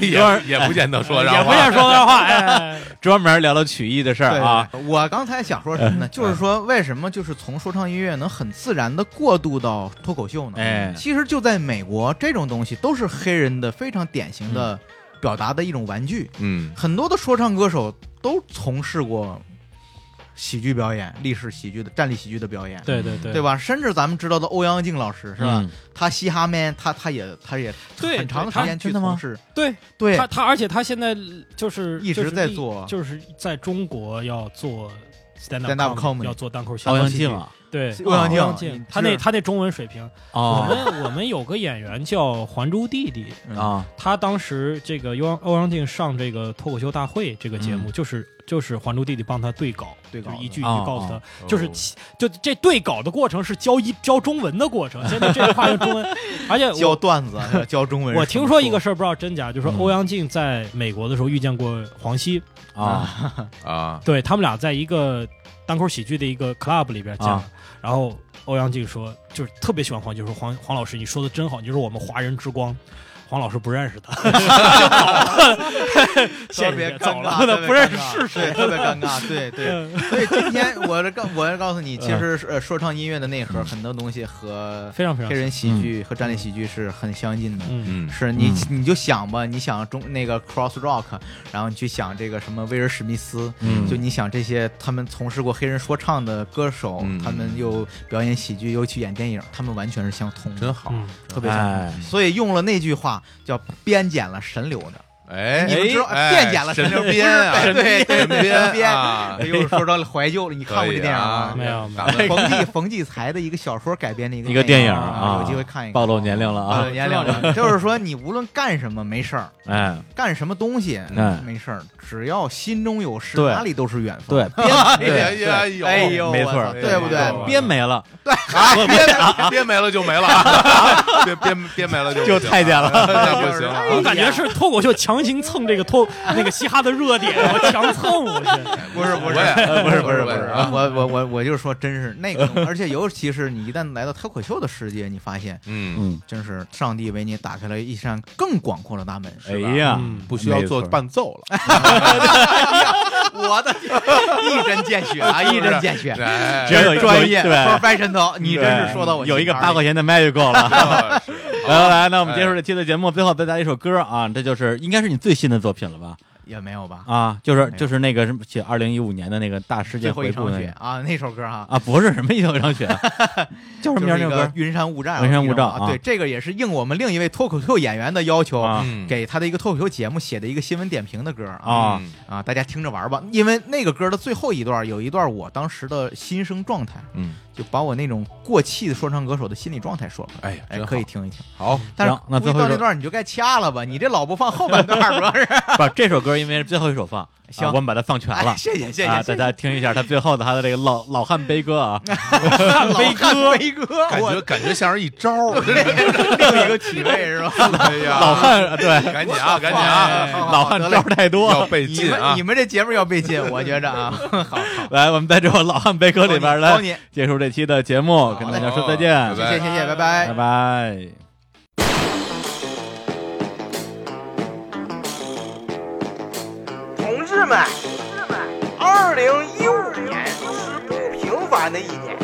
也也不见得说哎也让不想话，说这话，哎， 专门聊聊曲艺的事儿啊。哎对，我刚才想说什么呢？就是说，为什么就是从说唱音乐能很自然的过渡到脱口秀呢？哎其实就在美国，这种东西都是黑人的非常典型嗯的表达的一种玩具。嗯很多的说唱歌手都从事过喜剧表演、历史喜剧的站立喜剧的表演，哎对对对对吧？甚至咱们知道的欧阳靖老师是吧？嗯他嘻哈 man，他他也他也对很长时他间去真的吗从事，对，对他他，而且他现在就是一直在做就是立就是在中国要做 stand Stand up comedy 要做单口喜剧欧阳靖，啊，对，欧阳靖靖你，他那是他那中文水平，我哦们我们有个演员叫《还珠弟弟》，啊，他当时这个欧阳欧阳靖上这个脱口秀大会这个节目，就是就是《还珠弟弟》帮他对稿，对稿就是的一句一句哦告诉他哦，就是其就这对稿的过程是教一教中文的过程，现在这个话用中文， 而且教我。段子，还有教中文。我听说说一个事儿，不知道真假，就是说嗯欧阳靖在美国的时候遇见过黄西，啊啊，对他们俩在一个单口喜剧的一个 club 里边见了，啊然后欧阳靖说，就是特别喜欢黄，就说黄黄老师你说的真好，你就是我们华人之光。黄老师不认识 他，特谢别谢，尴走尬，了，不认识嗯识是谁。谁，特别尴尬，对对。所以今天我这告我要告诉你，其实呃说唱音乐的内核很多东西和 嗯非常非常黑人喜剧和站立喜剧是很相近的。嗯，嗯是你，你就想吧，你想中那个 cross rock，然后你去想这个什么威尔史密斯，嗯就你想这些他们从事过黑人说唱的歌手，嗯他们又表演喜剧，又去演电影，他们完全是相通的，真好，嗯特别相通。哎，所以用了那句话叫“边捡了神流”的，哎，你们知道哎电剪了神神经边啊，对对对，神经边边啊哎，呦，说到怀旧了，你看过可这以电影啊吗，？没有咱们冯骥冯骥才的一个小说改编的一个一个电电影啊啊，有机会看一暴看。露年龄了啊，啊，年龄 了，就是说你无论干什么没事儿，哎，干什么东西嗯没事儿，只要心中有事，对哪里都是远方。对， 哎边呀呦，哎呦，没错我操对不哎对呦？对边没了，啊，边边没了就没了啊，边边边没了就就不行太监了那不行哎啊我感觉是脱口秀强强行蹭这个脱那个嘻哈的热点，我强蹭，我去，不是不是不不是不是不不是啊，我我我我就是说，真是那个东西，而且尤其是你一旦来到脱口秀的世界，你发现嗯，嗯，真是上帝为你打开了一扇更广阔的大门。哎呀，嗯不需要做没错伴奏哎了，我的天，一针见血啊，一针见血，哎 只要有一专业对 professional，你真是说到我有一个八心坎儿块里钱的麦就够 了。是来来来，那我们结束这期的节目，最后再来一首歌啊，这就是应该是你最新的作品了吧？也没有吧？啊，就是没有就是那个什么写二零一五年的那个大事哎最件后一回顾场那雪个啊，那首歌哈，啊，不是什么一场 雪，叫什么就名儿那是那首个歌？云山雾罩，云山雾罩啊啊对，这个也是应我们另一位脱口秀演员的要求，啊嗯给他的一个脱口秀节目写的一个新闻点评的歌啊啊嗯啊，大家听着玩儿吧，因为那个歌的最后一段有一段我当时的心声状态，嗯，就把我那种过气的说唱歌手的心理状态说出来，哎呀，哎，真可以好听一听。好，但是行那估最计后一到这首段你就该掐了吧，你这老不放后半段儿，主要是。不是这首歌，因为是最后一首放，啊行我们把它放全了哎，。谢谢谢啊，谢，大家听一下他最后的他的这个老老汉悲歌啊，飞哥飞哥，感觉我感觉像是一招 儿，真是另一个体位是 吧？ 哎呀，老汉对赶紧啊，赶紧哎啊，好好老汉得嘞招儿太多要了。被你禁们啊你！们这节目要被禁，我觉着啊， 好，来，我们在这首老汉悲歌里边包来你结束这期的节目，跟大家说再见，拜谢谢谢谢，拜拜拜。拜。同志们，二零一五年是不平凡的一年，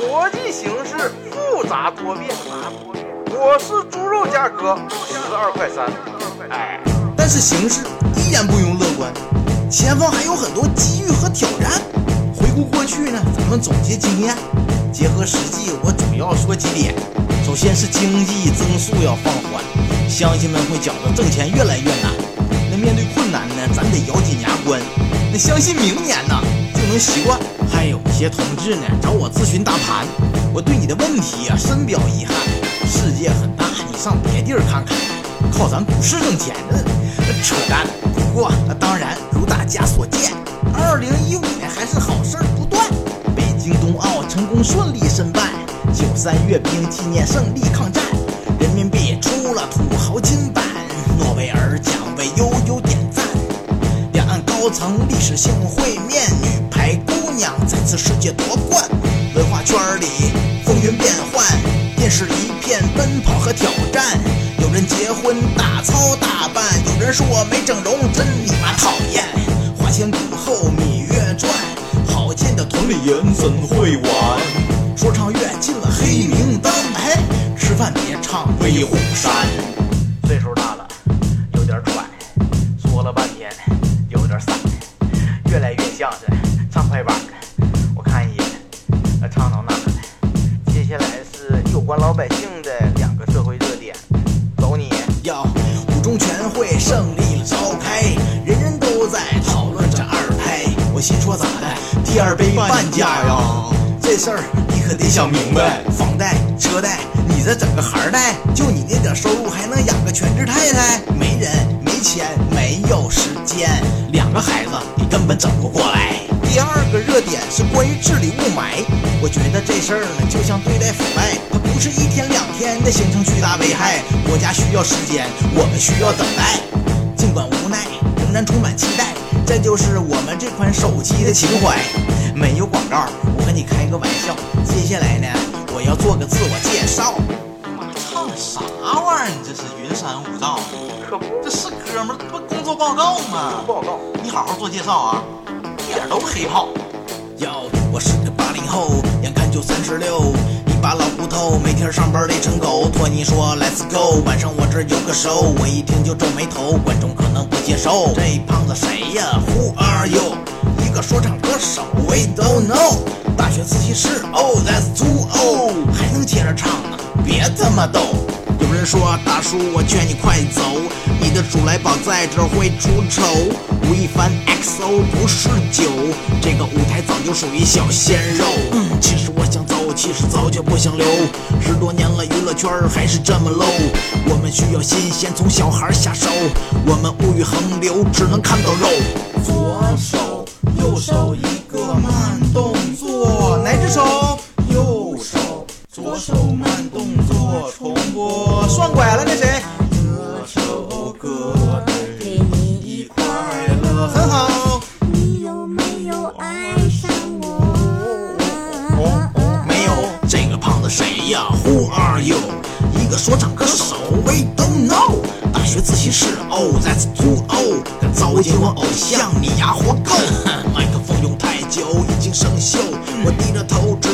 国际形势复杂多变。我是猪肉价格十二块三，哎，但是形势依然不容乐观，前方还有很多机遇和挑战。回顾过去呢，咱们总结经验，结合实际，我主要说几点。首先是经济增速要放缓，乡亲们会觉得挣钱越来越难。那面对困难呢，咱得咬紧牙关。那相信明年呢，就能习惯。还有一些同志呢，找我咨询大盘，我对你的问题啊，深表遗憾。世界很大，你上别地儿看看，靠咱股市挣钱呢，扯淡。不过那当然，如大家所见，二零一五年还是好事儿不断。北京冬奥成功顺利申办，九三阅兵纪念胜利抗战，人民币出了土豪金版，诺贝尔奖为悠悠点赞。两岸高层历史性会面，女排姑娘再次世界夺冠。文化圈里风云变幻，电视一片奔跑和挑战。有人结婚大操大办，有人说我没整容，真你妈讨厌。花千骨后芈月传，郝建的屯里人怎会玩？说唱乐进了黑名单，哎，吃饭别唱威虎山。岁数大了，有点喘，说了半天有点散，越来越像是唱快板。我看一眼，呃唱到那了。接下来是有关老百姓的两个社会热点，走你。要五中全会胜利召开，人人都在讨论这二胎。我心说咋的，第二杯半价呀？这事儿你可得想明白。房贷、车贷，你这整个孩儿贷，就你那点收入还能养个全职太太？没人、没钱、没有时间，两个孩子你根本整不过来。第二个热点是关于治理雾霾，我觉得这事儿呢，就像对待腐败，它不是一天两天的形成巨大危害，国家需要时间，我们需要等待。尽管无奈，仍然充满期待。这就是我们这款手机的情怀。没有广告，我和你开个玩笑。接下来呢，我要做个自我介绍。妈，唱的啥玩意儿？你这是云山雾罩，可不，这是哥们儿不工作报告吗？报告，你好好做介绍啊，一点都不黑炮。哟，我是个八零后，眼看就三十六，一把老骨头，每天上班累成狗。托尼说 Let's go，晚上我这儿有个 show，我一听就皱眉头，观众可能不接受。这胖子谁呀？Who are you？一个说唱歌手，We don't know。大学自习室，Oh that's too old，还能接着唱呢，别他妈逗。有人说大叔，我劝你快走，你的鼠来宝在这儿会出丑。吴亦凡 XO 不是酒，这个舞台早就属于小鲜肉。嗯，其实我想走，其实早就不想留，十多年了，娱乐圈儿还是这么 low。我们需要新鲜，从小孩儿下手，我们物欲横流，只能看到肉。左手右手一个慢动作，哪只手？右手。左手慢动作重播，双拐了那谁？这首歌的所长歌手，We don't know。大学自习室，Oh that's too old。敢糟践我偶 像，你丫活够！麦克风用太久，已经生锈。我低着头，直